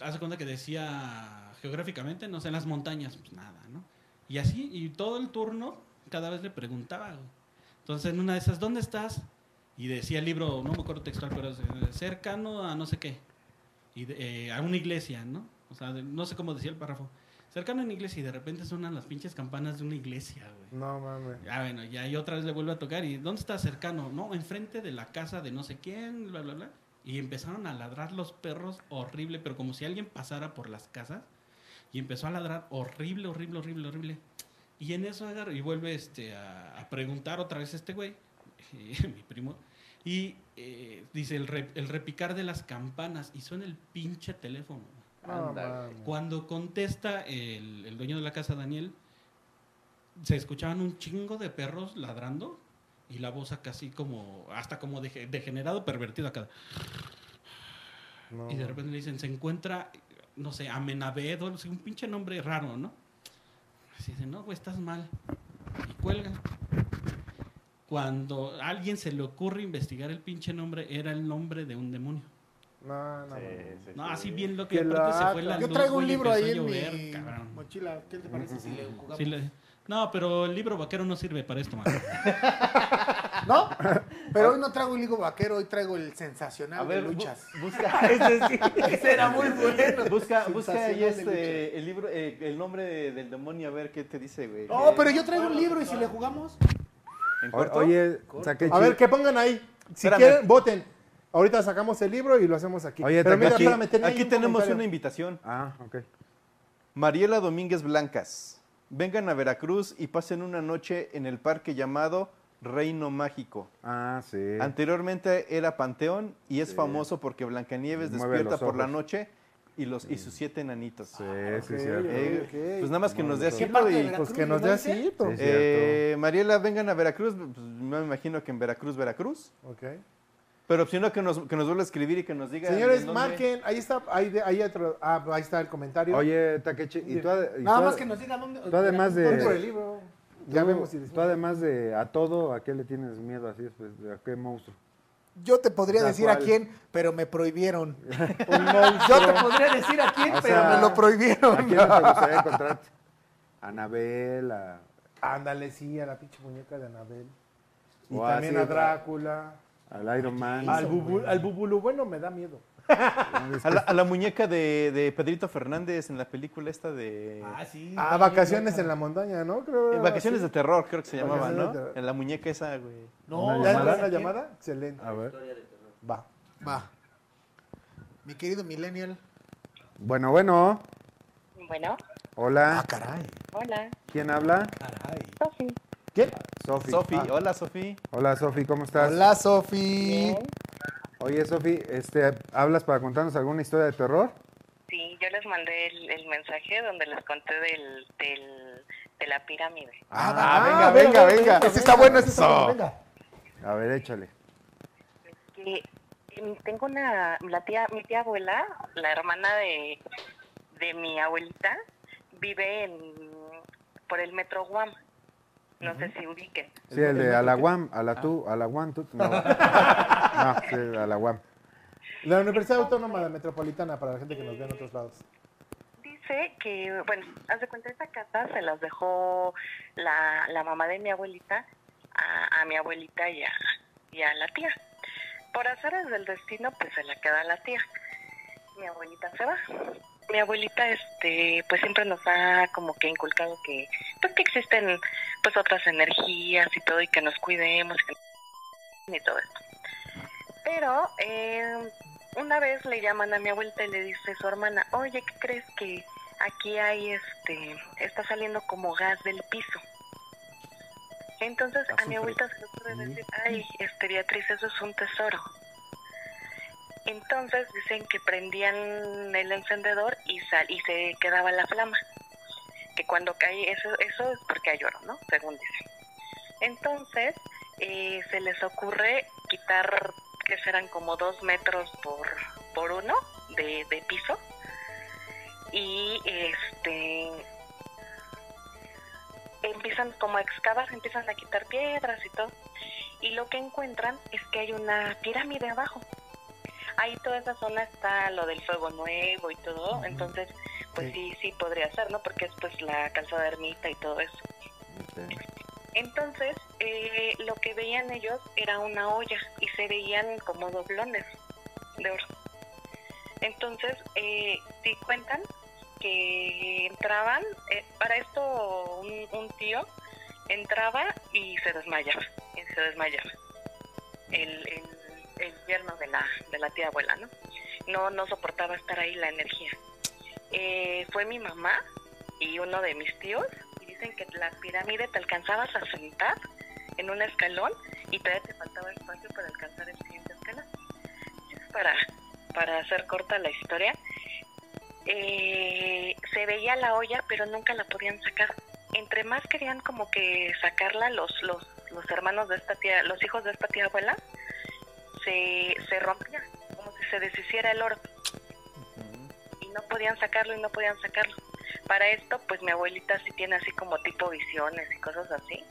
K: hace cuenta que decía geográficamente, no sé, en las montañas, pues nada, ¿no? Y así, y todo el turno, cada vez le preguntaba. güey. Entonces, en una de esas, ¿dónde estás? Y decía el libro, no me acuerdo textual, pero eh, cercano a no sé qué, y de- eh, a una iglesia, ¿no? O sea, de- no sé cómo decía el párrafo. Cercano a una iglesia y de repente sonan las pinches campanas de una iglesia, güey.
M: No mames.
K: Ah, bueno, ya y otra vez le vuelve a tocar. ¿Y dónde está cercano? No, enfrente de la casa de no sé quién, bla, bla, bla. Y empezaron a ladrar los perros horrible, pero como si alguien pasara por las casas. Y empezó a ladrar horrible, horrible, horrible, horrible. Y en eso agarra y vuelve este, a, a preguntar otra vez este güey, mi primo. Y eh, dice el, re- el repicar de las campanas y suena el pinche teléfono.
M: No, Ándale.
K: Cuando contesta el, el dueño de la casa, Daniel, se escuchaban un chingo de perros ladrando y la voz acá así como, hasta como deje- degenerado, pervertido acá.
M: No.
K: Y de repente le dicen, se encuentra, no sé, Amenabedo, no sé, un pinche nombre raro, ¿no? Así dicen, no, güey, estás mal. Y cuelgan. Cuando a alguien se le ocurre investigar el pinche nombre, era el nombre de un demonio.
M: No, no,
K: No, así bien lo que
M: Qué
K: se fue
M: lata.
K: la
E: Yo
K: luz,
E: traigo un
K: güey, y
E: libro
K: empezó
E: ahí
K: a
E: en
K: llover,
E: mi
K: cabrón.
E: mochila. ¿Qué te parece si le jugamos?
K: Sí, le- No, pero el libro vaquero no sirve para esto, mano.
E: ¿No? Pero hoy no traigo el libro vaquero, hoy traigo el sensacional
B: A ver,
E: de
B: bu-
E: luchas.
B: busca.
E: ese, sí, ese era muy bueno.
B: Busca, busca ahí
E: Sensacional de
B: este, el, libro, eh, el nombre de- del demonio, a ver qué te dice, güey.
E: luchas. No, Oh, pero
B: eh,
E: yo traigo un libro y si le jugamos.
B: ¿En
C: O-
B: corto?
C: Oye, saqué
M: A ver, que pongan ahí. Si
B: Espérame.
M: quieren, voten. Ahorita sacamos el libro y lo hacemos aquí.
C: Oye,
M: Pero mira,
C: Takashi,
M: espérame, tenía ahí
B: Aquí
M: un
B: tenemos
M: comentario.
B: una invitación.
C: Ah, ok.
B: Mariela Domínguez Blancas. Vengan a Veracruz y pasen una noche en el parque llamado Reino Mágico.
C: Ah, sí.
B: Anteriormente era Panteón y es
C: Sí.
B: famoso porque Blancanieves
C: Mueve
B: despierta
C: los
B: por la
C: ojos.
B: noche y los y sus siete enanitos. Sí,
C: sí, cierto.
B: Eh,
C: ok.
B: Pues nada más que
C: Mueve
B: nos dé
C: los ojos.
B: asilo
C: ¿Qué parte de
B: y
C: Veracruz, Pues que nos dé no dice? asilo. Sí,
B: Eh, Mariela, vengan a Veracruz. Pues, me imagino que en Veracruz, Veracruz.
M: Ok.
B: Pero si no, que nos, que nos vuelva a escribir y que nos diga.
M: Señores, marquen. Ahí está, ahí, de- ahí, otro- ah, ahí está el comentario.
C: Oye, Takechi, y tú ade- y
M: Nada
C: tú
M: más
C: ade-
M: que nos diga dónde-
C: Tú además de.
M: Compre el libro. Ya
C: tú-
M: vemos si
C: Tú además de a todo, ¿a qué le tienes miedo así después? ¿A qué monstruo?
E: Yo te podría
C: O sea,
E: decir a
C: ¿cuál?
E: quién, pero me prohibieron.
C: monstruo.
E: Yo te podría decir a quién,
C: O
E: pero
C: sea,
E: me lo
C: ¿A
E: prohibieron.
C: quién no te gustaría encontrarte? Anabel, a.
M: Ándale, sí, a la pinche muñeca de Anabel. Y
C: o
M: también
C: así,
M: a Drácula.
C: Al Iron Man.
M: Al, bubu, al bubulu bueno me da miedo.
B: A
C: Este,
B: la, a la muñeca de, de Pedrito Fernández en la película esta de. Ah,
E: sí.
M: A vacaciones en la montaña, ¿no? Creo, era
B: vacaciones
M: así.
B: de terror, creo que se llamaba,
M: Vacaciones
B: ¿no?
M: de terror.
B: En la muñeca esa, güey.
M: ¿Ya entró la llamada? Excelente.
C: A ver.
M: Va.
E: Va. Mi querido Millennial.
C: Bueno, bueno.
G: Bueno,
C: Hola.
E: Ah, caray.
G: hola.
C: ¿Quién habla?
G: Sofi.
C: ¿Quién? Sofi.
B: Sofi,
C: Ah.
B: hola, Sofi.
C: Hola, Sofi, ¿cómo estás?
E: Hola, Sofi.
C: Oye, Sofi, este, ¿hablas para contarnos alguna historia de terror?
G: Sí, yo les mandé el, el mensaje donde les conté del, del, de la pirámide.
M: venga,
C: Ah,
M: venga, venga.
E: Ese está bueno, ese está
C: Eso.
E: bueno, venga.
C: A ver, échale.
G: que em, tengo una la tía mi tía abuela la hermana de, de mi abuelita vive en por el metro Guam no sé si ubiquen
C: Sí, el de Alaguam,
M: Ah.
C: Alatú, Alaguam, tú. No, no sí, Alaguam.
M: La Universidad Autónoma de Metropolitana, para la gente que nos ve en otros lados.
G: dice que bueno haz de cuenta esta casa se las dejó la, la mamá de mi abuelita a, a mi abuelita y a, y a la tía por azares del destino pues se la queda la tía mi abuelita se va mi abuelita este pues siempre nos ha como que inculcado que pues que existen pues otras energías y todo y que nos cuidemos que- y todo esto pero eh, una vez le llaman a mi abuelita y le dice su hermana oye qué crees que aquí hay este está saliendo como gas del piso entonces a mi
I: Azufre.
G: abuelita se le ocurre decir ay este Beatriz eso es un tesoro entonces dicen que prendían el encendedor y sal y se quedaba la flama. Que cuando cae eso, eso es porque hay oro, ¿no? Según dicen. Entonces eh, se les ocurre quitar que serán como dos metros por, por uno de, de piso y este empiezan como a excavar, empiezan a quitar piedras y todo y lo que encuentran es que hay una pirámide abajo ahí toda esa zona está lo del fuego nuevo y todo, entonces pues sí, sí podría ser, ¿no? Porque es pues la calzada ermita y todo eso. Entonces, eh, lo que veían ellos era una olla y se veían como doblones de oro. Entonces, eh, sí cuentan que entraban, eh, para esto un, un tío entraba y se desmayaba, y se desmayaba. El, el- el yerno de la, de la tía abuela, ¿no? No, no soportaba estar ahí la energía. Eh, fue mi mamá y uno de mis tíos y dicen que la pirámide te alcanzabas a sentar en un escalón y todavía te faltaba espacio para alcanzar el siguiente escalón. Para, para hacer corta la historia, eh, se veía la olla pero nunca la podían sacar. Entre más querían como que sacarla los, los, los hermanos de esta tía, los hijos de esta tía abuela, se, se rompía, como si se deshiciera el oro. Y no podían sacarlo y no podían sacarlo. Para esto, pues mi abuelita sí tiene así como tipo visiones y cosas así.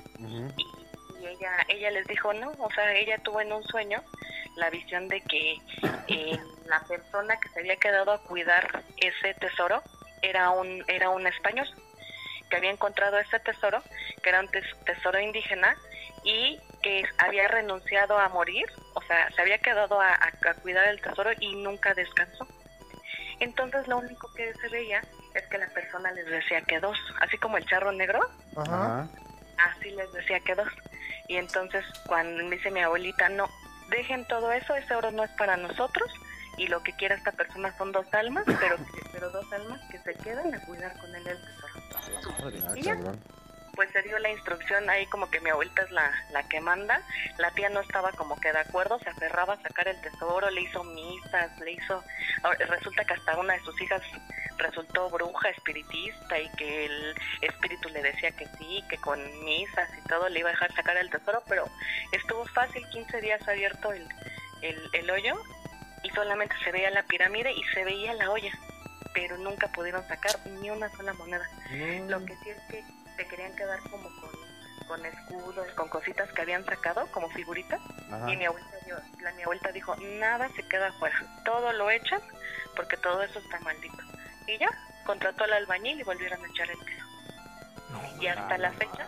G: Y ella, ella les dijo, no, o sea, ella tuvo en un sueño la visión de que eh, la persona que se había quedado a cuidar ese tesoro era un, era un español que había encontrado ese tesoro, que era un tes- tesoro indígena y que había renunciado a morir, o sea, se había quedado a, a- a cuidar el tesoro y nunca descansó. Entonces lo único que se veía es que la persona les decía que dos, así como el charro negro,
C: Ajá.
G: así les decía que dos. Y entonces cuando me dice mi abuelita, no, dejen todo eso, ese oro no es para nosotros y lo que quiera esta persona son dos almas, pero, pero dos almas que se quedan a cuidar con él el tesoro.
C: Ah,
G: Y ya.
C: cabrón.
G: pues se dio la instrucción ahí como que mi abuelita es la, la que manda. La tía no estaba como que de acuerdo, se aferraba a sacar el tesoro, le hizo misas, le hizo... ahora, Resulta que hasta una de sus hijas resultó bruja, espiritista y que el espíritu le decía que sí, que con misas y todo le iba a dejar sacar el tesoro, pero estuvo fácil 15 días abierto el, el, el hoyo y solamente se veía la pirámide y se veía la olla, pero nunca pudieron sacar ni una sola moneda.
C: Mm.
G: Lo que sí es que se querían quedar como con, con escudos, con cositas que habían sacado, como figuritas.
N: Ajá.
G: Y mi abuelita, dio- la, mi abuelita dijo, nada se queda afuera, todo lo echan porque todo eso está maldito. Y ya, contrató al albañil y volvieron a echar el piso. y hasta la fecha...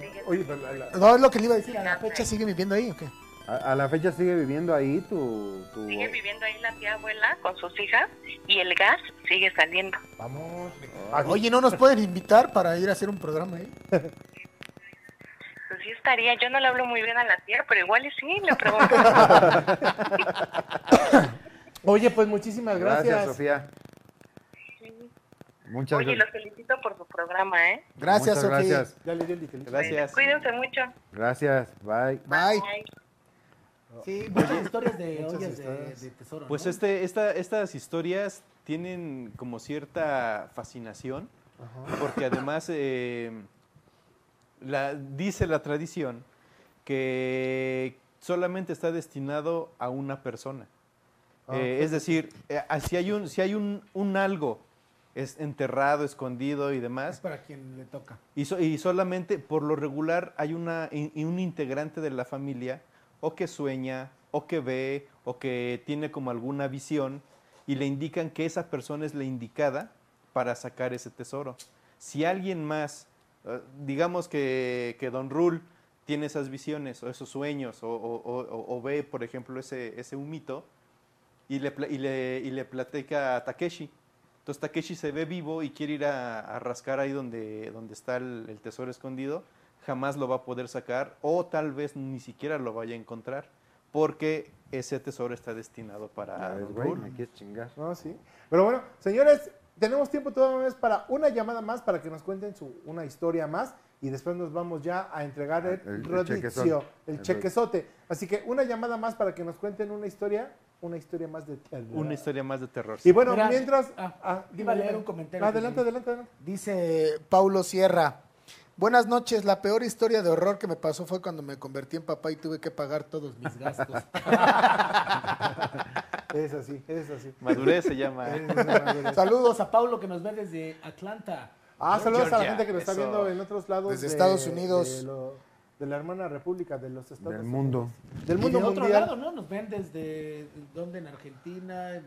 G: sigue-
M: Oye, pero la- la-
H: No, es lo que le iba a decir. ¿A la fecha sigue viviendo ahí o qué?
C: A, a la fecha sigue viviendo ahí tu... tu-
G: Sigue viviendo ahí la tía abuela con sus hijas y el gas sigue saliendo.
M: Vamos.
H: Oye, ¿no nos pueden invitar para ir a hacer un programa ahí?
G: Pues sí estaría, yo no le hablo muy bien a la tía, pero igual y sí, le pregunto.
M: Oye, pues muchísimas gracias.
C: Gracias, Sofía. Muchas
G: Oye,
C: gracias.
G: los felicito por su programa, ¿eh?
C: Gracias, Muchas Sofía. gracias.
M: Ya le dio el ditelito.
G: Cuídense mucho.
C: Gracias, bye.
H: Bye.
E: Sí,
M: pues,
H: pues,
B: Oye.
E: muchas historias de
B: Muchas
E: ollas de,
B: historias.
E: de tesoro.
B: Pues
E: ¿no?
B: este, esta, estas historias tienen como cierta fascinación, porque además eh, la, dice la tradición que solamente está destinado a una persona.
C: Ah,
B: Eh,
C: ok.
B: es decir, eh, ah, si hay un, si hay un, un algo es enterrado, escondido y
H: Pues,
B: demás,
E: Para quien le toca.
B: y, so- y solamente por lo regular hay una, in- in- un integrante de la familia o que sueña, o que ve, o que tiene como alguna visión y le indican que esa persona es la indicada para sacar ese tesoro. Si alguien más, eh, digamos que, que Don Rul tiene esas visiones o esos sueños o, o- o- o ve, por ejemplo, ese, ese humito y le, pla- y le- y le platica a Takeshi, entonces Takeshi se ve vivo y quiere ir a, a rascar ahí donde, donde está el, el tesoro escondido, jamás lo va a poder sacar o tal vez ni siquiera lo vaya a encontrar porque ese tesoro está destinado
M: Ah,
B: para... Don
C: güey,
B: Rul.
C: me quieres chingar.
E: Ah,
M: No, sí. Pero bueno, señores, tenemos tiempo todavía más para una llamada más para que nos cuenten su, una historia más y después nos vamos ya a entregar el,
C: el chequezón.
M: rodizio, el
C: El
M: chequezote. Así que una llamada más para que nos cuenten una historia, una historia más de terror.
B: Una historia más de terror.
M: Y bueno,
H: Mira,
M: mientras
E: ah,
M: ah,
H: iba a leer
M: dime.
H: un comentario
M: Adelante,
H: que tiene.
M: adelante, adelante.
H: Dice Paulo Sierra. Buenas noches, la peor historia de horror que me pasó fue cuando me convertí en papá y tuve que pagar todos mis gastos.
M: Es así, es así.
B: Madurez se llama. ¿eh?
M: Es madurez.
E: Saludos a Paulo que nos ve desde Atlanta.
M: Ah,
E: Georgia.
M: saludos a la gente que nos está viendo en otros lados.
H: Desde
M: de-
H: Estados Unidos.
M: De, lo- de la hermana república, de los Estados
C: Del mundo.
M: Del
E: Y
M: mundo
E: de
M: mundial.
E: otro lado, ¿no? Nos ven desde donde en Argentina, en-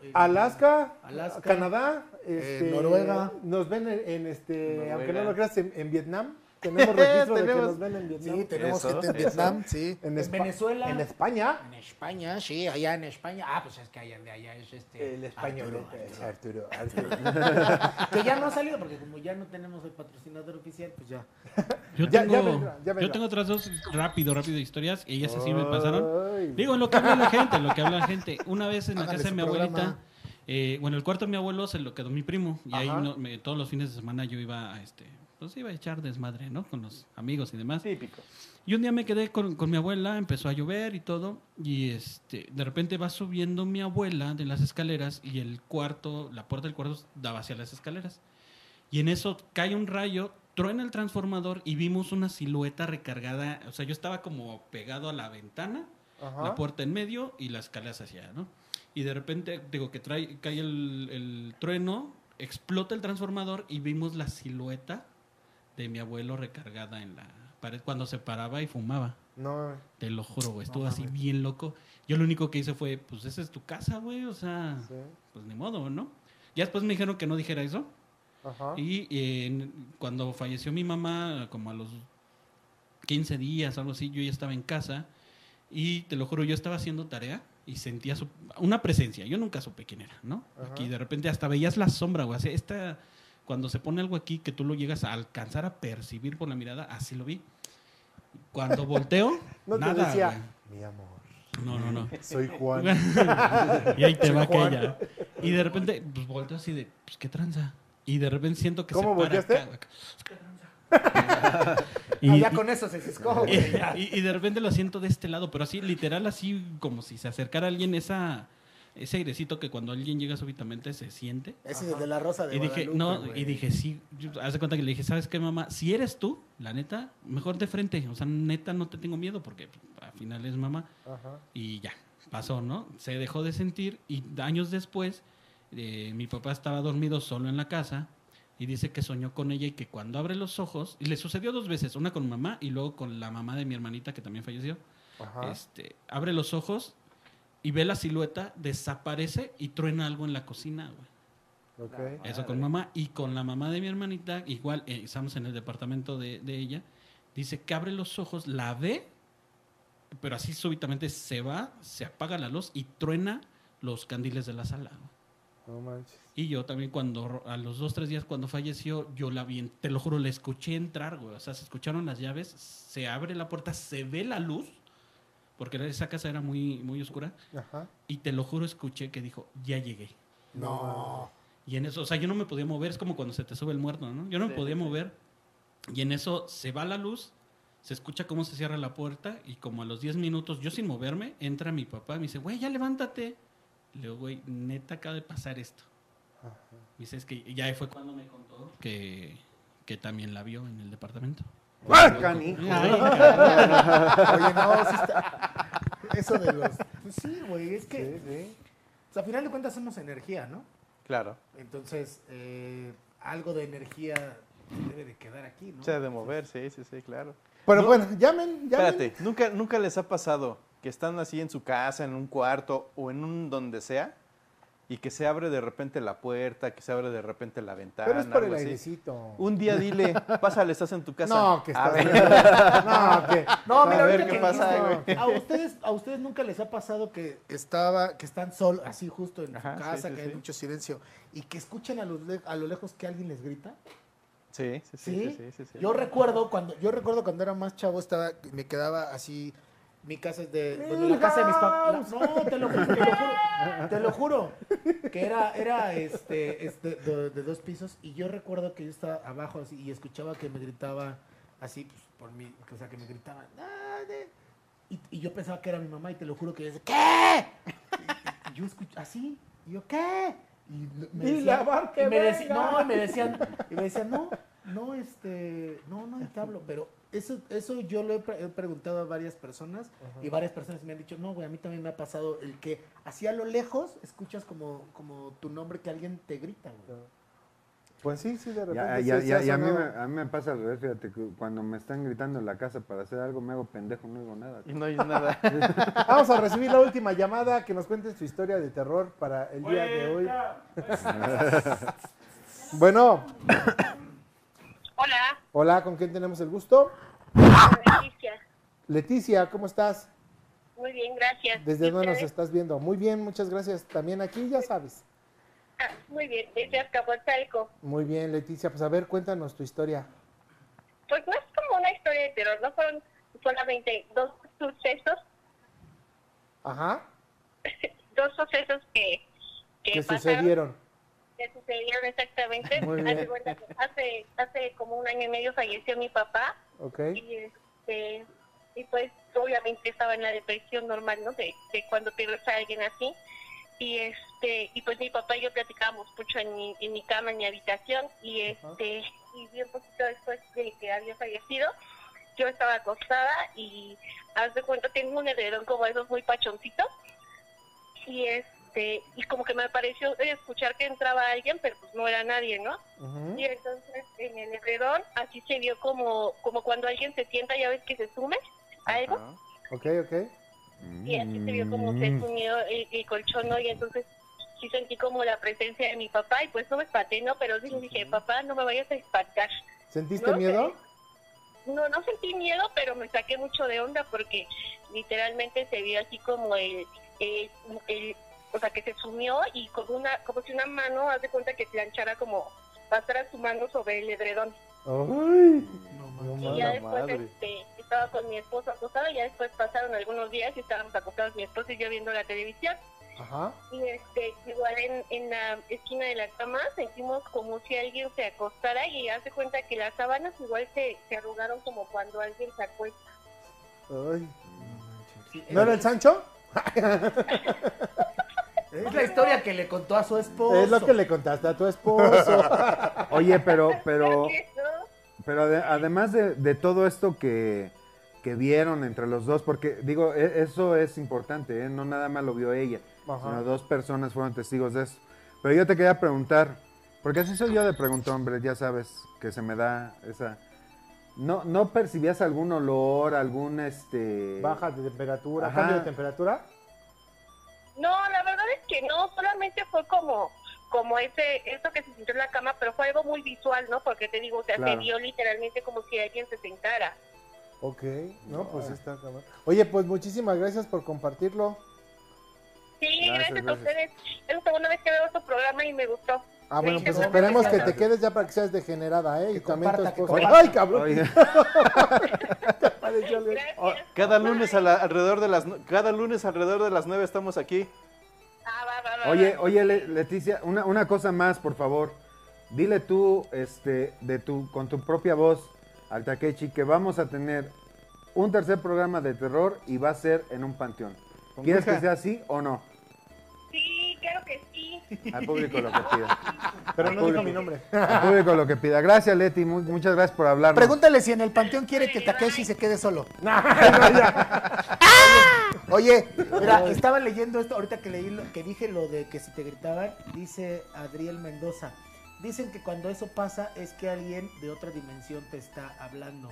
E: en-
M: Alaska,
E: Alaska.
M: Canadá,
E: Eh,
M: este,
E: Noruega.
M: Nos ven en, en este,
E: Noruega.
M: aunque no lo creas, en, en Vietnam. Tenemos registro de que
H: Tenemos-
M: nos ven en Vietnam.
H: Sí, tenemos Eso, gente en eso. Vietnam, sí.
M: En,
H: En
M: Espa-
E: Venezuela.
M: En España.
E: En España, sí, allá en España. Ah, pues es que allá de allá es este.
M: El español. eh, es Arturo. Arturo.
E: que ya no ha salido, porque como ya no tenemos el patrocinador oficial, pues ya.
K: Yo
E: Ya-
K: tengo,
E: ya vendrá, ya vendrá.
K: yo tengo otras dos rápido, rápido historias. Ellas así me pasaron. Digo, lo que habla la gente, lo que habla la gente. Una vez en la
E: Hágale
K: casa de
E: su
K: mi
E: programa.
K: abuelita, eh, bueno, el cuarto de mi abuelo se lo quedó mi primo. Y ahí
E: Ajá.
K: no- me- todos los fines de semana yo iba a este. Pues iba a echar desmadre, ¿no? Con los amigos y demás.
B: Típico.
K: Y un día me quedé con, con mi abuela, empezó a llover y todo. Y este, de repente va subiendo mi abuela de las escaleras y el cuarto, la puerta del cuarto daba hacia las escaleras. Y en eso cae un rayo, truena el transformador y vimos una silueta recargada. O sea, yo estaba como pegado a la ventana,
M: Ajá.
K: la puerta en medio y las escaleras hacia allá, ¿no? Y de repente, digo que trae, cae el, el trueno, explota el transformador y vimos la silueta de mi abuelo recargada en la pared cuando se paraba y fumaba.
M: No.
K: Te lo juro, güey.
M: No
K: Estuvo así
M: mames.
K: bien loco. Yo lo único que hice fue, pues esa es tu casa, güey. O sea, pues ni modo, ¿no? Ya después me dijeron que no dijera eso.
M: Ajá.
K: Y eh, en- cuando falleció mi mamá, como a los 15 días, algo así, yo ya estaba en casa. Y te lo juro, yo estaba haciendo tarea y sentía su- una presencia. Yo nunca supe quién era, ¿no?
M: Ajá.
K: Aquí de repente hasta veías la sombra, güey. Así, esta, cuando se pone algo aquí que tú lo llegas a alcanzar a percibir por la mirada, así lo vi. Cuando volteo,
M: No te
K: nada,
M: decía,
K: güey.
M: mi amor.
K: No, no, no.
M: Soy Juan.
K: y ahí te
M: Soy
K: va
M: Juan.
K: aquella. Y de repente, pues volteo así de, pues qué tranza. Y de repente siento que
M: ¿Cómo
K: se para
M: volteaste?
K: acá, acá.
E: Ah, ya con eso se ciscó, güey, ya.
K: y- y de repente lo siento de este lado, pero así, literal, así como si se acercara alguien esa, ese airecito que cuando alguien llega súbitamente se siente.
E: Ese es el de la rosa de
K: Y dije,
E: Guadalupe,
K: no,
E: güey.
K: y dije, sí, yo- haz de cuenta que le dije, ¿sabes qué, mamá? Si eres tú, la neta, mejor de frente. O sea, neta, no te tengo miedo porque pues, al final es mamá.
M: Ajá.
K: Y ya, pasó, ¿no? Se dejó de sentir y años después, eh, mi papá estaba dormido solo en la casa y dice que soñó con ella y que cuando abre los ojos, y le sucedió dos veces, una con mamá y luego con la mamá de mi hermanita que también falleció,
M: Ajá.
K: este, abre los ojos y ve la silueta, desaparece y truena algo en la cocina, güey.
M: Ok.
K: Eso con mamá. Y con la mamá de mi hermanita, igual eh, estamos en el departamento de, de ella. Dice que abre los ojos, la ve, pero así súbitamente se va, se apaga la luz y truena los candiles de la sala. güey.
M: No manches.
K: Y yo también cuando, ro- a los dos, tres días cuando falleció, yo la vi, en- te lo juro, la escuché entrar, güey. O sea, se escucharon las llaves, se abre la puerta, se ve la luz, porque esa casa era muy, muy oscura.
M: Ajá.
K: Y te lo juro, escuché que dijo, ya llegué.
M: No.
K: Y en eso, o sea, yo no me podía mover, es como cuando se te sube el muerto, ¿no? Yo no me
M: Sí,
K: podía
M: sí, sí.
K: mover. Y en eso se va la luz, se escucha cómo se cierra la puerta y como a los 10 minutos, yo sin moverme, entra mi papá y me dice, güey, ya levántate. Le digo, güey, neta acaba de pasar esto. Me dice, es que ya fue cuando me contó que, que también la vio en el departamento.
C: ¡Ah, canijo!
K: Ay, cabrón.
E: Oye, no, sí está- Eso de los. Pues sí, güey, es que. O sea, a final de cuentas somos energía, ¿no?
B: Claro.
E: Entonces, eh, algo de energía se debe de quedar aquí, ¿no?
B: Se ha de mover, sí, sí, sí, claro.
M: Pero
B: No,
M: bueno, llamen, llamen.
B: Espérate, ¿nunca, ¿nunca les ha pasado que están así en su casa, en un cuarto o en un donde sea y que se abre de repente la puerta, que se abre de repente la ventana?
M: Pero es por el
B: algo así?
M: airecito.
B: Un día dile, pásale, estás en tu casa.
M: No, que
B: A
M: estás-
B: ver.
M: No, que-
E: No, mira,
B: A ver
E: ahorita
B: qué
E: que
B: pasa,
E: dijiste,
B: güey.
E: A ustedes, a ustedes nunca les ha pasado que estaba, que están solos, así justo en
B: Ajá,
E: su
B: sí,
E: casa,
B: sí,
E: que hay
B: sí.
E: mucho silencio, y que escuchen a, los le- a lo lejos que alguien les grita.
B: Sí, sí, sí,
E: ¿Sí?
B: sí, sí, sí, sí.
E: Yo recuerdo cuando, yo recuerdo cuando era más chavo, estaba, me quedaba así. Mi casa es de. bueno, la casa de mis papás. No, te lo juro, te lo juro. Te lo juro. Que era, era este, este de, de dos pisos. Y yo recuerdo que yo estaba abajo así y escuchaba que me gritaba así, pues por mí. O sea, que me gritaba. "Ah, de-". Y, y yo pensaba que era mi mamá y te lo juro que yo decía, ¿qué? Y- y yo escucho así. Y yo, ¿qué? Y me
M: Y
E: decían,
M: la barca
E: y me
M: venga.
E: decían, no, y me decían, y me decían, no, no, este, no, no te hablo, pero eso, eso yo lo he, pre- he preguntado a varias personas
M: Ajá.
E: y varias personas me han dicho, no, güey, a mí también me ha pasado el que hacia lo lejos escuchas como, como tu nombre que alguien te grita, güey.
M: Pues sí, sí, de
C: Ya,
M: repente.
C: ya,
M: sí,
C: ya,
M: sí
C: ya
M: ha
C: a, mí
M: sonado.
C: me, a mí me pasa al revés, fíjate, que cuando me están gritando en la casa para hacer algo, me hago pendejo, no digo nada.
B: Y no hay nada.
M: Vamos a recibir la última llamada que nos cuenten su historia de terror para el día de hoy. bueno.
G: Hola,
M: Hola, ¿con quién tenemos el gusto?
G: Leticia.
M: Leticia, ¿cómo estás?
G: Muy bien, gracias.
M: ¿Desde
G: ¿Y
M: dónde nos
G: ustedes?
M: estás viendo? Muy bien, muchas gracias. También aquí, ya sabes.
G: Ah, muy bien, desde Azcapotzalco.
M: Muy bien, Leticia. Pues a ver, cuéntanos tu historia.
G: Pues no es como una historia de terror, no fueron solamente dos sucesos,
M: Ajá.
G: dos sucesos que, que
M: ¿Qué
G: pasaron,
M: sucedieron?
G: que sucedieron exactamente.
M: Muy bien.
G: Haz de cuenta que Hace, hace como un año y medio falleció mi papá
M: Ok.
G: y, este, y pues obviamente estaba en la depresión normal, ¿no? De, de cuando pierdes a alguien así. Y este y pues mi papá y yo platicábamos mucho en mi, en mi cama, en mi habitación. Y este y bien poquito después de que había fallecido, yo estaba acostada y haz de cuenta tengo un edredón como esos muy pachoncitos. Y este y como que me pareció escuchar que entraba alguien, pero pues no era nadie, ¿no? Y entonces en el edredón así se vio como, como cuando alguien se sienta, ya ves que se sume a algo,
M: Ok, ok.
G: y ¿Eh? así se vio como se sumió el, el colchón, ¿no? Y entonces sí sentí como la presencia de mi papá y pues no me espanté, ¿no? Pero sí dije, papá, no me vayas a espantar.
M: ¿Sentiste
G: No sé.
M: miedo?
G: No, no sentí miedo, pero me saqué mucho de onda porque literalmente se vio así como el, el, el- o sea, que se sumió y como una, como si una mano, haz de cuenta que planchara como, pasara su mano sobre el edredón.
M: Ay. No
G: Y ya después este, estaba con mi esposo acostado, ya después pasaron algunos días y estábamos acostados mi esposo y yo viendo la televisión.
M: Ajá.
G: Y este, igual en, en la esquina de la cama sentimos como si alguien se acostara y hace cuenta que las sábanas igual se, se arrugaron como cuando alguien se acuesta.
M: Ay. ¿No era el Sancho?
E: Es la historia que le contó a su esposo.
M: Es lo que le contaste a tu esposo.
C: Oye, pero, pero, pero ade- además de, de todo esto que, que vieron entre los dos, porque digo, e- eso es importante, ¿eh? no nada más lo vio ella,
M: Ajá.
C: sino dos personas fueron testigos de eso. Pero yo te quería preguntar, porque así soy yo de preguntar, hombre, ya sabes que se me da esa... ¿No, no percibías algún olor, algún este...
M: Baja de temperatura,
C: Ajá.
M: cambio de temperatura.
G: No, la verdad es que no, solamente fue como como ese eso que se sintió en la cama, pero fue algo muy visual, ¿no? Porque te digo, o sea,
M: Claro.
G: se vio literalmente como si alguien se sentara.
M: Ok, no, pues sí está cabrón. Oye, pues muchísimas gracias por compartirlo.
G: Sí,
M: Gracias,
G: gracias, a
M: gracias.
G: ustedes. Es la segunda vez que veo tu programa y me gustó.
M: Ah, bueno,
G: Sí,
M: pues
G: qué
M: esperemos que
G: bueno.
M: te quedes ya para que seas degenerada, ¿eh? y también tu
G: comparta, que
M: esposo.
G: comparta.
M: ¡Ay, cabrón!
B: Oye.
M: ¿Te pareció, Leo?
E: Ah,
B: Cada lunes a la- alrededor de las nue- cada lunes alrededor de las 9 estamos aquí.
G: Ah,
C: Oye, oye, Le- Leticia, una, una cosa más, por favor. Dile tú, este, de tu, con tu propia voz al Takechi que vamos a tener un tercer programa de terror y va a ser en un panteón.
M: Con
C: ¿Quieres
M: Ouija.
C: que sea así o no?
G: Sí, claro que sí.
C: Al público lo que pida.
M: Pero
C: Al
M: no dijo
C: público.
M: mi nombre.
C: Al público lo que pida. Gracias, Leti. mu- muchas gracias por hablarnos.
E: Pregúntale si en el panteón quiere que Takeshi se quede solo. Oye, mira, estaba leyendo esto ahorita que leí lo, que dije lo de que si te gritaban, dice Adriel Mendoza. Dicen que cuando eso pasa es que alguien de otra dimensión te está hablando.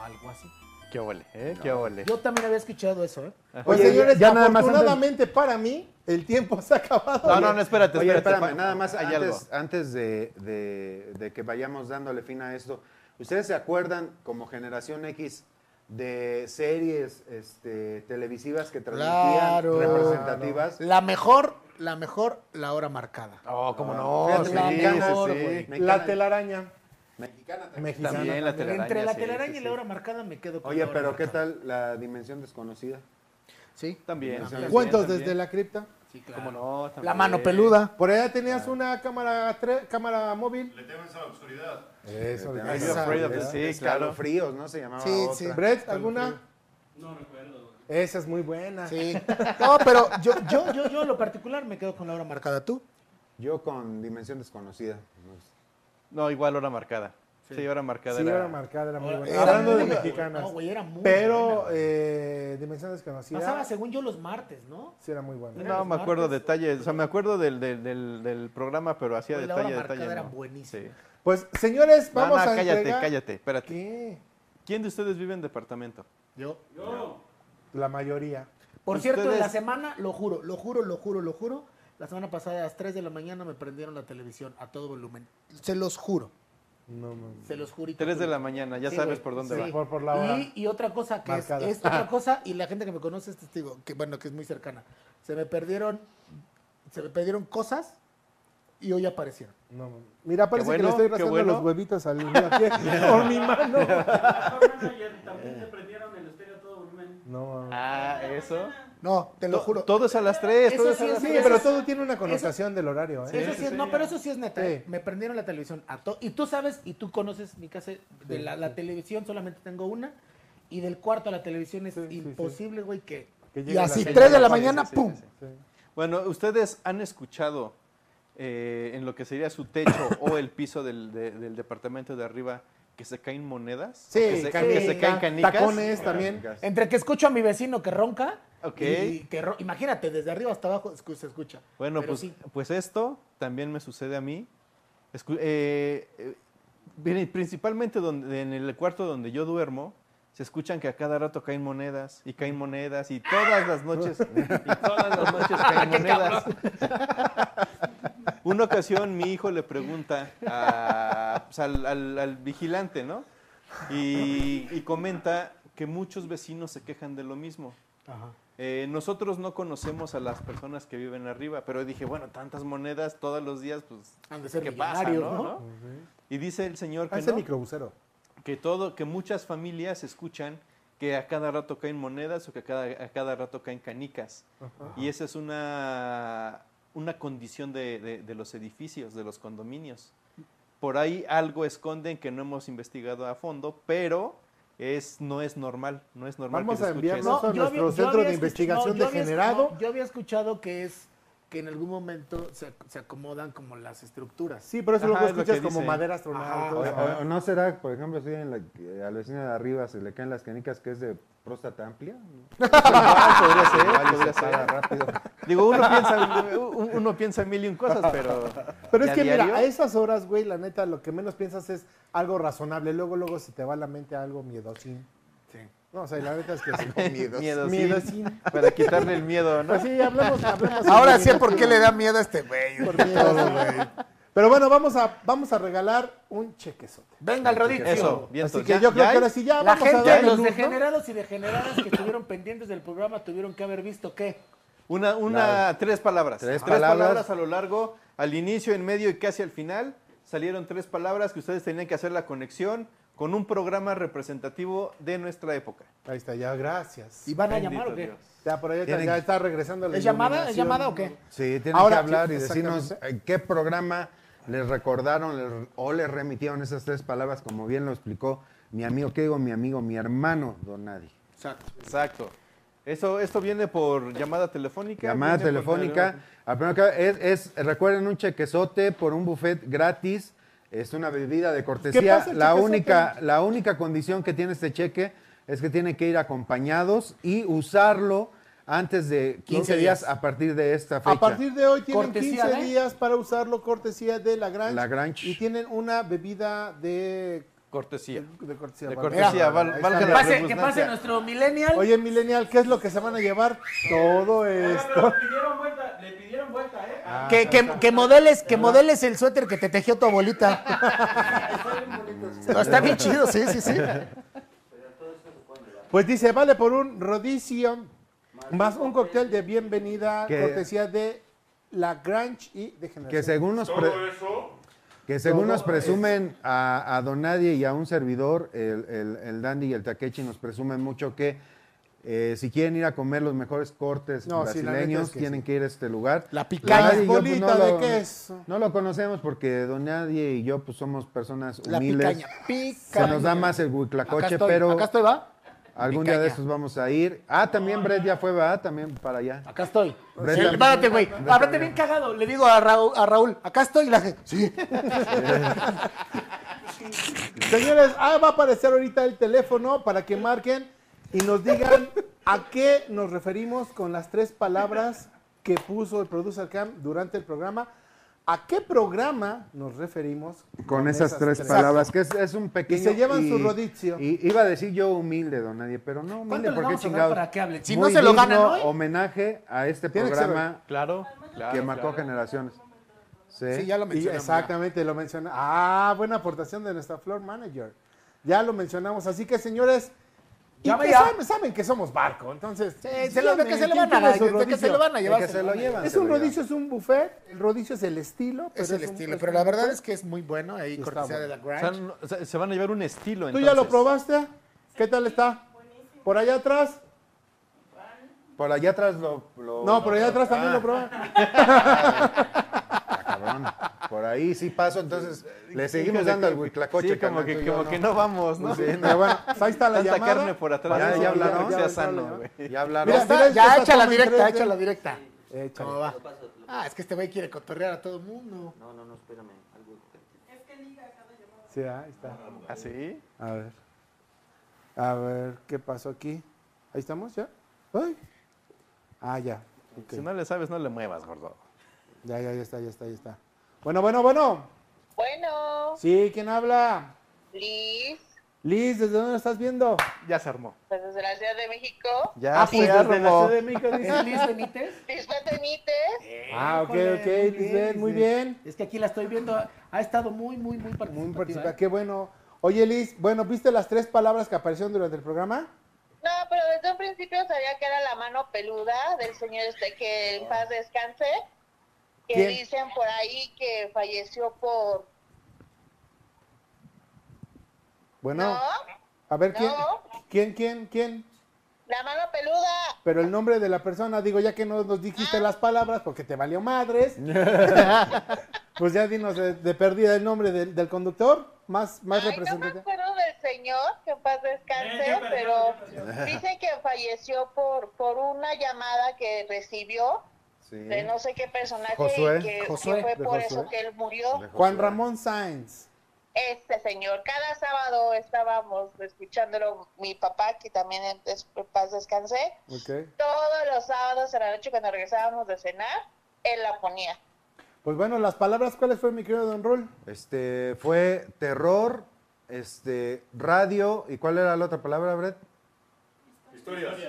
E: Algo así.
B: Qué ole, ¿eh? Qué ole.
E: Yo también había escuchado eso, ¿eh?
M: Pues
C: Oye,
M: señores,
C: ya nada más antes-
M: afortunadamente para mí, el tiempo se ha acabado.
B: No, no, no, espérate,
C: Oye,
B: espérate,
C: espérame,
B: pa-
C: nada más
B: hay
C: antes,
B: algo.
C: antes de, de- de que vayamos dándole fin a esto. ¿Ustedes se acuerdan, como Generación X, de series este, televisivas que transmitían
E: Claro.
C: representativas?
E: La mejor, la mejor, la hora marcada.
B: Oh,
C: cómo
E: no,
M: sí,
E: la
M: sí,
E: mejor,
M: sí.
E: güey.
M: La telaraña.
C: Mexicana
M: Mexicana
B: También la
M: también.
B: telaraña,
E: Entre la
B: sí,
E: telaraña
B: sí,
E: y
B: sí.
E: la hora marcada me quedo con
C: Oye,
E: la hora
C: pero ¿qué
E: marcada.
C: tal la dimensión desconocida?
E: Sí.
B: También.
C: También.
M: Cuentos
B: también.
M: desde la cripta.
E: Sí, claro.
B: Cómo no, también.
E: La mano peluda.
M: Por allá tenías una cámara tre- cámara móvil. Le temes a la
C: Eh,
M: oscuridad.
B: Are you
M: Eso,
B: afraid of the
M: ¿verdad?
B: sea? Sí, claro.
C: Escalofríos, ¿no? Se llamaba
E: Sí,
C: otra.
E: sí.
M: Brett, ¿alguna?
F: No recuerdo.
M: Esa es muy buena.
E: Sí. No, pero yo, yo, yo, yo en lo particular me quedo con la hora marcada. ¿Tú?
C: Yo con dimensión desconocida. No sé.
B: No, igual hora marcada. Sí, hora marcada.
M: Sí,
B: era-
M: hora marcada era muy buena.
E: Era
M: Hablando de
E: muy-
M: mexicanas.
E: No, güey, era muy
M: Pero
E: buena.
M: eh, Dimensión Desconocida
E: Pasaba, según yo, los martes, ¿no?
M: sí era muy buena.
E: Era
B: No,
E: los
B: me acuerdo
E: martes.
B: detalle, o sea, me acuerdo del, del, del, del programa, pero hacía
E: Güey, la
B: detalle,
E: hora
B: detalle.
E: marcada era
B: no.
E: buenísima.
B: Sí.
M: Pues, señores,
B: No,
M: vamos
B: no,
M: a
B: cállate,
M: entregar...
B: cállate, espérate.
M: ¿Qué?
B: ¿Quién de ustedes vive en departamento?
E: Yo.
M: La mayoría.
E: Por cierto, en
B: Ustedes-
E: la semana, lo juro, lo juro, lo juro, lo juro. La semana pasada a las 3 de la mañana me prendieron la televisión a todo volumen. Se los juro.
M: No, mames.
E: Se los juro. y te
B: Tres de
E: juro.
B: la mañana, ya
E: Sí,
B: sabes
E: güey,
B: por dónde
E: sí.
B: va.
M: Por- por la hora.
E: Y, y otra cosa que es,
M: Marcada.
E: es otra cosa, y la gente que me conoce es testigo, que bueno, que es muy cercana. Se me perdieron, se me perdieron cosas y hoy aparecieron.
M: No, mames. Mira, parece
B: bueno,
M: que le estoy
B: qué
M: rascando
B: bueno.
M: los huevitos al por mi mano.
F: también te prendieron el estéreo a todo volumen.
M: No, mames.
B: Ah, eso.
E: No, te lo juro.
B: Todo es a las tres,
E: Eso
B: todo es
E: sí
B: a
E: es
B: las
M: sí,
E: eso
M: pero
E: es-
M: todo tiene una connotación del horario, ¿eh?
E: Eso sí es- no, pero eso sí es neta. ¿eh?
M: Sí.
E: Me prendieron la televisión a todo. Y tú sabes, y tú conoces mi casa, de
M: Sí,
E: la,
M: sí.
E: la televisión solamente tengo una. Y del cuarto a la televisión es
M: Sí, sí, sí.
E: imposible, güey, que...
M: Que llegue
E: Y
M: a las
E: así,
M: seis
E: 3 de la
B: Sí, sí,
E: mañana,
B: sí,
E: ¡pum!
B: sí, sí.
M: Sí.
B: Bueno, ustedes han escuchado eh, en lo que sería su techo o el piso del, de- del departamento de arriba que se caen monedas,
M: Sí,
B: que, se, que se
E: canicas,
B: caen canicas.
M: Tacones también.
E: Entre que escucho a mi vecino que ronca.
B: Ok.
E: Y que ro- imagínate, desde arriba hasta abajo escu- se escucha.
B: Bueno,
E: Pero
B: pues,
E: sí.
B: pues esto también me sucede a mí. Escu- eh, eh, viene principalmente donde, en el cuarto donde yo duermo, se escuchan que a cada rato caen monedas y caen monedas y todas las noches, y todas las noches caen monedas. Una ocasión mi hijo le pregunta a- pues, al, al- al vigilante, ¿no? Y, y comenta que muchos vecinos se quejan de lo mismo. Eh, nosotros no conocemos a las personas que viven arriba, pero dije, bueno, tantas monedas todos los días, pues,
E: Han de ser
B: ¿qué pasa?
E: millonarios,
B: ¿no?
E: ¿no?
B: ¿No? Y dice el señor que,
E: Ah,
M: Hace
B: no,
M: microbusero.
B: que todo, que muchas familias escuchan que a cada rato caen monedas o que a cada, a cada rato caen canicas.
O: Ajá.
B: Y esa es una, una condición de, de- de los edificios, de los condominios. Por ahí algo esconden que no hemos investigado a fondo, pero es, no es normal. No es normal
D: Vamos
B: que se
D: a
B: escuche
D: enviarnos
B: eso.
D: a No, yo nuestro había- yo centro
E: había escuch- no, yo había-
D: degenerado.
E: no, yo había escuchado que es que en algún momento se, se acomodan como las estructuras.
D: Sí, pero eso
E: lo
D: luego escuchas como madera
E: Ah,
D: astronauta.
C: O, o- o no será, por ejemplo, si en la, que al vecino de arriba se le caen las canicas que es de próstata amplia. Pues ¿no?
B: Igual podría ser,
C: Igual y
B: podría
C: se
B: ser.
C: para rápido.
B: Digo, uno piensa, uno piensa mil y un cosas, pero.
D: Pero es
B: ¿y a
D: que
B: diario?
D: mira, a esas horas, güey, la neta, lo que menos piensas es algo razonable. Luego, luego se te va a la mente algo miedosín.
E: Sí.
D: No, o sea, la neta es que sí.
B: Miedosín. Miedosín. Para quitarle el miedo, ¿no?
D: Pues sí, hablamos, hablamos.
E: Ahora sí, ¿por qué le da miedo a este güey?
D: Por miedo,
E: Todo,
D: sí.
E: güey.
D: Pero bueno, vamos a, vamos a regalar un chequezote.
E: Venga, el rodillo.
B: Eso, bien,
D: Así
B: entonces,
D: que
B: ¿ya-
D: yo creo
B: ya
D: que
B: hay?
D: ahora sí ya
E: La
D: vamos a
E: gente,
D: darle
E: los
D: luz, ¿no?
E: degenerados y degeneradas que estuvieron pendientes del programa tuvieron que haber visto qué.
B: Una, una, tres palabras.
C: Tres
B: Tres,
C: palabras.
B: palabras. a lo largo, al inicio, en medio y casi al final. Salieron tres palabras que ustedes tenían que hacer la conexión con un programa representativo de nuestra época.
D: Ahí está, ya, gracias.
E: ¿Y van a llamar o qué?
D: Ya, por ahí está,
C: Tienen-
D: ya está regresando la
E: ¿Es llamada? ¿Es
D: iluminación.
E: llamada o qué?
C: Sí, tienen
D: Ahora,
C: que hablar y
D: sí,
C: decirnos
D: exactamente.
C: eh, qué programa les recordaron les- o les remitieron esas tres palabras, como bien lo explicó mi amigo, ¿qué digo? Mi amigo, mi hermano, don Nadie.
B: Exacto. Exacto. Eso, esto viene por llamada
E: Ah,
B: telefónica.
C: Llamada
B: viene por
C: telefónica. Al primero que- es, es- recuerden un chequezote por un buffet gratis. Es una bebida de
D: ¿Qué
C: cortesía.
D: pasa, el
C: La
D: chequezote?
C: única, la única condición que tiene este cheque es que tienen que ir acompañados y usarlo antes de 15
D: 15
C: días
D: días.
C: a partir de esta fecha.
D: A partir de hoy tienen
E: Cortesía
D: 15
E: de-
D: días para usarlo, cortesía de Lagrange.
C: Lagrange.
D: Y tienen una bebida de,
B: Cortesía.
D: de cortesía.
B: De
D: valga-
B: cortesía, val-
D: Ahí
B: valga
D: está.
B: la
E: Pase- que pase
B: redundancia.
E: nuestro millennial.
D: Oye, Millennial, ¿qué es lo que se van a llevar? Todo
P: Le
D: esto.
P: pidieron vuelta, le pidieron vuelta, ¿eh? Ah,
E: que, que- que modeles, que modeles el suéter que te tejió tu abuelita. No, está bien chido, sí, sí, sí.
D: Pues dice, vale por un rodicio más un cóctel de bienvenida,
C: Que-
D: cortesía de Lagrange y de Generación.
C: Que según nos, pre- que según
D: Todo
C: nos presumen a, a Don Nadie y a un servidor, el, el- el Dandy y el Takechi nos presumen mucho que eh, si quieren ir a comer los mejores cortes
D: No, sí, la neta
C: brasileños,
D: es que
C: tienen que ir a este lugar.
D: La
C: picaña
D: picaña es bolita de queso.
C: pues, No lo conocemos porque Don Nadie y yo pues somos personas
E: La
C: humildes.
E: picaña.
C: Se
E: Picaña.
C: nos da más el
E: Acá
C: huiclacoche,
E: estoy,
C: pero
E: Acá estoy, ¿va?
C: algún día de
E: Picaña.
C: estos vamos a ir. Ah, también Brett ya fue, va, también para allá.
E: Acá estoy.
C: Brett
E: Sí,
C: también.
E: párate, güey.
C: Brett
E: Háblate
C: también.
E: bien cagado. Le digo a Raúl, a Raúl, acá estoy. Y la gente, sí.
D: Ah, pues, Señores, ah, va a aparecer ahorita el teléfono para que marquen y nos digan a qué nos referimos con las tres palabras que puso el producer Cam durante el programa. ¿A qué programa nos referimos
C: Con esas tres
D: tres?
C: palabras, que es, es un pequeño.
D: se llevan su rodicio.
C: Y iba a decir yo humilde, don Nadie, pero no humilde,
E: ¿Cuánto le
C: porque
E: vamos a dar
C: chingado.
E: para que hable? Si
C: Muy
E: no se lo
C: digno
E: ganan hoy.
C: homenaje a este
D: Tiene que ser
C: programa
B: Claro, claro.
C: que marcó
B: claro.
C: generaciones. Sí.
E: Sí, ya lo
D: Y
E: mencionamos.
D: exactamente, lo menciona. Ah, buena aportación de nuestra floor manager. Ya lo mencionamos. Así que, señores, y
E: Ya
D: que
E: vaya.
D: saben, saben que somos barco. Entonces,
E: Sí, se lo- de que se lo
D: ¿quién
E: van a-
D: tiene su
E: de que
D: rodicio?
E: se lo van a
C: De
E: llevar.
C: que se lo llevan.
D: Es
C: se
D: un
C: lo llevan.
D: rodicio, es un buffet. El rodicio es el estilo. pero
E: Es el
D: un-
E: estilo.
D: es
E: Pero
D: un
E: la verdad
D: buffet.
E: es que es muy bueno. Ahí,
D: Está
E: cortesía de
D: bueno.
E: la
B: O sea,
E: Grange.
B: no- o sea, se van a llevar un estilo.
D: ¿Tú ya lo
B: entonces.
D: probaste? ¿Qué tal está? ¿Por allá atrás?
C: Por allá atrás lo. lo-
D: No, por allá atrás también
C: Ah,
D: lo probé.
B: Ah,
D: Ah,
C: cabrón. Por ahí sí paso, entonces le seguimos
B: Híjole,
C: dando el
B: que-
C: huiclacoche.
B: Sí, como,
C: carnal,
B: que,
C: tú y
B: como
C: yo,
B: que no vamos, ¿no?
C: Pues sí,
D: Pero bueno, ahí está la
B: Tanta
D: llamada.
B: carne por atrás.
C: Ya-
B: eso
C: ya
B: que
C: hablaron,
B: sea
C: ya
B: sano, güey.
C: Ya hablaron.
D: Mira,
E: Está-
D: mira, esto
E: ya
D: está
E: échala
D: como en
E: directa,
D: 3D.
E: échala directa.
D: Échale.
E: ¿Cómo va? Ah, es que este güey quiere cotorrear a todo el mundo.
K: No, no, no, espérame. Algo que-
D: Sí, ahí está.
B: ¿Así?
D: A ver. A ver, ¿qué pasó aquí? Ahí estamos ya. Ay. Ah, ya. Ok.
B: Si no le sabes, no le muevas, gordo.
D: Ya, ya, ya está, ya está, ya está. Bueno, bueno, bueno.
G: Bueno,
D: Sí, ¿quién habla?
G: Liz,
D: Liz, ¿desde dónde estás viendo?
B: Ya se armó.
G: pues desde la Ciudad de México.
B: Ya
D: Ah,
B: se
D: pues, desde la
B: armó.
D: Ciudad de México, dice.
E: ¿Es Liz Benítez?
G: Lisbeth Benítez.
D: Ah, ok,
E: Híjole,
D: ok,
E: muy bien,
D: Lisbeth, muy
E: Lisbeth.
D: bien.
E: Es que aquí la estoy viendo. Ha ha estado muy, muy, muy participativa. ¿eh?
D: Muy
E: Muy
D: participa, qué bueno. Oye, Liz, bueno, ¿viste las tres palabras que aparecieron durante el programa?
G: No, pero desde un principio sabía que era la mano peluda del señor este que en paz descanse. Que
D: Ah. ¿Quién?
G: dicen por ahí que falleció por.
D: Bueno,
G: ¿No?
D: A ver, ¿quién?
G: No.
D: ¿Quién, quién, quién?
G: La mano peluda.
D: Pero el nombre de la persona, digo, ya que no nos
G: Ah.
D: dijiste las palabras porque te valió madres. pues ya dinos de, de perdida el nombre del, del conductor, más,
G: Ay,
D: más
G: no me
D: representativo.
G: acuerdo del señor, que en paz descanse,
D: Eh, ya perdió,
G: pero
D: ya perdió.
G: dicen que falleció por, por una llamada que recibió
D: Sí.
G: de no sé qué personaje
D: Josué,
G: y que, que
D: Josué,
G: fue
D: de
G: por
D: Josué.
G: eso que él murió.
E: ¿eh?
D: Juan Ramón Sáenz.
G: Este señor, cada sábado estábamos escuchándolo, mi papá, que también en, des- en paz descansé,
D: Ok.
G: todos los sábados a la noche cuando regresábamos de cenar, él la ponía.
D: Pues bueno, las palabras, ¿cuáles fue mi querido Don Rul?
C: Este, fue terror, este, radio, ¿y cuál era la otra palabra, Brett?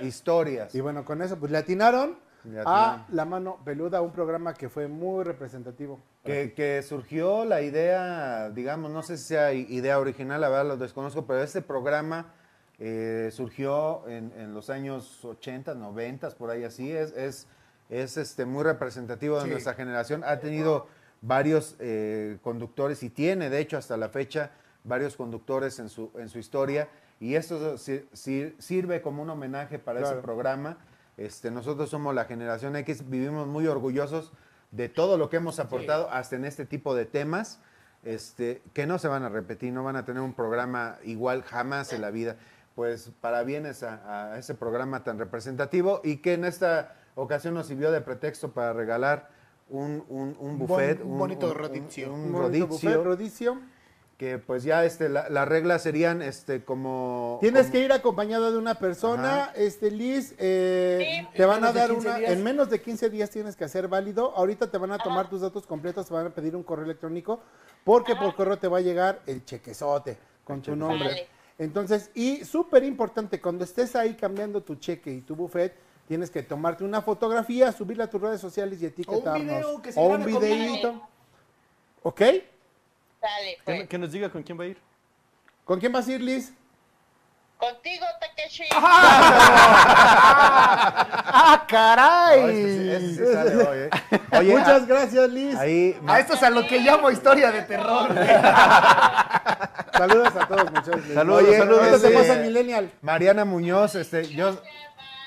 C: Historias.
D: Y bueno, con eso, pues le atinaron
C: Le
D: a
C: atinaron.
D: La Mano Peluda, un programa que fue muy representativo.
C: Que, que surgió la idea, digamos, no sé si sea i- idea original, la verdad lo desconozco, pero este programa eh, surgió en, en los años 80, 90, por ahí así, es, es, es este, muy representativo de
D: Sí.
C: nuestra generación, ha tenido varios eh, conductores y tiene, de hecho, hasta la fecha, varios conductores en su, en su historia, y esto si- si- sirve como un homenaje para ese
D: Claro.
C: programa. Este, nosotros somos la generación X, vivimos muy orgullosos de todo lo que hemos aportado hasta en este tipo de temas, este, que no se van a repetir, no van a tener un programa igual jamás en la vida. Pues para bienes a, a ese programa tan representativo y que en esta ocasión nos sirvió de pretexto para regalar un, un, un buffet,
D: Bon- un bonito
C: rodicio, un,
D: Un
C: rodicio,
D: bonito buffet, rodicio.
C: que pues ya este, la- las reglas serían este, como...
D: Tienes
C: como-
D: que ir acompañado de una persona,
C: Ajá.
D: este Liz, eh,
C: Sí.
D: te van a
C: Menos de
D: dar
C: 15
D: una,
C: días.
D: en menos de 15 días tienes que hacer válido, ahorita te van a tomar tus datos completos, te van a pedir un correo electrónico, porque por correo te va a llegar el chequezote con tu nombre.
G: Vale.
D: Entonces, y súper importante, cuando estés ahí cambiando tu cheque y tu buffet, tienes que tomarte una fotografía, subirla a tus redes sociales y etiquetarnos.
E: video que se
D: o
E: grabe
D: un
E: con video.
D: videíto. ¿Ok?
G: Dale, pues.
B: Que nos diga con quién va a ir.
D: ¿Con quién vas a ir, Liz?
G: Contigo, Takeshi.
D: ¡Ah, caray!
C: No, este sí- este sí sale hoy, ¿eh? Oye,
D: Muchas
C: a-
D: gracias, Liz.
C: Ahí
E: A esto es a lo que llamo historia de terror.
D: Saludos a todos, muchachos.
C: Saludos,
D: Oye,
C: saludos.
D: ahorita te
C: Este,
D: pasa Millennial.
C: Mariana Muñoz, este, yo.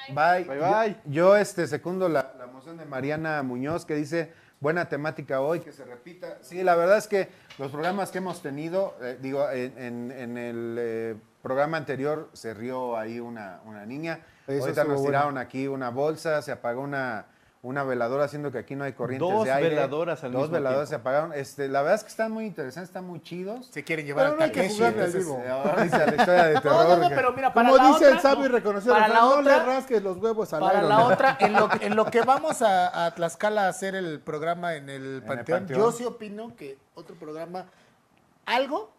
C: Bye.
D: Bye,
C: Yo-
D: bye.
C: Yo, este, secundo la, la moción de Mariana Muñoz que dice buena temática hoy, que se repita. Sí, la verdad es que los programas que hemos tenido, eh, digo, en, en- en el eh, programa anterior se rió ahí una, una niña.
D: Eso
C: Ahorita
D: estuvo
C: nos
D: bueno.
C: tiraron aquí una bolsa, se apagó una, una veladora, haciendo que aquí no hay corrientes
B: Dos
C: de aire.
B: veladoras al
C: Dos
B: mismo
C: veladoras
B: tiempo.
C: se apagaron. Este, la verdad es que están muy interesantes, están muy chidos.
E: Se quieren
D: llevar Pero al no hay que Takeshi, jugarle al
C: entonces,
D: vivo.
C: eh, ahora dice la historia de terror.
E: no, no,
C: que-
E: pero mira, para
D: Como
E: la
D: dice
E: otra,
D: el sabio y
E: no,
D: reconocido,
E: para
D: Rafael,
E: la
D: no le
E: otra-
D: rasques los huevos al
E: Para
D: Iron
E: la
D: Man.
E: otra, en lo, en lo que vamos a, a Tlaxcala a hacer el programa en el Panteón,
D: Panteón.
E: yo sí opino que otro programa, algo,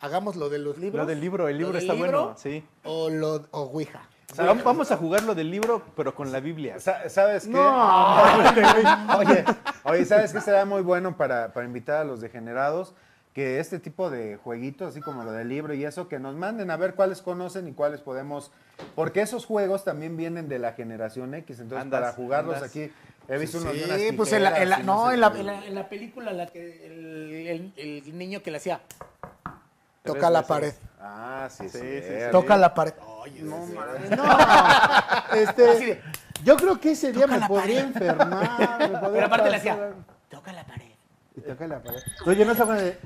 E: hagamos lo de los libros.
B: Lo del libro, el
E: lo
B: libro
E: del
B: está
E: libro,
B: bueno. Sí.
E: O, lo, o Ouija.
B: Vam- Vamos a jugar lo del libro, pero con la Biblia.
C: Sa- ¿Sabes qué?
B: No.
C: oye, oye, ¿sabes qué será muy bueno para, para invitar a los degenerados? Que este tipo de jueguitos, así como lo del libro y eso, que nos manden a ver cuáles conocen y cuáles podemos. Porque esos juegos también vienen de la generación X, entonces
B: Andas,
C: para jugarlos
B: andas.
C: aquí. He visto unos de unas
E: Sí, pues en la, en la-
C: tijeras y
E: no,
C: sé
E: en, la,
C: qué.
E: en la- en la película la que el, el- el niño que le hacía
C: Tres
E: toca la
C: veces.
E: pared.
C: Ah, sí, sí.
B: sí,
C: sí.
E: Toca la pared.
D: No,
E: mames.
D: No,
E: Así de,
D: este, yo creo que ese día
E: Toca
D: me
E: la
D: podría
E: pared.
D: enfermar. Ah, me podría
E: Pero aparte le
D: pasar
E: hacía,
D: algo.
E: toca la pared.
D: Y toca la pared. Oye, no se acuerda de...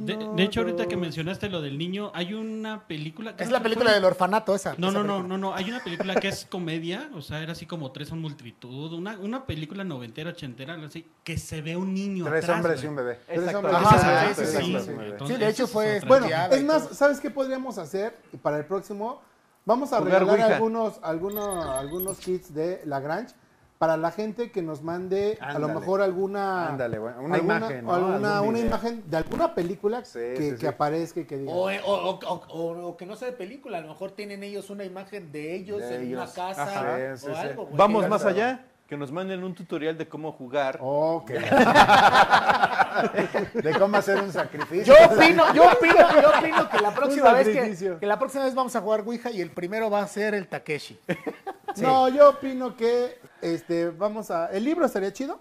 K: De, de hecho, ahorita que mencionaste lo del niño, hay una película que
E: Es la película del orfanato esa.
K: No,
E: esa
K: no, no,
E: película.
K: no, no. Hay una película que es comedia, o sea, era así como tres son multitud, una, una película noventera, ochentera, algo así, que se ve un niño.
C: Tres
K: atrás,
C: hombres y
K: güey.
C: un bebé.
D: Tres
K: Exacto.
D: hombres
K: Ajá,
D: y
K: sí,
D: un bebé.
K: sí,
D: Tres
K: sí, sí.
D: hombres y un bebé.
K: Entonces,
E: Sí, de hecho,
K: eso
E: fue-
K: otra
D: Bueno,
K: idea.
D: es más, ¿sabes qué podríamos hacer? Y para el próximo, vamos a
B: Jugar
D: regalar
B: Ouija.
D: algunos, algunos, algunos kits de Lagrange para la gente que nos mande a
C: Ándale.
D: lo mejor alguna,
C: Ándale, bueno, una
D: alguna-
C: imagen, ¿no?
D: alguna-
C: Algún
D: una
C: video.
D: imagen de alguna película que,
C: sí,
D: que
C: sí.
D: aparezca y que diga.
E: O, eh, o- o- o- o- o que no sea de película, a lo mejor tienen ellos una imagen de ellos
C: De
E: en una
C: ellos.
E: casa
C: Ajá.
E: o
C: Sí, sí, sí.
E: algo. güey.
B: Vamos más allá. Que nos manden un tutorial de cómo jugar.
D: Ok.
C: De cómo hacer un sacrificio.
E: Yo opino, yo opino, yo opino que la próxima vez que,
D: sacrificio.
E: que la próxima vez vamos a jugar Ouija y el primero va a ser el Takeshi.
D: No, yo opino que este, vamos a. El libro estaría chido.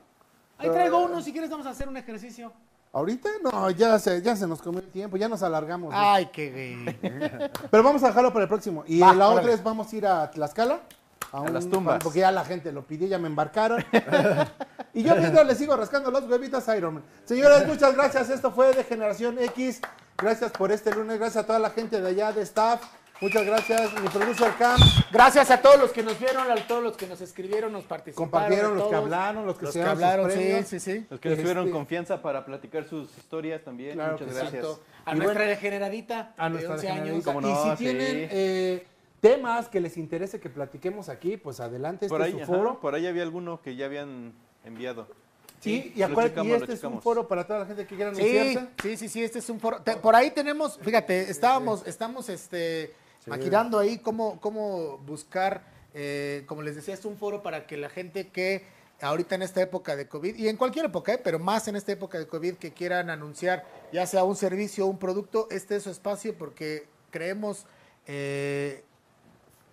D: Ah.
E: Ahí traigo uno, si quieres vamos a hacer un ejercicio.
D: Ahorita no, ya se, ya se nos comió el tiempo, ya nos alargamos. ¿no?
E: Ay, qué gay.
D: Pero vamos a dejarlo para el próximo. Y
E: Va,
D: la otra
E: órale.
D: es vamos a ir a Tlaxcala. A, un-
B: las tumbas.
D: Porque ya la gente lo pidió, ya me embarcaron. y yo mientras le sigo rascando los huevitos a Iron Man. Señores, muchas gracias. Esto fue de Generación X. Gracias por este lunes. Gracias a toda la gente de allá, de staff. Muchas gracias, mi producer Cam.
E: Gracias a todos los que nos vieron, a todos los que nos escribieron, nos participaron.
D: Compartieron,
E: a
D: los que
E: todos.
D: hablaron, los que se
E: hablaron,
D: sus
E: sí,
D: premios.
E: sí, sí.
B: Los que nos tuvieron
D: Este-
B: confianza para platicar sus historias también.
D: Claro
B: Muchas
D: que sí.
B: gracias.
D: Exacto.
E: A
D: Y
E: nuestra
D: bueno,
E: degeneradita
D: a
E: de
D: nuestra
E: 11
D: degeneradita.
E: años.
B: ¿Cómo no?
D: y si
B: Ah, Sí.
D: tienen eh, temas que les interese que platiquemos aquí, pues adelante, este
B: Por ahí,
D: es su
B: ajá,
D: foro.
B: por ahí había alguno que ya habían enviado.
D: Sí, y,
B: Lo
D: acuérdate,
B: checamos,
D: y
B: lo
D: este es un
B: checamos.
D: foro para toda la gente que quiera
E: Sí,
D: anunciarse.
E: sí, sí, sí, este es un foro. Te- por ahí tenemos, fíjate, estábamos, estamos este, maquinando ahí cómo, cómo buscar, eh, como les decía, es un foro para que la gente que ahorita en esta época de COVID, y en cualquier época, eh, pero más en esta época de COVID, que quieran anunciar ya sea un servicio o un producto, este es su espacio porque creemos eh,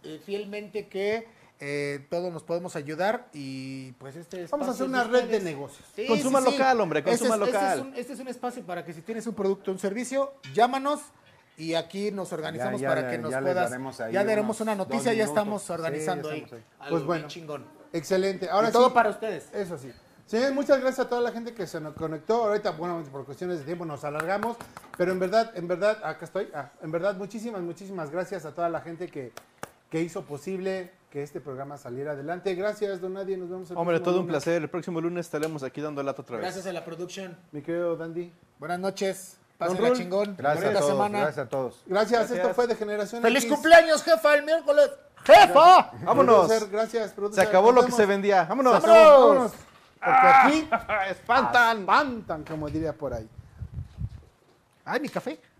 E: eh, fielmente que eh, todos nos podemos ayudar y pues este
D: Vamos
E: espacio
D: a hacer
E: es
D: una red de
E: ustedes.
D: negocios.
E: Sí,
B: Consuma
E: sí, sí.
B: local, hombre,
E: Este
B: consuma
E: es- este es
B: local.
E: un- este es un espacio para que si tienes un producto o un servicio, llámanos y aquí nos organizamos
C: Ya, ya
E: para
C: le-
E: que nos
C: ya le
E: puedas.
C: daremos ahí
E: ya daremos
C: unos
E: una noticia,
C: dos
E: ya
C: minutos.
E: estamos organizando
C: Sí, ya
E: ahí.
C: estamos ahí.
E: Algo
D: Pues
E: pues
D: bueno.
E: chingón.
D: Excelente. Ahora
E: Y todo
D: sí,
E: para ustedes.
D: Eso sí. Señores, muchas gracias a toda la gente que se nos conectó. Ahorita, bueno, por cuestiones de tiempo nos alargamos, pero en verdad, en verdad, acá estoy. Ah, en verdad, muchísimas, muchísimas gracias a toda la gente que, que hizo posible que este programa saliera adelante. Gracias, don Nadie. Nos vemos el
B: Hombre,
D: próximo
B: todo un
D: lunes.
B: placer. El próximo lunes estaremos aquí dando lata otra vez.
E: Gracias a la producción.
D: Mi querido Dandy.
E: Buenas noches.
D: Don
E: Pásenla
D: Rul,
E: chingón.
C: Gracias a
E: Bonita
C: todos,
E: semana.
C: gracias a todos.
D: Gracias,
B: Gracias.
D: esto fue de Generación
E: ¡Feliz
D: X.
E: cumpleaños, jefa, el miércoles! ¡Jefa!
B: ¡Vámonos!
D: Producer, gracias,
B: Se
D: producer.
B: acabó
D: Nos
B: lo que
D: vemos.
B: se vendía. ¡Vámonos!
D: ¡Vámonos! vámonos. Porque aquí
B: ¡Espantan!
D: espantan, como diría por ahí.
E: ¡Ay, mi café!